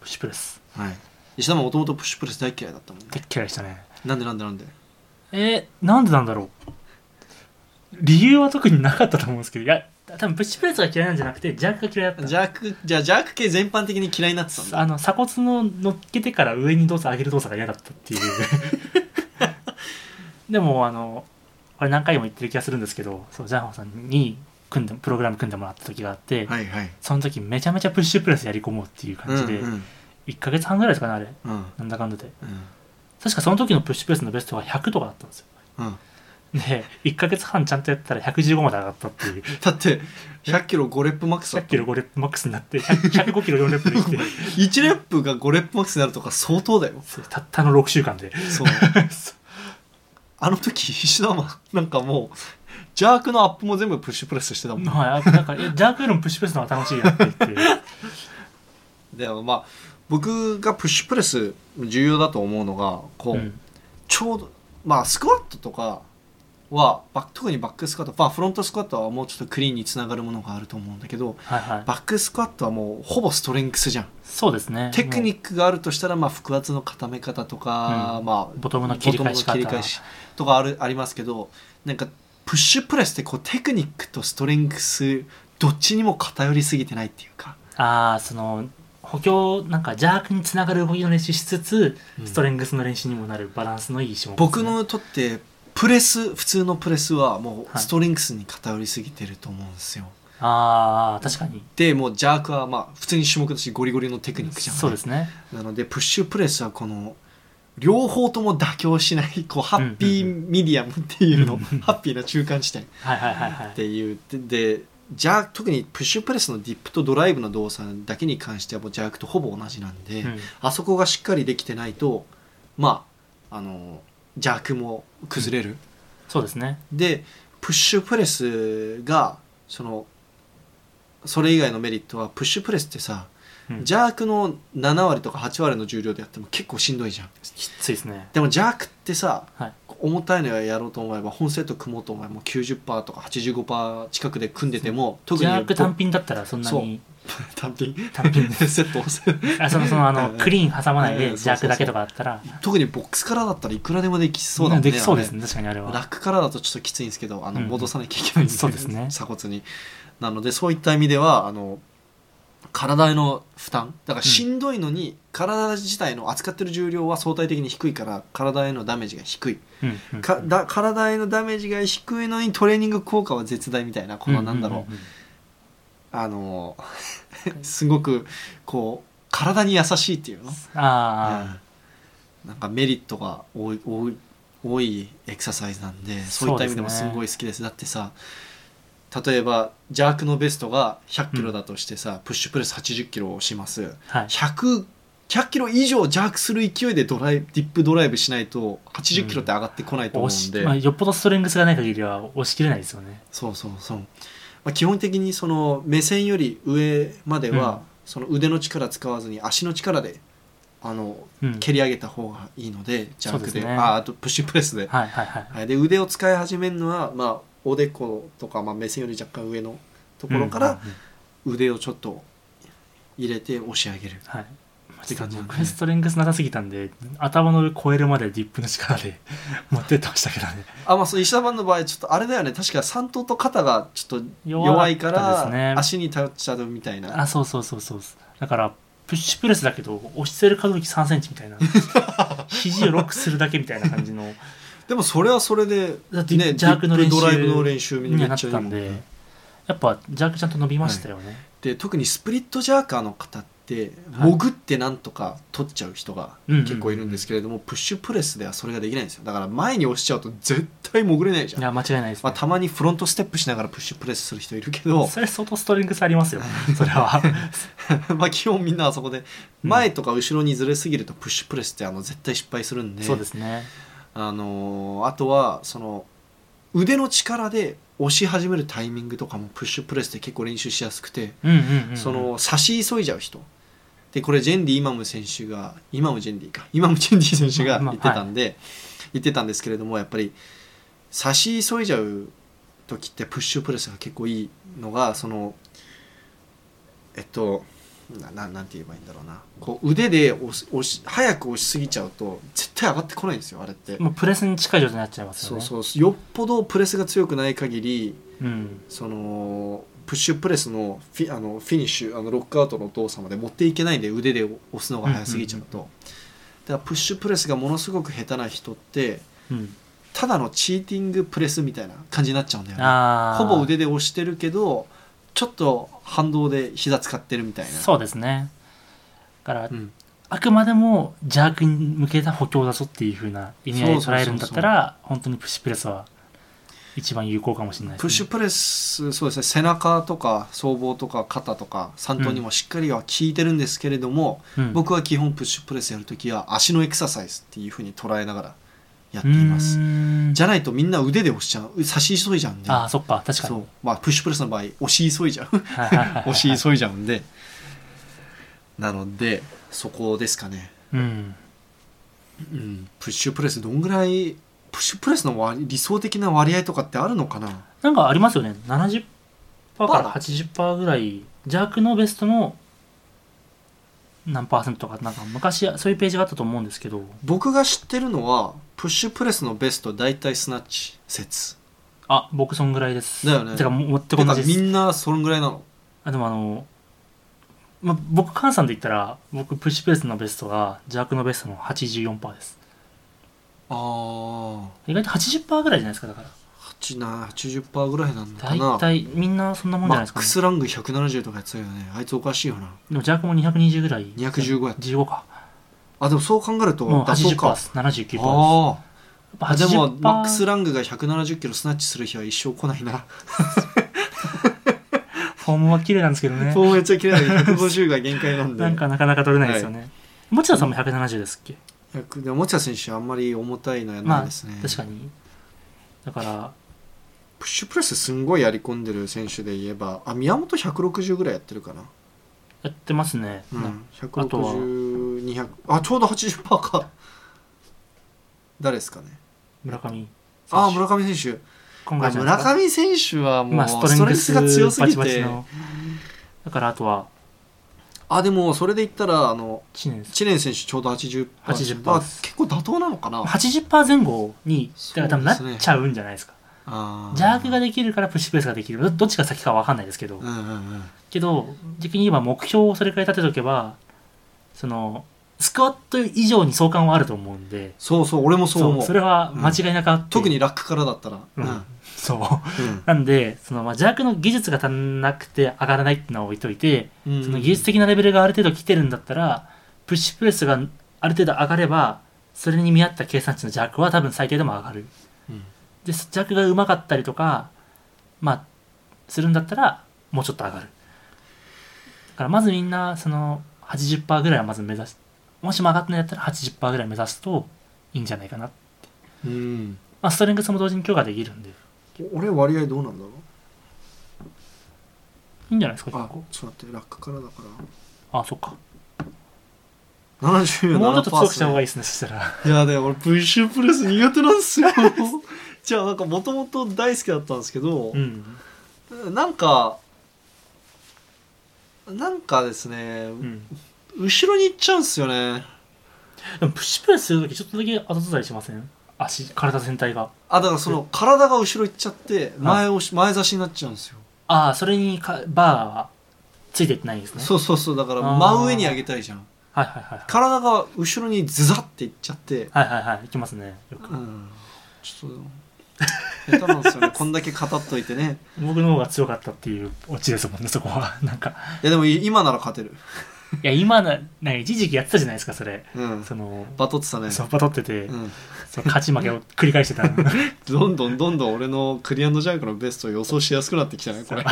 Speaker 2: プッシュプレス
Speaker 1: はい石田ももともとプッシュプレス大嫌いだったもんね
Speaker 2: でっ嫌いでしたね
Speaker 1: なんでなんでなんで
Speaker 2: えーなんでなんだろう理由は特になかったと思うんですけどいや多分プッシュプレスが嫌いなんじゃなくてジャークが嫌いだった
Speaker 1: ジャークじゃあジャーク系全般的に嫌いになってたんだ
Speaker 2: あの鎖骨の乗っけてから上に動作上げる動作が嫌だったっていう でもあのこれ何回も言ってる気がするんですけどそうジャンホさんに組んでプログラム組んでもらった時があって、
Speaker 1: はいはい
Speaker 2: その時めちゃめちゃプッシュプレスやり込もうっていう感じで、
Speaker 1: うんうん
Speaker 2: 1ヶ月半ぐらいですかねあれ
Speaker 1: うん
Speaker 2: なんだかんだで
Speaker 1: うん
Speaker 2: 確かその時のプッシュプレスのベストが100とかだったんですよ
Speaker 1: うん
Speaker 2: で1ヶ月半ちゃんとやったら115まで上がったっていう
Speaker 1: だって100キロ5レップマックスだ
Speaker 2: 100
Speaker 1: った
Speaker 2: キロ5レップマックスになって100 105キロ4レップで きて
Speaker 1: 1レップが5レップマックスになるとか相当だよ
Speaker 2: そうたったの6週間で
Speaker 1: そうあの時 石田もなんかもうジャークのアップも全部プッシュプレスしてたもん、
Speaker 2: まあなんかえジャークよりもプッシュプレスの方が楽しいやって言って
Speaker 1: でもまあ僕がプッシュプレス重要だと思うのがこう、
Speaker 2: うん
Speaker 1: ちょうどまあスクワットとかはバック特にバックスクワット、まあ、フロントスクワットはもうちょっとクリーンにつながるものがあると思うんだけど
Speaker 2: はいはい
Speaker 1: バックスクワットはもうほぼストレングスじゃん
Speaker 2: そうですね
Speaker 1: テクニックがあるとしたら、まあ、腹圧の固め方とか、
Speaker 2: うん
Speaker 1: まあ、
Speaker 2: ボトムの切り返し方
Speaker 1: ボトムの切り返しとかあるありますけどなんかプッシュプレスってこうテクニックとストレングスどっちにも偏りすぎてないっていうか、
Speaker 2: ああその補強なんかジャークにつながる動きの練習しつつ、ストレングスの練習にもなるバランスのいい種目です
Speaker 1: 僕
Speaker 2: ね、
Speaker 1: のとってプレス普通のプレスはもう
Speaker 2: はい
Speaker 1: ストレングスに偏りすぎてると思うんですよ、
Speaker 2: ああ確かに
Speaker 1: でもうジャークはまあ普通に種目だしゴリゴリのテクニックじゃん
Speaker 2: そうですね
Speaker 1: なのでプッシュプレスはこの両方とも妥協しないこうハッピ
Speaker 2: うん
Speaker 1: ー
Speaker 2: う
Speaker 1: ミディアムっていうの、
Speaker 2: うんうん
Speaker 1: ハッピーな中間地点
Speaker 2: はいはいはいはい
Speaker 1: っていうででジャーク特にプッシュプレスのディップとドライブの動作だけに関してはもうジャークとほぼ同じなんで、
Speaker 2: うん
Speaker 1: あそこがしっかりできてないとまああのジャークも崩れる、
Speaker 2: そうですね
Speaker 1: でプッシュプレスがそのそれ以外のメリットはプッシュプレスってさ、
Speaker 2: うん
Speaker 1: ジャークの7割とか8割の重量でやっても結構しんどいじゃん
Speaker 2: きついですね
Speaker 1: でもジャークってさ
Speaker 2: はい
Speaker 1: 重たいのやろうと思えば本セット組もうと思えばもう90%とか85%近くで組んでても特
Speaker 2: ジ
Speaker 1: に
Speaker 2: ャーク単品だったらそんなに
Speaker 1: 単品
Speaker 2: 単品
Speaker 1: セット
Speaker 2: あそのそのあ
Speaker 1: う
Speaker 2: の
Speaker 1: ん
Speaker 2: クリーン挟まない
Speaker 1: うん
Speaker 2: で
Speaker 1: うん
Speaker 2: ジャークだけとかだったら
Speaker 1: 特にボックスからだったらいくらでもできそうだもんね
Speaker 2: できそうです
Speaker 1: ね
Speaker 2: ね確かにあれ
Speaker 1: ラ
Speaker 2: は
Speaker 1: ックからだとちょっときついんですけどあの
Speaker 2: うん
Speaker 1: 戻さなきゃいけないんで、
Speaker 2: そうですね
Speaker 1: 鎖骨になのでそういった意味ではあの体への負担だからしんどいのに、体自体の扱ってる重量は相対的に低いから体へのダメージが低い
Speaker 2: うんうん
Speaker 1: かだ体へのダメージが低いのにトレーニング効果は絶大みたいなこのなんだろう、
Speaker 2: うんうんうん
Speaker 1: あの すごくこう体に優しいっていうの、
Speaker 2: あ
Speaker 1: うんなんかメリットが多い多い多いエクササイズなんでそういった意味でもす
Speaker 2: そうですね
Speaker 1: ごい好きですだってさ例えばジャークのベストが1 0 0キロだとしてさ、プッシュプレス8 0キロをします
Speaker 2: あ、はい。
Speaker 1: 100 100キロ以上ジャークする勢いでドライブディップドライブしないと8 0キロって上がってこないと思う
Speaker 2: 押
Speaker 1: ん
Speaker 2: し
Speaker 1: で、
Speaker 2: まあ、よっぽどストレングスがない限りは押し切れないですよね。
Speaker 1: そうそうそう、まあ、基本的にその目線より上までは、
Speaker 2: うん
Speaker 1: その腕の力使わずに足の力であの
Speaker 2: うん。
Speaker 1: 蹴り上げた方がいいのでジャン
Speaker 2: そう
Speaker 1: ク
Speaker 2: です
Speaker 1: で
Speaker 2: ね
Speaker 1: ああとプッシュプレスで,、
Speaker 2: はいはいはい。
Speaker 1: はい、で腕を使い始めるのは、まあ、おでことか、まあ、目線より若干上のところから
Speaker 2: うんうんうん
Speaker 1: 腕をちょっと入れて押し上げる、
Speaker 2: はい。
Speaker 1: って感じなんで
Speaker 2: 僕ストレングスなさすぎたんで、頭の上超えるまでディップの力で 持ってってましたけどね。
Speaker 1: あまあそう石田版の場合ちょっとあれだよね確か三頭と肩がちょっと弱いか
Speaker 2: 弱かった
Speaker 1: ら、
Speaker 2: ですね
Speaker 1: 足に頼っちゃうみたいな
Speaker 2: あ、そうそうそうそう。だから、プッシュプレスだけど、押してる可動域3センチみた いな。肘をロックするだけみたいな感じの。
Speaker 1: でもそれはそれで、
Speaker 2: だって邪悪の練習
Speaker 1: ディップドライブの練習に
Speaker 2: に
Speaker 1: め
Speaker 2: は
Speaker 1: っ
Speaker 2: なっ
Speaker 1: ちゃい
Speaker 2: て
Speaker 1: い
Speaker 2: た
Speaker 1: もん
Speaker 2: んで、やっぱジャークちゃんと伸びましたよね。
Speaker 1: で特にスプリットジャーカーの方って
Speaker 2: はい
Speaker 1: 潜ってなんとか取っちゃう人が結構いるんですけれども、プッシュプレスではそれができないんですよだから前に押しちゃうと絶対潜れないじ
Speaker 2: い
Speaker 1: ゃん、
Speaker 2: や、間違いないです、
Speaker 1: ま
Speaker 2: ね
Speaker 1: あ、たまにフロントステップしながらプッシュプレスする人いるけ ど
Speaker 2: それ相当ストレングスあります よ。それは。
Speaker 1: まあ基本みんなあそこで前とか後ろにずれすぎるとプッシュプレスってあの絶対失敗するんで
Speaker 2: そうですね。
Speaker 1: あのーあとはその腕の力で押し始めるタイミングとかもプッシュプレスで結構練習しやすくて、
Speaker 2: うんうんうん。
Speaker 1: そ、の差し急いじゃう人でこれジェンディ・イマム選手がイマムジェンディかイ マムジェンディ選手が
Speaker 2: ま
Speaker 1: 言
Speaker 2: あ
Speaker 1: ってたんで、言ってたんですけれどもやっぱり差し急いじゃう時ってプッシュプレスが結構いいのがそのえっとなななんて言えばいいんだろうなこう腕で押す押し早く押しすぎちゃうと絶対上がってこないんですよあれって。
Speaker 2: もうプレスに近い状態になっちゃいますよ
Speaker 1: そ
Speaker 2: ね。
Speaker 1: うそうよっぽどプレスが強くない限り
Speaker 2: うん。
Speaker 1: そのプッシュプレスのフィあのフィニッシュあのロックアウトの動作まで持っていけないんで腕で押すのが早すぎちゃうと、だからプッシュプレスがものすごく下手な人って
Speaker 2: うん。
Speaker 1: ただのチーティングプレスみたいな感じになっちゃうんだよね
Speaker 2: ああ。
Speaker 1: ほぼ腕で押してるけどちょっと反動で膝使ってるみたいな
Speaker 2: そうですね。だから、
Speaker 1: うん
Speaker 2: あくまでも邪悪に向けた補強だぞっていうふうな意味合い
Speaker 1: そうそうそう
Speaker 2: で
Speaker 1: そう
Speaker 2: 捉えるんだったら、本当にプッシュプレスは一番有効かもしれないです、ね。
Speaker 1: プッシュプレスそうですね背中とか僧帽とか肩とか三頭にもしっかりは効いてるんですけれども、
Speaker 2: うん、
Speaker 1: 僕は基本プッシュプレスやるときは足のエクササイズっていうふうに捉えながらやっていますじ
Speaker 2: ゃ
Speaker 1: ゃないとみんな腕で押しちゃう差し急いじゃうんで
Speaker 2: ああ、そっか、確か
Speaker 1: そ
Speaker 2: に
Speaker 1: う。まあプッシュプレスの場合押し急いじゃう
Speaker 2: はいはいはいはい
Speaker 1: 押し急いじゃうんでなのでそこですかね、
Speaker 2: うん。
Speaker 1: うん、プッシュプレスどんぐらいプッシュプレスの割理想的な割合とかってあるのかな
Speaker 2: なんかありますよね。70%
Speaker 1: ま
Speaker 2: から
Speaker 1: あ
Speaker 2: 80%ぐらい、邪悪のベストの何パーセントか、なんか昔そういうページがあったと思うんですけど、
Speaker 1: 僕が知ってるのはプッシュプレスのベスト大体スナッチ説
Speaker 2: あ、僕そんぐらいです。
Speaker 1: だよね
Speaker 2: てか、持っ
Speaker 1: て
Speaker 2: てこ
Speaker 1: か
Speaker 2: 同じです
Speaker 1: み。んなそんぐらいなの
Speaker 2: あでもあの、まあ、僕換算で言ったら僕プッシュプレスのベストが邪悪のベストの84%です
Speaker 1: ああ
Speaker 2: 意外と80%ぐらいじゃないですかだから
Speaker 1: 8な80%ぐらいなんだかな
Speaker 2: 大体みんなそんなもんじゃ
Speaker 1: マ
Speaker 2: ない
Speaker 1: ッ
Speaker 2: ですか、
Speaker 1: ク
Speaker 2: ね
Speaker 1: スラング170とかやってたよねあいつおかしいよな
Speaker 2: でも邪悪も220ぐらい
Speaker 1: 215やった
Speaker 2: 15か
Speaker 1: あでもそう考えると
Speaker 2: もう
Speaker 1: あそう
Speaker 2: 80%
Speaker 1: か
Speaker 2: です79%ですやっ
Speaker 1: あ
Speaker 2: ぱ
Speaker 1: あでも
Speaker 2: 80%
Speaker 1: マックスラングが170キロスナッチする日は一生来ないな、
Speaker 2: フォームは綺麗なんですけどね
Speaker 1: フォームめっちゃ綺麗だけど150が限界なんで
Speaker 2: なんかなかなか取れないですよね、持田さんも170ですっけ
Speaker 1: 100でも持田選手あんまり重たいのやら
Speaker 2: ま
Speaker 1: な
Speaker 2: あ
Speaker 1: いですね、
Speaker 2: 確かにだから
Speaker 1: プッシュプレスすんごいやり込んでる選手で言えばあ宮本160ぐらいやってるかな
Speaker 2: やってますね、
Speaker 1: うん
Speaker 2: なあとは
Speaker 1: 160200あちょうど80%か誰ですかね
Speaker 2: 村上選手
Speaker 1: ああ村上選手
Speaker 2: 今
Speaker 1: あ
Speaker 2: 回じゃないですか
Speaker 1: 村上選手はも
Speaker 2: ま
Speaker 1: う
Speaker 2: あ、
Speaker 1: ス
Speaker 2: ス
Speaker 1: ト
Speaker 2: ト
Speaker 1: レ
Speaker 2: レ
Speaker 1: ン
Speaker 2: ン
Speaker 1: グ
Speaker 2: グ
Speaker 1: ス
Speaker 2: ス
Speaker 1: が
Speaker 2: が
Speaker 1: 強
Speaker 2: 強
Speaker 1: す
Speaker 2: す
Speaker 1: ぎて
Speaker 2: ぎて。だからあとは
Speaker 1: あでもそれで言ったらあの
Speaker 2: 知念です
Speaker 1: 知念選手ちょうど 80%,
Speaker 2: 80%
Speaker 1: あ結構妥当なのかな
Speaker 2: 80%前後にだから多分な
Speaker 1: そうですね
Speaker 2: っちゃうんじゃないですか
Speaker 1: あ
Speaker 2: ジャークができるからプッシュプレスができるどどっちが先かは分かんないですけど、
Speaker 1: うんうんうん
Speaker 2: けど逆に言えば目標をそれくらい立てとけばそのスクワット以上に相関はあると思うんで
Speaker 1: そうそう俺もそう思う
Speaker 2: それは間違いなくあって、
Speaker 1: 特にラックからだったら、
Speaker 2: うん
Speaker 1: うん
Speaker 2: そう。
Speaker 1: うん
Speaker 2: なんで、その、まあ、邪悪の技術が足んなくて上がらないってのは置いといて、
Speaker 1: うん
Speaker 2: その技術的なレベルがある程度来てるんだったら、プッシュプレスがある程度上がれば、それに見合った計算値の邪悪は多分最低でも上がる。
Speaker 1: うん
Speaker 2: で、邪悪がうまかったりとか、まあ、するんだったら、もうちょっと上がる。だからまずみんな、その、80%ぐらいはまず目指す。もしも上がってないんだったら80%ぐらい目指すといいんじゃないかな。
Speaker 1: うん
Speaker 2: まあ、ストレングスも同時に強化できるんで、い
Speaker 1: 俺割合どうなんだろう
Speaker 2: いんじゃないですか、
Speaker 1: あ
Speaker 2: 結構。
Speaker 1: ちょっと待ってラックからだから
Speaker 2: あ、そっか。
Speaker 1: 77%
Speaker 2: もうちょっと強くした方が
Speaker 1: い
Speaker 2: いいですね、そしたら。
Speaker 1: いやで俺プッシュプレス苦手なんです よじゃあなんかもともと大好きだったんですけど、
Speaker 2: うん。
Speaker 1: なんかなんかですね、
Speaker 2: うん。で
Speaker 1: 後ろに行っちゃうんですよね
Speaker 2: も、プッシュプレスするとき、ちょっとだけ後ずさりしません足、体全体が。
Speaker 1: あだからその体が後ろ行っちゃって前をし前差しになっちゃうんですよ、
Speaker 2: ああ、それにか、バーはついてってないんですね。
Speaker 1: そうそうそうだから
Speaker 2: あー
Speaker 1: 真上に上げたいじゃん
Speaker 2: はいはいはいはい。
Speaker 1: 体が後ろにズザっていっちゃって
Speaker 2: はいはいはい。いきますね。よく
Speaker 1: うんちょっと下手なんですよ ねこんだけ語っといてね
Speaker 2: 僕の方が強かったっていうオチですもんね、そこは。 なんか。
Speaker 1: いやでもい今なら勝てる
Speaker 2: いや、今な、なんか一時期やってたじゃないですか、それ。
Speaker 1: うん
Speaker 2: その、
Speaker 1: バトってたね
Speaker 2: そう、バトってて、
Speaker 1: うん、
Speaker 2: その勝ち負けを繰り返し てた。
Speaker 1: どんどんどんどん俺のクリアンドジャンクのベストを予想しやすくなってきたねこれ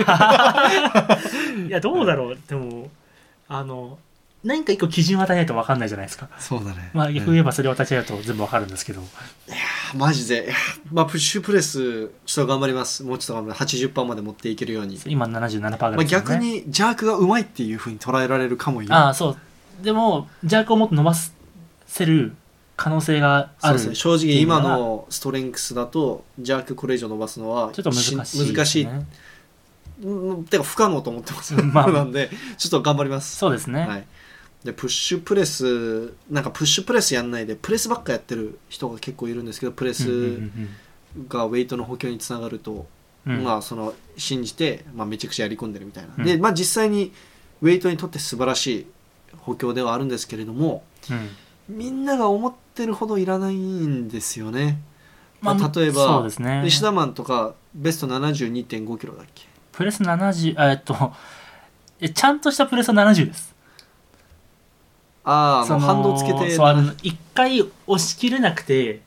Speaker 2: いや、どうだろう。でも、あの、何か一個基準を与えないと分かんないじゃないですか。
Speaker 1: そうだね
Speaker 2: まあ、
Speaker 1: うん
Speaker 2: 逆に言えばそれを与えちゃうと全部分かるんですけど。
Speaker 1: マジで、 まあ、プッシュプレス、ちょっと頑張ります。もうちょっと頑張ります。80%まで持っていけるように。
Speaker 2: 今77%ぐらいですよね、
Speaker 1: まあ、逆に、邪悪がうまいっていうふうに捉えられるかもよ。
Speaker 2: ああそうでも邪悪をもっと伸ばせる可能性が
Speaker 1: そ
Speaker 2: あ
Speaker 1: う
Speaker 2: る
Speaker 1: ですね。正直、今のストレンクスだと、邪悪これ以上伸ばすのは、
Speaker 2: ちょっと難しいですね、
Speaker 1: し難しい。うんてか、不可能と思ってます。
Speaker 2: ま あ
Speaker 1: なんで、ちょっと頑張ります。
Speaker 2: そうですね、
Speaker 1: はい。で、プッシュプレス、なんかプッシュプレスやんないで、プレスばっかやってる人が結構いるんですけど、プレ
Speaker 2: うんうん
Speaker 1: スがウェイトの補強につながると、
Speaker 2: うんうん
Speaker 1: まあその信じて、まあ、めちゃくちゃやり込んでるみたいな、
Speaker 2: うん
Speaker 1: でまあ実際にウェイトにとって素晴らしい補強ではあるんですけれども
Speaker 2: うん
Speaker 1: みんなが思ってるほどいらないんですよね、まあ、例えば
Speaker 2: そうですね
Speaker 1: 石田マンとかベスト72.5キロだっけ
Speaker 2: プレス70あえっとえちゃんとしたプレスは70です
Speaker 1: ああも
Speaker 2: の
Speaker 1: う反動つけて
Speaker 2: そうあの一回押し切れなくて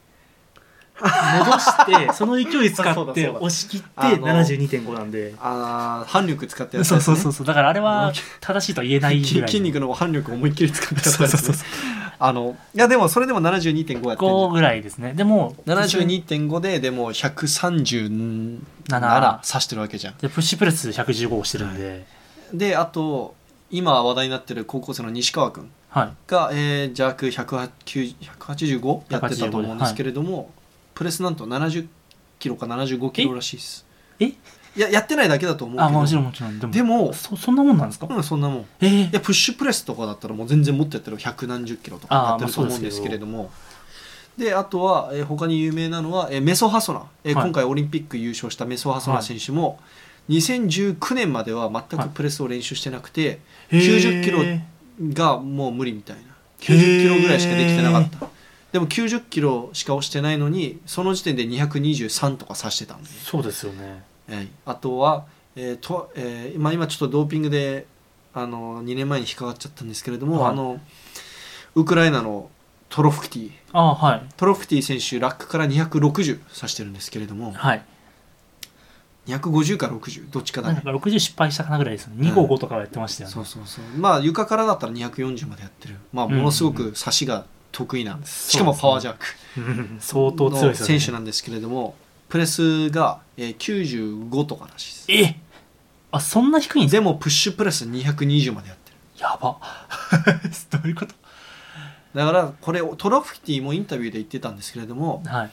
Speaker 2: 戻 してその勢い使
Speaker 1: そう
Speaker 2: っ
Speaker 1: だ
Speaker 2: て
Speaker 1: そうだ
Speaker 2: 押し切って
Speaker 1: あの
Speaker 2: 72.5なんで
Speaker 1: ああ反力使ってやった
Speaker 2: そう
Speaker 1: やつ
Speaker 2: そう
Speaker 1: ね
Speaker 2: そうそうだからあれ は正しいとは言えない
Speaker 1: き
Speaker 2: ぐらい
Speaker 1: 筋肉の反力思いっきり使ってやった
Speaker 2: そう
Speaker 1: やつ
Speaker 2: そ
Speaker 1: ね
Speaker 2: うそう
Speaker 1: あのいやでもそれでも72.5やってる
Speaker 2: 5ぐらいですねでも
Speaker 1: 72.5ででも137
Speaker 2: 7
Speaker 1: 指してるわけじゃん
Speaker 2: でプッシュプレス115をしてるんで、
Speaker 1: であと今話題になってる高校生の西川君
Speaker 2: はい
Speaker 1: が、えー、弱185やってたと思うんですけれども、プレスなんと70キロか75キロらしいです
Speaker 2: え
Speaker 1: いややってないだけだと思うけど
Speaker 2: あもちろんもちろんでも
Speaker 1: でも
Speaker 2: そそんなもんなんですか、
Speaker 1: うんそんなもんい
Speaker 2: ええ
Speaker 1: やプッシュプレスとかだったらもう全然持ってやってる百何十キロとか
Speaker 2: あー
Speaker 1: やってると
Speaker 2: まあ
Speaker 1: 思
Speaker 2: そううんで
Speaker 1: ですす
Speaker 2: け
Speaker 1: け
Speaker 2: ど
Speaker 1: れども、であとは、えー他に有名なのは、えーメソハソナ、えー
Speaker 2: はい
Speaker 1: 今回オリンピック優勝したメソハソナ選手も、2019年までは全くプレスを練習してなくて、90キロ
Speaker 2: へ
Speaker 1: がもう無理みたいな
Speaker 2: へー
Speaker 1: 90キロぐらいしかできてなかったでも90キロしか押してないのにその時点で223とか指してたんで、
Speaker 2: そうですよね
Speaker 1: はいあとは、えーとえーまあ、今ちょっとドーピングであの2年前に引っかかっちゃったんですけれども、
Speaker 2: はい
Speaker 1: あのウクライナのトロフィティ
Speaker 2: ああはい
Speaker 1: トロフィティ選手ラックから260指してるんですけれども
Speaker 2: はい
Speaker 1: 250か60どっちかだ
Speaker 2: なん
Speaker 1: ね
Speaker 2: か60失敗したかなぐらいですよね
Speaker 1: うん
Speaker 2: 255とかはやってましたよね、
Speaker 1: そうそうそうまあ床からだったら240までやってるまあものすごく差しが得意な、しかもパワージャーク
Speaker 2: うん相当強いですよね
Speaker 1: 選手なんですけれども、プレスが、えー95とからしいです
Speaker 2: えあそんな低いんです
Speaker 1: でもプッシュプレス220までやってる
Speaker 2: や ばどういうこと
Speaker 1: だからこれトロフィティもインタビューで言ってたんですけれども
Speaker 2: はい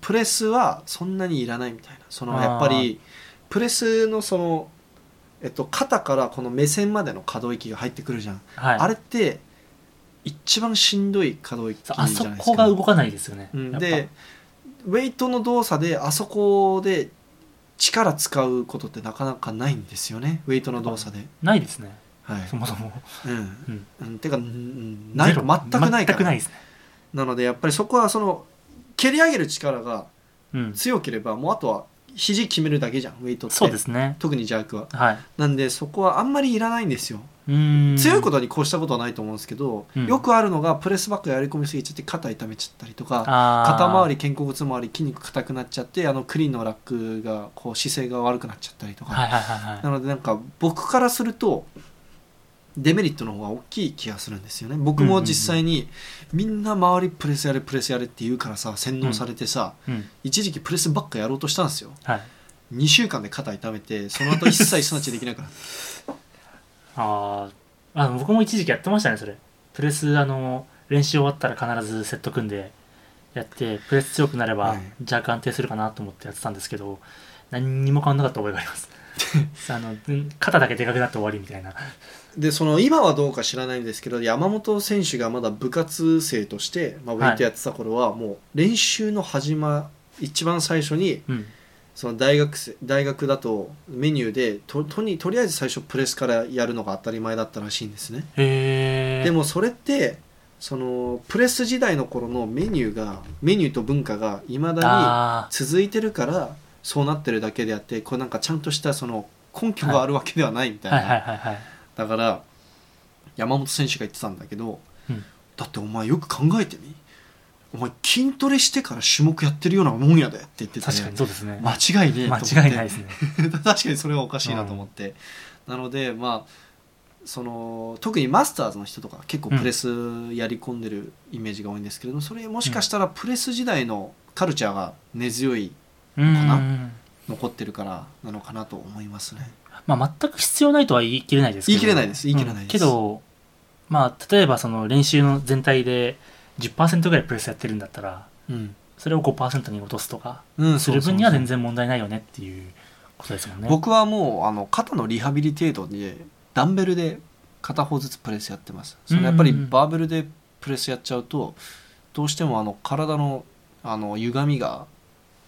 Speaker 1: プレスはそんなにいらないみたいなそ
Speaker 2: あ
Speaker 1: の
Speaker 2: ー
Speaker 1: やっぱりプレスのその、えっと、肩からこの目線までの可動域が入ってくるじゃん、
Speaker 2: はい
Speaker 1: あれって一番しんどい可動域じ
Speaker 2: そう
Speaker 1: ゃな
Speaker 2: あ
Speaker 1: いです
Speaker 2: そ
Speaker 1: か
Speaker 2: こが動かないですよね、
Speaker 1: うん
Speaker 2: やっぱ
Speaker 1: でウェイトの動作であそこで力使うことってなかなかないんですよねウェイトの動作で、
Speaker 2: ないですね
Speaker 1: はい
Speaker 2: そもそも
Speaker 1: うん
Speaker 2: うん
Speaker 1: うん、てか、うん、ない
Speaker 2: ゼ
Speaker 1: 全
Speaker 2: ロ
Speaker 1: くないか
Speaker 2: 全くな
Speaker 1: ら
Speaker 2: いですね
Speaker 1: なのでやっぱりそこはその蹴り上げる力が
Speaker 2: うん
Speaker 1: 強ければもうあとは肘決めるだけじゃんウェイトって
Speaker 2: そうですね。
Speaker 1: 特にジャークは
Speaker 2: はい。
Speaker 1: なんでそこはあんまりいらないんですよ
Speaker 2: うーん。
Speaker 1: 強いことにこうしたことはないと思うんですけど、
Speaker 2: うん
Speaker 1: よくあるのがプレスバックやり込みすぎちゃって肩痛めちゃったりとか
Speaker 2: あー
Speaker 1: 肩周り肩甲骨周り筋肉硬くなっちゃってあのクリーンのラックがこう姿勢が悪くなっちゃったりとか、
Speaker 2: はいはいはいはい。
Speaker 1: なのでなんか僕からするとデメリットの方が大きい気がするんですよね僕も実際にみんな周りプレスやれプレスやれって言うからさ洗脳されてさ、
Speaker 2: うん。
Speaker 1: 一時期プレスばっかやろうとしたんですよ
Speaker 2: はい。
Speaker 1: 2週間で肩痛めてその後一切スナッチできなくなった
Speaker 2: あーあの僕も一時期やってましたねそれプレスあの練習終わったら必ずセット組んでやってプレス強くなれば
Speaker 1: はい
Speaker 2: 若干安定するかなと思ってやってたんですけど、何にも変わんなかった覚えがあります あのうん肩だけでかくなって終わりみたいな
Speaker 1: でその今はどうか知らないんですけど山本選手がまだ部活生として、まあ、ウェイトやってた頃はもう練習の始ま一番最初に
Speaker 2: うん
Speaker 1: その大学生大学だとメニューでととにとりあえず最初プレスからやるのが当たり前だったらしいんですね
Speaker 2: へえ
Speaker 1: でもそれってそのプレス時代の頃のメニューがメニューと文化がいまだに
Speaker 2: あ
Speaker 1: 続いてるからそうなってるだけであってこれなんかちゃんとしたその根拠があるわけではないみた
Speaker 2: あ
Speaker 1: いな、
Speaker 2: はいはいはいはい
Speaker 1: だから山本選手が言ってたんだけど、
Speaker 2: うん
Speaker 1: だってお前よく考えてみお前筋トレしてから種目やってるようなもんやでって言ってた、ね、
Speaker 2: 確かにそうですね
Speaker 1: 間違いねえと
Speaker 2: 間
Speaker 1: 思って
Speaker 2: 違いないですね
Speaker 1: 確かにそれはおかしいなと思って、なのでまあその特にマスターズの人とか結構プレスやり込んでるイメージが多いんですけれども、それもしかしたらプレス時代のカルチャーが根強い
Speaker 2: うん
Speaker 1: な残ってるからなのかなと思いますね。
Speaker 2: まあ、全く必要ないとは言い切れないですけ
Speaker 1: 言
Speaker 2: ど
Speaker 1: い切れないです言い切れないです
Speaker 2: けど、まあ、例えばその練習の全体で10%ぐらいプレスやってるんだったら
Speaker 1: うん、
Speaker 2: それを5%に落とすとか
Speaker 1: うん、
Speaker 2: する分には全然問題ないよねっていうことですもんね。
Speaker 1: 僕はもうあの肩のリハビリ程度でダンベルで片方ずつプレスやってますそのやっぱり
Speaker 2: うんうんうん
Speaker 1: バーベルでプレスやっちゃうとどうしてもあの体のあの歪みが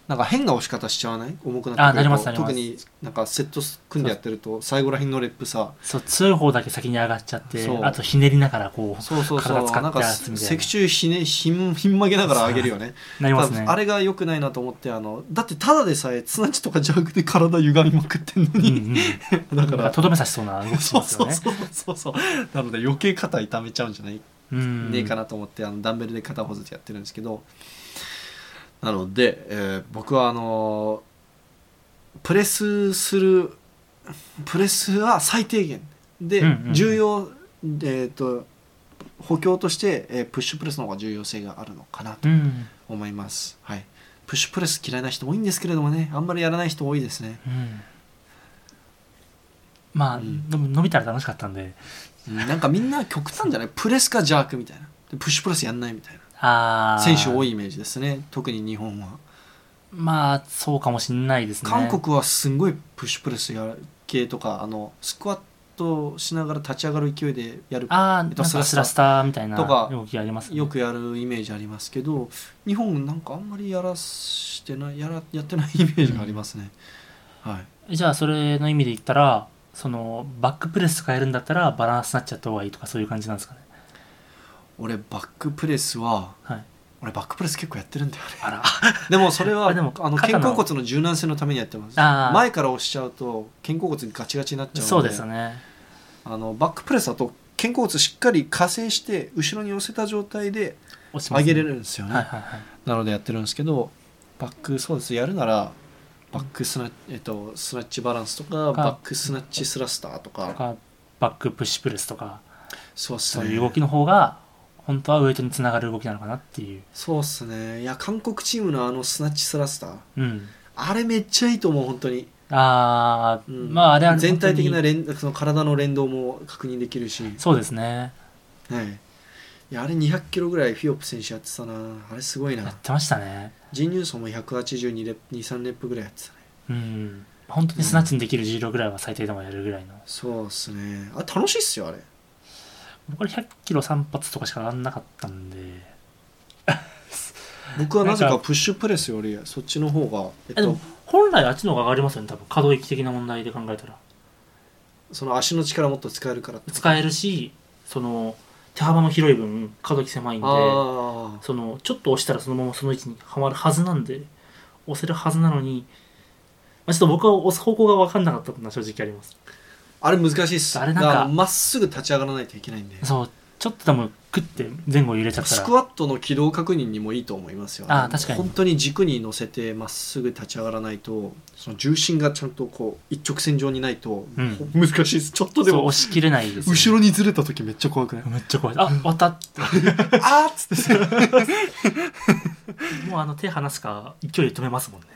Speaker 1: なんか変な押し方しちゃわない重くなっ
Speaker 2: あ
Speaker 1: て
Speaker 2: な
Speaker 1: く
Speaker 2: り
Speaker 1: る
Speaker 2: ますな
Speaker 1: と
Speaker 2: りま
Speaker 1: 特
Speaker 2: す
Speaker 1: になんかセット組んでやってると最後らへんのレップさ
Speaker 2: そう強い方だけ先に上がっちゃって
Speaker 1: そう
Speaker 2: あとひねりながらこ
Speaker 1: そうそうそう
Speaker 2: 体使って
Speaker 1: なんか
Speaker 2: やつみたいな
Speaker 1: 脊柱ひねひんひん曲げながら上げるよ ね
Speaker 2: うなりますね
Speaker 1: 多。分あれが良くないなと思ってあのだってただでさえツナチとかジャークで体歪みまくってんの
Speaker 2: うん
Speaker 1: に、
Speaker 2: うん、
Speaker 1: だ
Speaker 2: な
Speaker 1: か
Speaker 2: んからとどめさしそうな動きし
Speaker 1: そ
Speaker 2: ま
Speaker 1: う
Speaker 2: す
Speaker 1: そ
Speaker 2: よ
Speaker 1: う
Speaker 2: ね。
Speaker 1: そうそうそうなので余計肩痛めちゃうんじゃない、
Speaker 2: うん
Speaker 1: ねえかなと思ってあのダンベルで肩ほずつやってるんですけどなので、えー僕はあのープレスするプレスは最低限で、
Speaker 2: うんうんうん
Speaker 1: 重要えっ、と補強として、えープッシュプレスの方が重要性があるのかなと
Speaker 2: うん
Speaker 1: 思います、はいプッシュプレス嫌いな人多いんですけれどもねあんまりやらない人多いですね、
Speaker 2: うんまあ、
Speaker 1: うん
Speaker 2: でも伸びたら楽しかったんで
Speaker 1: うんなんかみんな極端じゃないプレスかジャークみたいなでプッシュプレスやんないみたいな
Speaker 2: あー
Speaker 1: 選手多いイメージですね特に日本は
Speaker 2: まあそうかもしんないですね
Speaker 1: 韓国はすんごいプッシュプレスやる系とかあのスクワットしながら立ち上がる勢いでやる
Speaker 2: あ
Speaker 1: え
Speaker 2: あ、
Speaker 1: っ
Speaker 2: なん
Speaker 1: と
Speaker 2: か
Speaker 1: ス
Speaker 2: ス
Speaker 1: ラ
Speaker 2: ラ
Speaker 1: ス
Speaker 2: ス
Speaker 1: ラ
Speaker 2: ラスターみたいな
Speaker 1: とか
Speaker 2: 動きありますね
Speaker 1: よくやるイメージありますけど日本なんかあんまりやらしてないやらやってないイメージがありますね、はい
Speaker 2: じゃあそれの意味で言ったらそのバックプレスとかやるんだったらバランスなっちゃった方がいいとかそういう感じなんですかね
Speaker 1: 俺バックプレスは
Speaker 2: はい
Speaker 1: 俺バックプレス結構やってるんだよね
Speaker 2: あら
Speaker 1: でもそれは
Speaker 2: あでも
Speaker 1: あの肩
Speaker 2: 肩の
Speaker 1: 甲骨の柔軟性のためにやってます
Speaker 2: あー
Speaker 1: 前から押しちゃうと肩甲骨ガチガチになっちゃうので
Speaker 2: そうですよね
Speaker 1: あのバックプレスだと肩甲骨しっかり加勢して後ろに寄せた状態で
Speaker 2: 落ちま
Speaker 1: 上
Speaker 2: すね
Speaker 1: げれるんですよね、
Speaker 2: はいはいはい
Speaker 1: なのでやってるんですけどバックそうですやるならバックスナ,、えっと、スナッチバランスとか
Speaker 2: か
Speaker 1: バックスナッチスラスターとか
Speaker 2: とかバックプッシュプレスとか
Speaker 1: そうっす
Speaker 2: そう
Speaker 1: ね
Speaker 2: いう動きの方が本当はウエイトにつながる動きなのかなっていう
Speaker 1: そうっすねいや韓国チームのあのスナッチスラスター
Speaker 2: うん
Speaker 1: あれめっちゃいいと思う本当に、
Speaker 2: ああ、
Speaker 1: うん
Speaker 2: まああれは
Speaker 1: 全体的な
Speaker 2: レ
Speaker 1: 連その体の連動も確認できるし、はい、
Speaker 2: そうですね
Speaker 1: いやあれ2 0 0キロぐらいフィオップ選手やってたなあれすごい
Speaker 2: やっ
Speaker 1: な
Speaker 2: てましたね
Speaker 1: ジンニューソンも182レップ23レップぐらいやってたね
Speaker 2: うん本当にスナッチにできる重量ぐらいは最低でもやるぐらいの
Speaker 1: そうっすねあ楽しいっすよあれ
Speaker 2: 僕は100キロ3発とかしか上がんなかったんで、
Speaker 1: 僕はなぜ
Speaker 2: な
Speaker 1: か
Speaker 2: ん
Speaker 1: プッシュプレスよりそっちの方が、えっ
Speaker 2: えでも
Speaker 1: と、
Speaker 2: 本来あっちの方が上がりますよね多分可動域的な問題で考えたら
Speaker 1: その足の力もっと使えるからってこと
Speaker 2: 使えるしその手幅も広い分可動域狭いんで
Speaker 1: あ
Speaker 2: そのちょっと押したらそのままその位置にはまるはずなんで押せるはずなのにあ、ちょっと僕は押す方向が分かんなかったのは正直あります
Speaker 1: あれ難しいっす
Speaker 2: あれなんか
Speaker 1: だらまっすぐ立ち上がらないといけないんで
Speaker 2: そうちょっとでもクッて前後揺れちゃった
Speaker 1: ス
Speaker 2: ら
Speaker 1: クワットの軌道確認にもいいと思いますよ、
Speaker 2: あー確かに
Speaker 1: 本当に軸に乗せてまっすぐ立ち上がらないとその重心がちゃんとこう一直線上にないと、
Speaker 2: うん
Speaker 1: 難しいですちょっとで
Speaker 2: そう
Speaker 1: も
Speaker 2: 押し切れないですよね、
Speaker 1: 後ろにずれた時めっちゃ怖くない
Speaker 2: めっちゃ怖いあ終わった
Speaker 1: あーっつって
Speaker 2: もうあの手離すか勢いで止めますもんね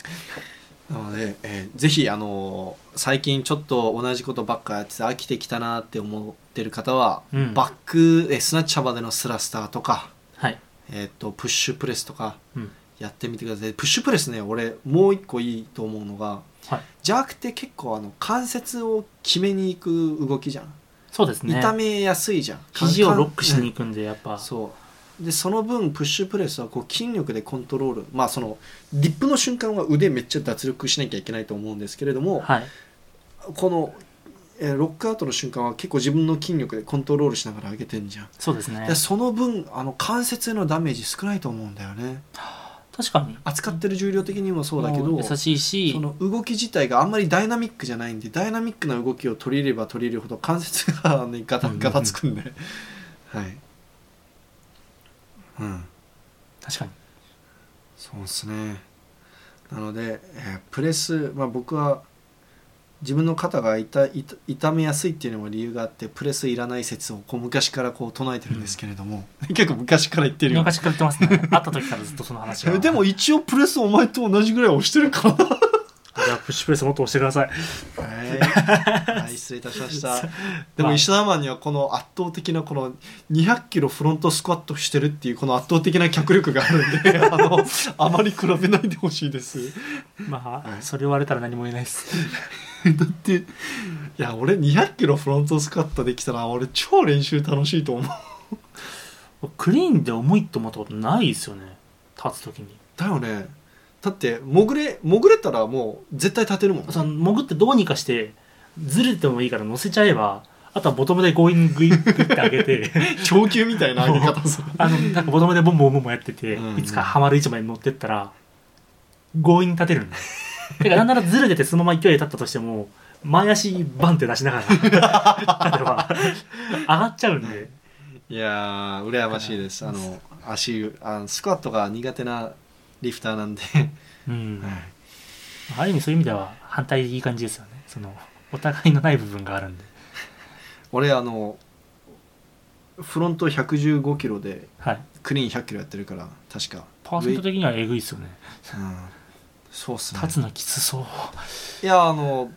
Speaker 1: なので、えーぜひあのー最近ちょっと同じことばっかやってて飽きてきたなって思ってる方は、
Speaker 2: うん
Speaker 1: バック、えースナッチ幅でのスラスターとか、
Speaker 2: はい、
Speaker 1: えー、とプッシュプレスとか
Speaker 2: うん
Speaker 1: やってみてくださいプッシュプレスね俺もう一個いいと思うのが、
Speaker 2: はい
Speaker 1: 邪悪って結構あの関節を決めに行く動きじゃん、
Speaker 2: そうですね
Speaker 1: 痛めやすいじゃん
Speaker 2: 肘をロックし
Speaker 1: うん
Speaker 2: に行くんでやっぱ、
Speaker 1: そうでその分プッシュプレスはこう筋力でコントロールまあそのリップの瞬間は腕めっちゃ脱力しなきゃいけないと思うんですけれども、
Speaker 2: はい
Speaker 1: この、えーロックアウトの瞬間は結構自分の筋力でコントロールしながら上げてんじゃん、
Speaker 2: そうですね
Speaker 1: でその分あの関節へのダメージ少ないと思うんだよね
Speaker 2: 確かに
Speaker 1: 扱ってる重量的にもそうだけ
Speaker 2: も
Speaker 1: ど
Speaker 2: う優しいし
Speaker 1: その動き自体があんまりダイナミックじゃないんでダイナミックな動きを取り入れば取り入れるほど関節が、ね、ガタ
Speaker 2: うんうんう
Speaker 1: ガ
Speaker 2: ん
Speaker 1: タつくんで、はいうん
Speaker 2: 確かに
Speaker 1: そうですねなので、えープレス、まあ、僕は自分の肩が痛い痛めやすいっていうのも理由があってプレスいらない説をこう昔からこう唱えてるんですけれども、結構昔から言ってるよ
Speaker 2: 昔から言って ますね会った時からずっとその話が
Speaker 1: でも一応プレスお前と同じぐらい押してるから
Speaker 2: じゃあプッシュプレスもっと押してください
Speaker 1: はい、はい、 失礼いたしました。でも石田マンにはこの圧倒的なこの200キロフロントスクワットしてるっていうこの圧倒的な脚力があるん で、あのあまり比べないでほしいです。
Speaker 2: まあ、
Speaker 1: はい
Speaker 2: それを言われたら何も言えないです
Speaker 1: だっていや俺200キロフロントスクワットできたら俺超練習楽しいと思う。
Speaker 2: クリーンで重いと思ったことないですよね立つ時に
Speaker 1: だよね。だって潜れ潜れたらもう絶対立てるもん。
Speaker 2: その潜ってどうにかしてずれてもいいから乗せちゃえばあとはボトムで強引にグイッグイって上げて
Speaker 1: 超級みたいな上げ方する。
Speaker 2: あのなんかボトムでボンボンボンボンやってて、
Speaker 1: うんうん
Speaker 2: いつかハマる位置まで乗ってったら強引に立てるんだよてかなんならずれててそのまま勢いで立ったとしても前足バンって出しながら例えば上がっちゃうんで、
Speaker 1: いやー羨ましいですあの足あのスクワットが苦手なリフターなんで、
Speaker 2: うんある意味そういう意味では反対でいい感じですよねそのお互いのない部分があるんで
Speaker 1: 俺あのフロント115キロで
Speaker 2: はい
Speaker 1: クリーン100キロやってるから確か
Speaker 2: パーセント
Speaker 1: 上
Speaker 2: 的にはえぐいですよね
Speaker 1: うんそうっすね
Speaker 2: 立つのきつそう
Speaker 1: いやあの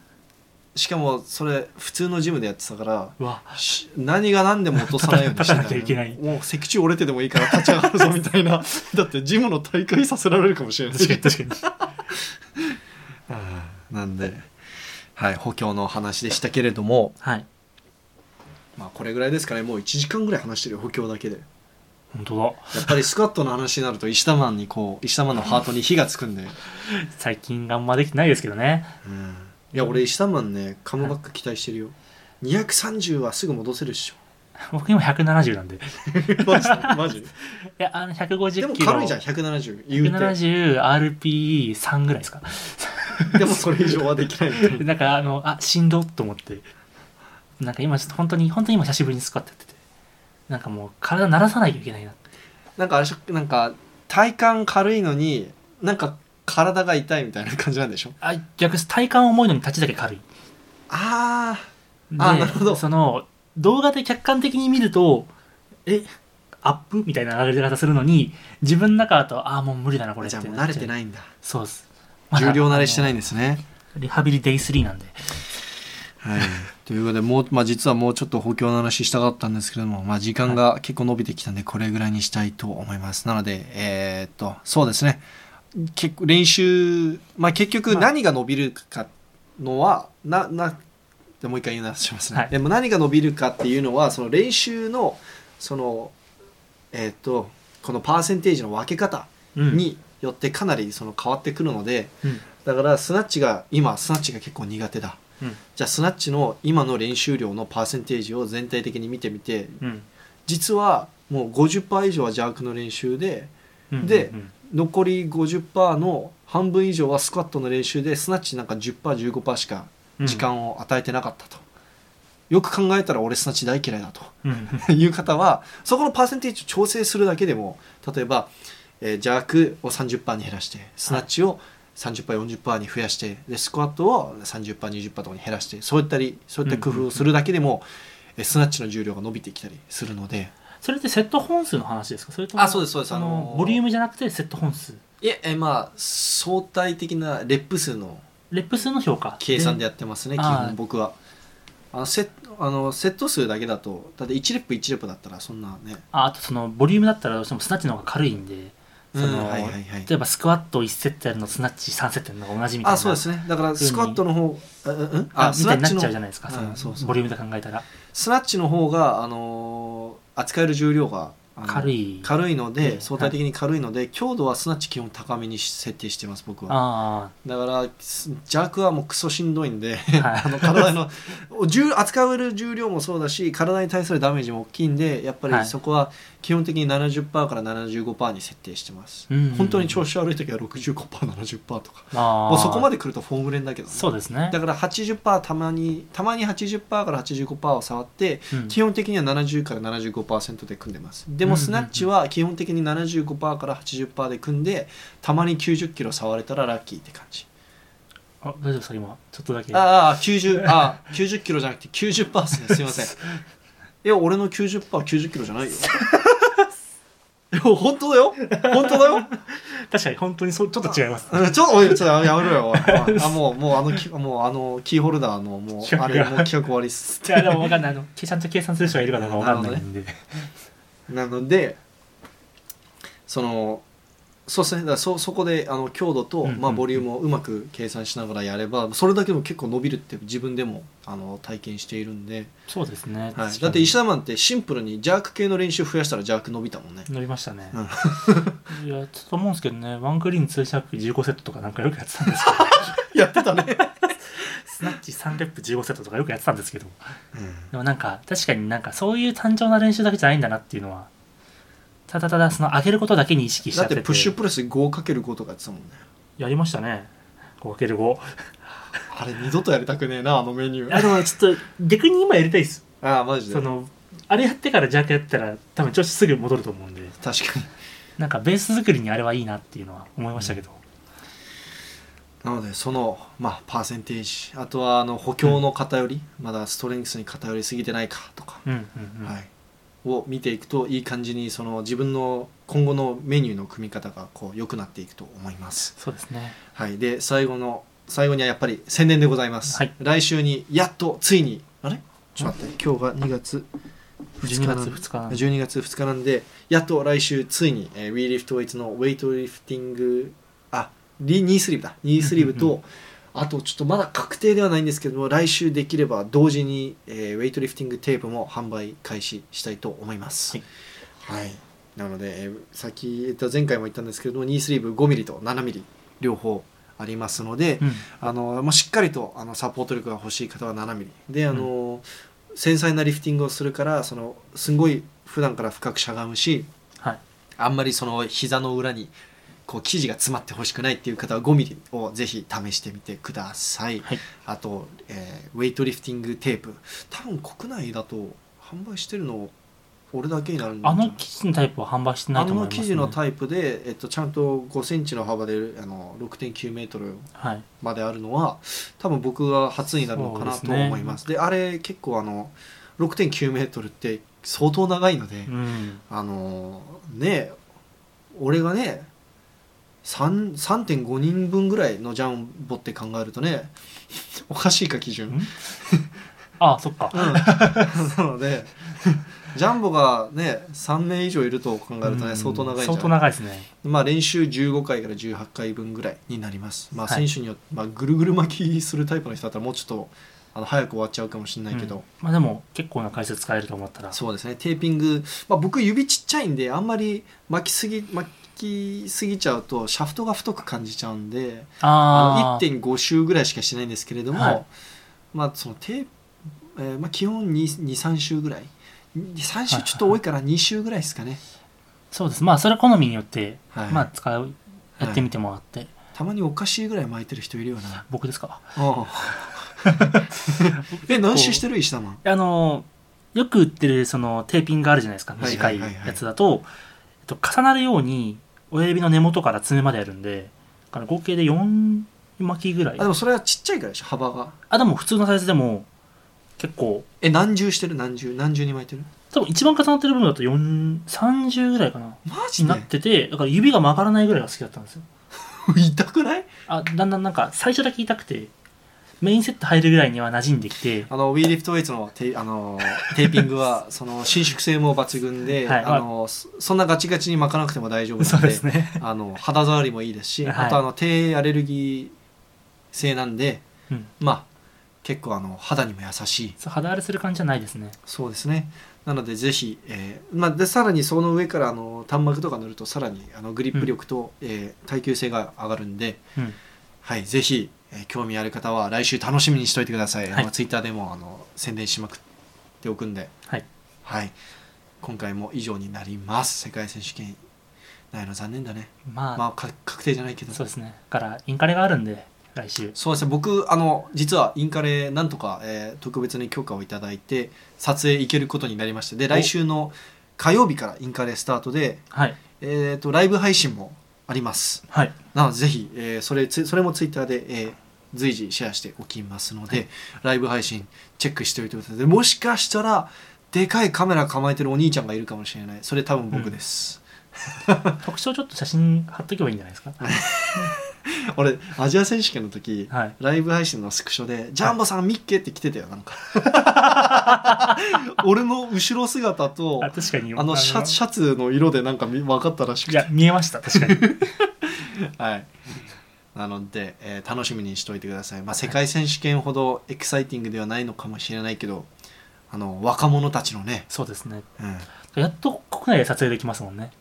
Speaker 1: しかもそれ普通のジムでやってたから
Speaker 2: うわ
Speaker 1: し何が何でも落とさないようにしてた
Speaker 2: 立たなきゃいけ ない
Speaker 1: もう脊柱折れてでもいいから立ち上がるぞみたい なだってジムの大会させられるかもしれない
Speaker 2: 確かに確かに
Speaker 1: なんで、はい、補強の話でしたけれども、
Speaker 2: はい
Speaker 1: まあ、これぐらいですかねもう1時間ぐらい話してるよ補強だけで
Speaker 2: 本当
Speaker 1: やっぱりスクワットの話になると石田マンにこう石田マンのハートに火がつくんで、
Speaker 2: だ最近あんまできてないですけどね
Speaker 1: うんいや俺石田マンねカムバック期待してるよ230はすぐ戻せるっ しょ
Speaker 2: 僕今170なんでい
Speaker 1: マジでマジで
Speaker 2: やあの
Speaker 1: で
Speaker 2: 150
Speaker 1: も
Speaker 2: キロ
Speaker 1: 軽いじゃん170言う
Speaker 2: 170RPE3 ぐらいですか
Speaker 1: てでもそれ以上はできないみたい
Speaker 2: で
Speaker 1: な
Speaker 2: なんかあのあしんどっと思ってなんか今ちょっと本当に本当に今久しぶりにスクワットやっててなんかもう体慣らさないといけないなって
Speaker 1: なんかあれしょなんか体幹軽いのになんか体が痛いみたいな感じなんでしょ
Speaker 2: あ逆です体幹重いのに立ちだけ軽い
Speaker 1: あああ
Speaker 2: で
Speaker 1: なるほど
Speaker 2: その動画で客観的に見るとえアップみたいな流れ方するのに自分の中だとああもう無理だなこれ
Speaker 1: じゃあもう
Speaker 2: な
Speaker 1: 慣
Speaker 2: っ
Speaker 1: れ
Speaker 2: ちゃう
Speaker 1: てないんだ
Speaker 2: そうです
Speaker 1: 重量慣れしてないいんですね
Speaker 2: リハビリデイ3なんで
Speaker 1: はい、ということでもう、まあ、実はもうちょっと補強の話したかったんですけれども、まあ、時間が結構伸びてきたんでこれぐらいにしたいと思いますなのでえーっとそうですね結構練習、まあ、結局
Speaker 2: まあ
Speaker 1: 何が伸びるかのは、ななでもう一回言い直しますね、
Speaker 2: はい
Speaker 1: でも何が伸びるかっていうのはその練習のそのえーっとこのパーセンテージの分け方
Speaker 2: うん
Speaker 1: によってかなりその変わってくるので、
Speaker 2: うん
Speaker 1: だからスナッチが今スナッチが結構苦手だ
Speaker 2: うん
Speaker 1: じゃあスナッチの今の練習量のパーセンテージを全体的に見てみて
Speaker 2: うん
Speaker 1: 実はもう50%以上は邪悪の練習で
Speaker 2: うん
Speaker 1: で
Speaker 2: うん
Speaker 1: 残り50%の半分以上はスクワットの練習でスナッチなんか 10%15% しか
Speaker 2: うん
Speaker 1: 時、間を与えてなかったと、よく考えたら俺スナッチ大嫌いだと
Speaker 2: うん、
Speaker 1: いう方はそこのパーセンテージを調整するだけでも例えば、えー、ジャークを30%に減らしてスナッチを30%、40%に増やしてでスクワットを30%、20%とかに減らしてそういったりそういった工夫をするだけでも、えースナッチの重量が伸びてきたりするので
Speaker 2: それってセット本数の話ですかそれとも
Speaker 1: あそうですそうです
Speaker 2: あの
Speaker 1: あのー
Speaker 2: ボリュームじゃなくてセット本数
Speaker 1: いええーまあ相対的なレップ数の
Speaker 2: レップ数の評価
Speaker 1: 計算でやってますね
Speaker 2: え
Speaker 1: 基
Speaker 2: あー
Speaker 1: 本僕はあのセッあのセット数だけだとだって1レップ1レップだったらそんなね
Speaker 2: ああとそのボリュームだったらどうしてもスナッチの方が軽いんでその、
Speaker 1: うんはいはいはい
Speaker 2: 例えばスクワット1セットやるのスナッチ3セットやるのが同じみたいな
Speaker 1: あそうですねだからスクワットの方あうんうん
Speaker 2: あ
Speaker 1: あ
Speaker 2: み
Speaker 1: ス
Speaker 2: た
Speaker 1: ナ
Speaker 2: い
Speaker 1: ッチ
Speaker 2: になっち
Speaker 1: の
Speaker 2: ゃうじゃないですか、その
Speaker 1: うんそうそう
Speaker 2: ボリュームで考えたら
Speaker 1: スナッチの方が、あのー扱える重量があの
Speaker 2: 軽い
Speaker 1: 軽いの
Speaker 2: ええ
Speaker 1: で相対的に軽いので、強度はスナッチ基本高めに設定してます僕は
Speaker 2: あ
Speaker 1: だからす邪悪はもうクソしんどいんで、
Speaker 2: はい
Speaker 1: あの体の重扱える重量もそうだし体に対するダメージも大きいんでやっぱ
Speaker 2: はい
Speaker 1: りそこは基本的に70%から75%に設定してます、
Speaker 2: うんうんうん
Speaker 1: 本当に調子悪い時は 65%70% とか
Speaker 2: あああ
Speaker 1: もうそこま
Speaker 2: で
Speaker 1: で来るとフォーム連だけどね
Speaker 2: そうですね
Speaker 1: だから80%たまにたまに80%から85%を触って
Speaker 2: うん
Speaker 1: 基本的には70から75%で組んでますで
Speaker 2: うん
Speaker 1: もスナッチは基本的に75%から80%で組んでたまに90キロ触れたらラッキーって感じ
Speaker 2: あ大丈夫ですか今ちょっとだけ
Speaker 1: ああ90ああ90キロじゃなくて90%ですねすい ませんいや俺の 90%90 キロじゃないよいや本当だよ本当だよ
Speaker 2: 確かに本当にそうちょっと違います
Speaker 1: うんちょっと、おい、ちょっとやめろよ。おいおいあ、もう、もう、あのき、もう、あの、キーホルダーの、もう、
Speaker 2: 企画が
Speaker 1: あれ、もう企画終わりっす。
Speaker 2: いやでも分かんないあの計算と計算する人がいるかどうか分かんないんで、
Speaker 1: なのでそのそうですねだからそそこであの強度と、
Speaker 2: うんうん
Speaker 1: まあ、ボリュームをうまく計算しながらやればそれだけでも結構伸びるって自分でもあの体験しているんで、
Speaker 2: そうですね、
Speaker 1: は
Speaker 2: 確か
Speaker 1: い、
Speaker 2: に
Speaker 1: だって石田マンってシンプルにジャーク系の練習増やしたらジャーク伸びたもんね
Speaker 2: 乗りましたね、
Speaker 1: うん
Speaker 2: いやちょっと思うんですけどねワンクリーン2シャーク15セットとかなんかよくやってたんです け ど
Speaker 1: やってたね、
Speaker 2: スナッチ3レップ15セットとかよくやってたんですけどでもなんか確かになんかそういう単調な練習だけじゃないんだなっていうのはただただその上げることだけに意識しち
Speaker 1: だ
Speaker 2: ゃっ
Speaker 1: ってて
Speaker 2: て
Speaker 1: プッシュプレス 5×5 とかやってたもんね
Speaker 2: やりましたね 5×5
Speaker 1: あれ二度とやりたくねえ なあのメニュ
Speaker 2: あ
Speaker 1: ー
Speaker 2: でもちょっと逆に今やりたいです
Speaker 1: ああマジで
Speaker 2: そ
Speaker 1: 確か
Speaker 2: のあれやってからジャークやったら多分調子すぐ戻ると思うんで
Speaker 1: に
Speaker 2: なんかベース作りにあれはいいなっていうのは思いましたけど、
Speaker 1: なのでその、まあ、パーセンテージあとはあの補強の偏り、まだストレングスに偏りすぎてないかとか、
Speaker 2: うん、うんうん
Speaker 1: はい、を見ていくといい感じにその自分の今後のメニューの組み方がこう良くなっていくと思います、
Speaker 2: そうですね
Speaker 1: はい、で最後の最後にはやっぱり宣伝でございます、
Speaker 2: はい
Speaker 1: 来週にやっとついにあれちょっと待って今日が2月
Speaker 2: 12月2日なんで
Speaker 1: 12月2日なんでやっと来週ついに、えー、WeLiftWeights のウェイトリフティングあリニースリーブだニースリーブ
Speaker 2: うんう
Speaker 1: とあとちょっとまだ確定ではないんですけども来週できれば同時に、えーウェイトリフティングテープも販売開始したいと思います
Speaker 2: は
Speaker 1: はい、なので、えー先えっと前回も言ったんですけれどもニースリーブ 5mm と 7mm 両方ありますので、
Speaker 2: うん
Speaker 1: あのまあ、しっかりとあのサポート力が欲しい方は 7mm であの、繊細なリフティングをするからそのすごい普段から深くしゃがむし
Speaker 2: はい
Speaker 1: あんまりその膝の裏にこう生地が詰まってほしくないっていう方は 5mm をぜひ試してみてください、
Speaker 2: はい
Speaker 1: あと、えーウェイトリフティングテープ多分国内だと販売してるの俺だけになるんじゃ
Speaker 2: あ
Speaker 1: ない
Speaker 2: の生地のタイプは販売してな
Speaker 1: あ
Speaker 2: いと思い
Speaker 1: の
Speaker 2: ます、
Speaker 1: 生地
Speaker 2: ね、
Speaker 1: のタイプで、えっと、ちゃんと5センチの幅であの6.9メートル
Speaker 2: はい
Speaker 1: まであるのは多分僕が初になるのかな
Speaker 2: そう
Speaker 1: と
Speaker 2: ですね
Speaker 1: 思いますであれ結構あの6.9メートルって相当長いので、
Speaker 2: うん
Speaker 1: あのねえ俺がね3 3.5人分ぐらいのジャンボって考えるとねおかしいか基 準、
Speaker 2: んあそっか
Speaker 1: うんなのでジャンボがね3名以上いると考えると
Speaker 2: う
Speaker 1: ね
Speaker 2: ん
Speaker 1: 相当長いんじゃない
Speaker 2: 相当長いですね
Speaker 1: まあ、練習15回から18回分ぐらいになります、まあ、
Speaker 2: はい
Speaker 1: 選手によって、まあ、ぐるぐる巻きするタイプの人だったらもうちょっとあの早く終わっちゃうかもしれないけど、
Speaker 2: うんまあでも結構な回数使えると思ったら
Speaker 1: そうですねテーピング、まあ、僕指ちっちゃいんであんまり巻きすぎ巻きすぎちゃうとシャフトが太く感じちゃうんで
Speaker 2: あ
Speaker 1: あ
Speaker 2: あ
Speaker 1: の1.5周ぐらいしかしてないんですけれども、
Speaker 2: はい
Speaker 1: まあそのテーえーまあ、基本23周ぐらい3周ちょっと多いから2周ぐらいですかね
Speaker 2: そうですまあそれは好みによって、
Speaker 1: はい
Speaker 2: まあ使うやってみてもらって、
Speaker 1: たまにおかしいぐらい巻いてる人いるよな
Speaker 2: 僕ですか
Speaker 1: ああ え何周してる石田マン
Speaker 2: あのよく売ってるそのテーピングがあるじゃないですか
Speaker 1: はい
Speaker 2: 短
Speaker 1: はい
Speaker 2: い
Speaker 1: はいはい
Speaker 2: やつだと、えっと、重なるように親指の根元から爪までやるんでだから合計で4巻きぐらい
Speaker 1: あでもそれはちっちゃいからでしょ幅が
Speaker 2: あでも普通のサイズでも結構
Speaker 1: え何重してる何重何重に巻いてる
Speaker 2: 多分一番重なってる部分だと4 30ぐらいかな
Speaker 1: マジ
Speaker 2: に
Speaker 1: で
Speaker 2: なっててだから指が曲がらないぐらいが好きだったんですよ
Speaker 1: 痛くない
Speaker 2: あだんだんなんか最初だけ痛くてメインセット入るぐらいには馴染んできて
Speaker 1: あの、ウィーリフトウェイツのテ,、あのーテーピング は、その、伸縮性も抜群で、
Speaker 2: はい
Speaker 1: あのーそそんなガチガチに巻かなくても大丈夫な
Speaker 2: そ
Speaker 1: ん
Speaker 2: う
Speaker 1: で、
Speaker 2: ですね、
Speaker 1: あの、肌触りもいいですし、
Speaker 2: はい
Speaker 1: あと、あの、低アレルギー性なんで、
Speaker 2: うん、
Speaker 1: まあ、結構、あの、肌にも優しい。
Speaker 2: そう肌荒れする感じじゃないですね
Speaker 1: そうですね。なので、ぜひ、えーまあ、で、さらにその上から、あの、端膜とか塗ると、さらに、あの、グリップ力と、えー耐久性が上がるんで、
Speaker 2: うん
Speaker 1: はい、ぜひ、えー興味ある方は来週楽しみにしておいてください。
Speaker 2: はい
Speaker 1: あのツイッターでもあの宣伝しまくっておくんで、
Speaker 2: はい
Speaker 1: はい、今回も以上になります。世界選手権ないの残念だね。
Speaker 2: まあ、
Speaker 1: まあか確定じゃないけど。
Speaker 2: そうですねだからインカレがあるんで来週
Speaker 1: そうですね。僕あの実はインカレなんとか、えー特別に許可をいただいて撮影行けることになりまして、で来週の火曜日からインカレスタートで、
Speaker 2: はい
Speaker 1: えっ、とライブ配信もあります。
Speaker 2: はい
Speaker 1: なのでぜひ、えーそれつそれもツイッターで、えー随時シェアしておきますので、ライブ配信チェックしておいてくださいでもしかしたらでかいカメラ構えてるお兄ちゃんがいるかもしれないそれ多分僕です、
Speaker 2: 特徴ちょっと写真貼っとけばいいんじゃないです か
Speaker 1: 俺アジア選手権の時、
Speaker 2: はい
Speaker 1: ライブ配信のスクショで「ジャンボさんミッケ!」って来てたよなんか 俺の後ろ姿と
Speaker 2: あ確かに
Speaker 1: あのシャシャツの色でなんか見分かったらしく
Speaker 2: い
Speaker 1: て
Speaker 2: や見えました確かに
Speaker 1: はい、なので、えー楽しみにしておいてください、まあ、世界選手権ほどエキサイティングではないのかもしれないけどあの若者たちのね、
Speaker 2: そうですね
Speaker 1: うん
Speaker 2: やっと国内で撮影できますもんね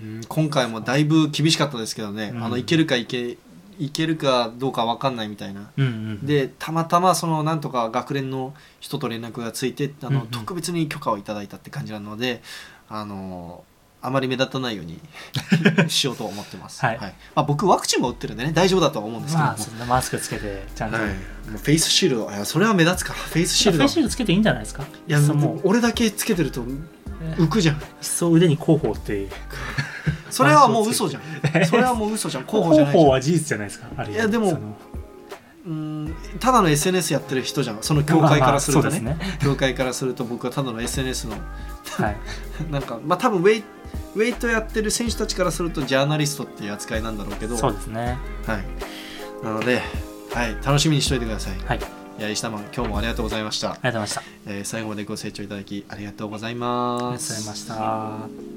Speaker 1: うん今回もだいぶ厳しかったですけどね、
Speaker 2: うん
Speaker 1: あのいけるかいけいけるかどうか分かんないみたいな。
Speaker 2: うんうん
Speaker 1: でたまたまそのなんとか学連の人と連絡がついてあの、
Speaker 2: うんうん
Speaker 1: 特別に許可をいただいたって感じなのであのあまり目立たないよう にしようと思ってます、
Speaker 2: はい
Speaker 1: まあ、僕ワクチンも打ってるんでね大丈夫だとは思うんですけども、
Speaker 2: まあそんなマスクつけてちゃんと、
Speaker 1: はい、もうフェイスシールドいやそれは目立つからフェイスシール
Speaker 2: フ
Speaker 1: ド
Speaker 2: ェイスシールドつけていいんじゃないですか
Speaker 1: いや
Speaker 2: そう
Speaker 1: も
Speaker 2: も
Speaker 1: う俺だけつけてると浮く じゃん
Speaker 2: う一層腕に広報っていう
Speaker 1: それはもう嘘じゃんそれはもう嘘じゃん候補じゃないじゃ
Speaker 2: 広
Speaker 1: ん
Speaker 2: 報は事実じゃないですかあれ
Speaker 1: いやでも
Speaker 2: その
Speaker 1: うんただの SNS やってる人じゃんその業界からするとね,、
Speaker 2: まあまあそうです
Speaker 1: 業界からすると僕はただの SNS の
Speaker 2: ねはい
Speaker 1: なんかまあ多分ウェイウェイトやってる選手たちからするとジャーナリストっていう扱いなんだろうけど
Speaker 2: そうですね
Speaker 1: はい、なので、はい、楽しみにしておいてください、
Speaker 2: はいありがと
Speaker 1: いや石田マン今日もありがとうございました
Speaker 2: うございましたあり
Speaker 1: えー最後までご清聴いただきありがとうございます。
Speaker 2: がとうございました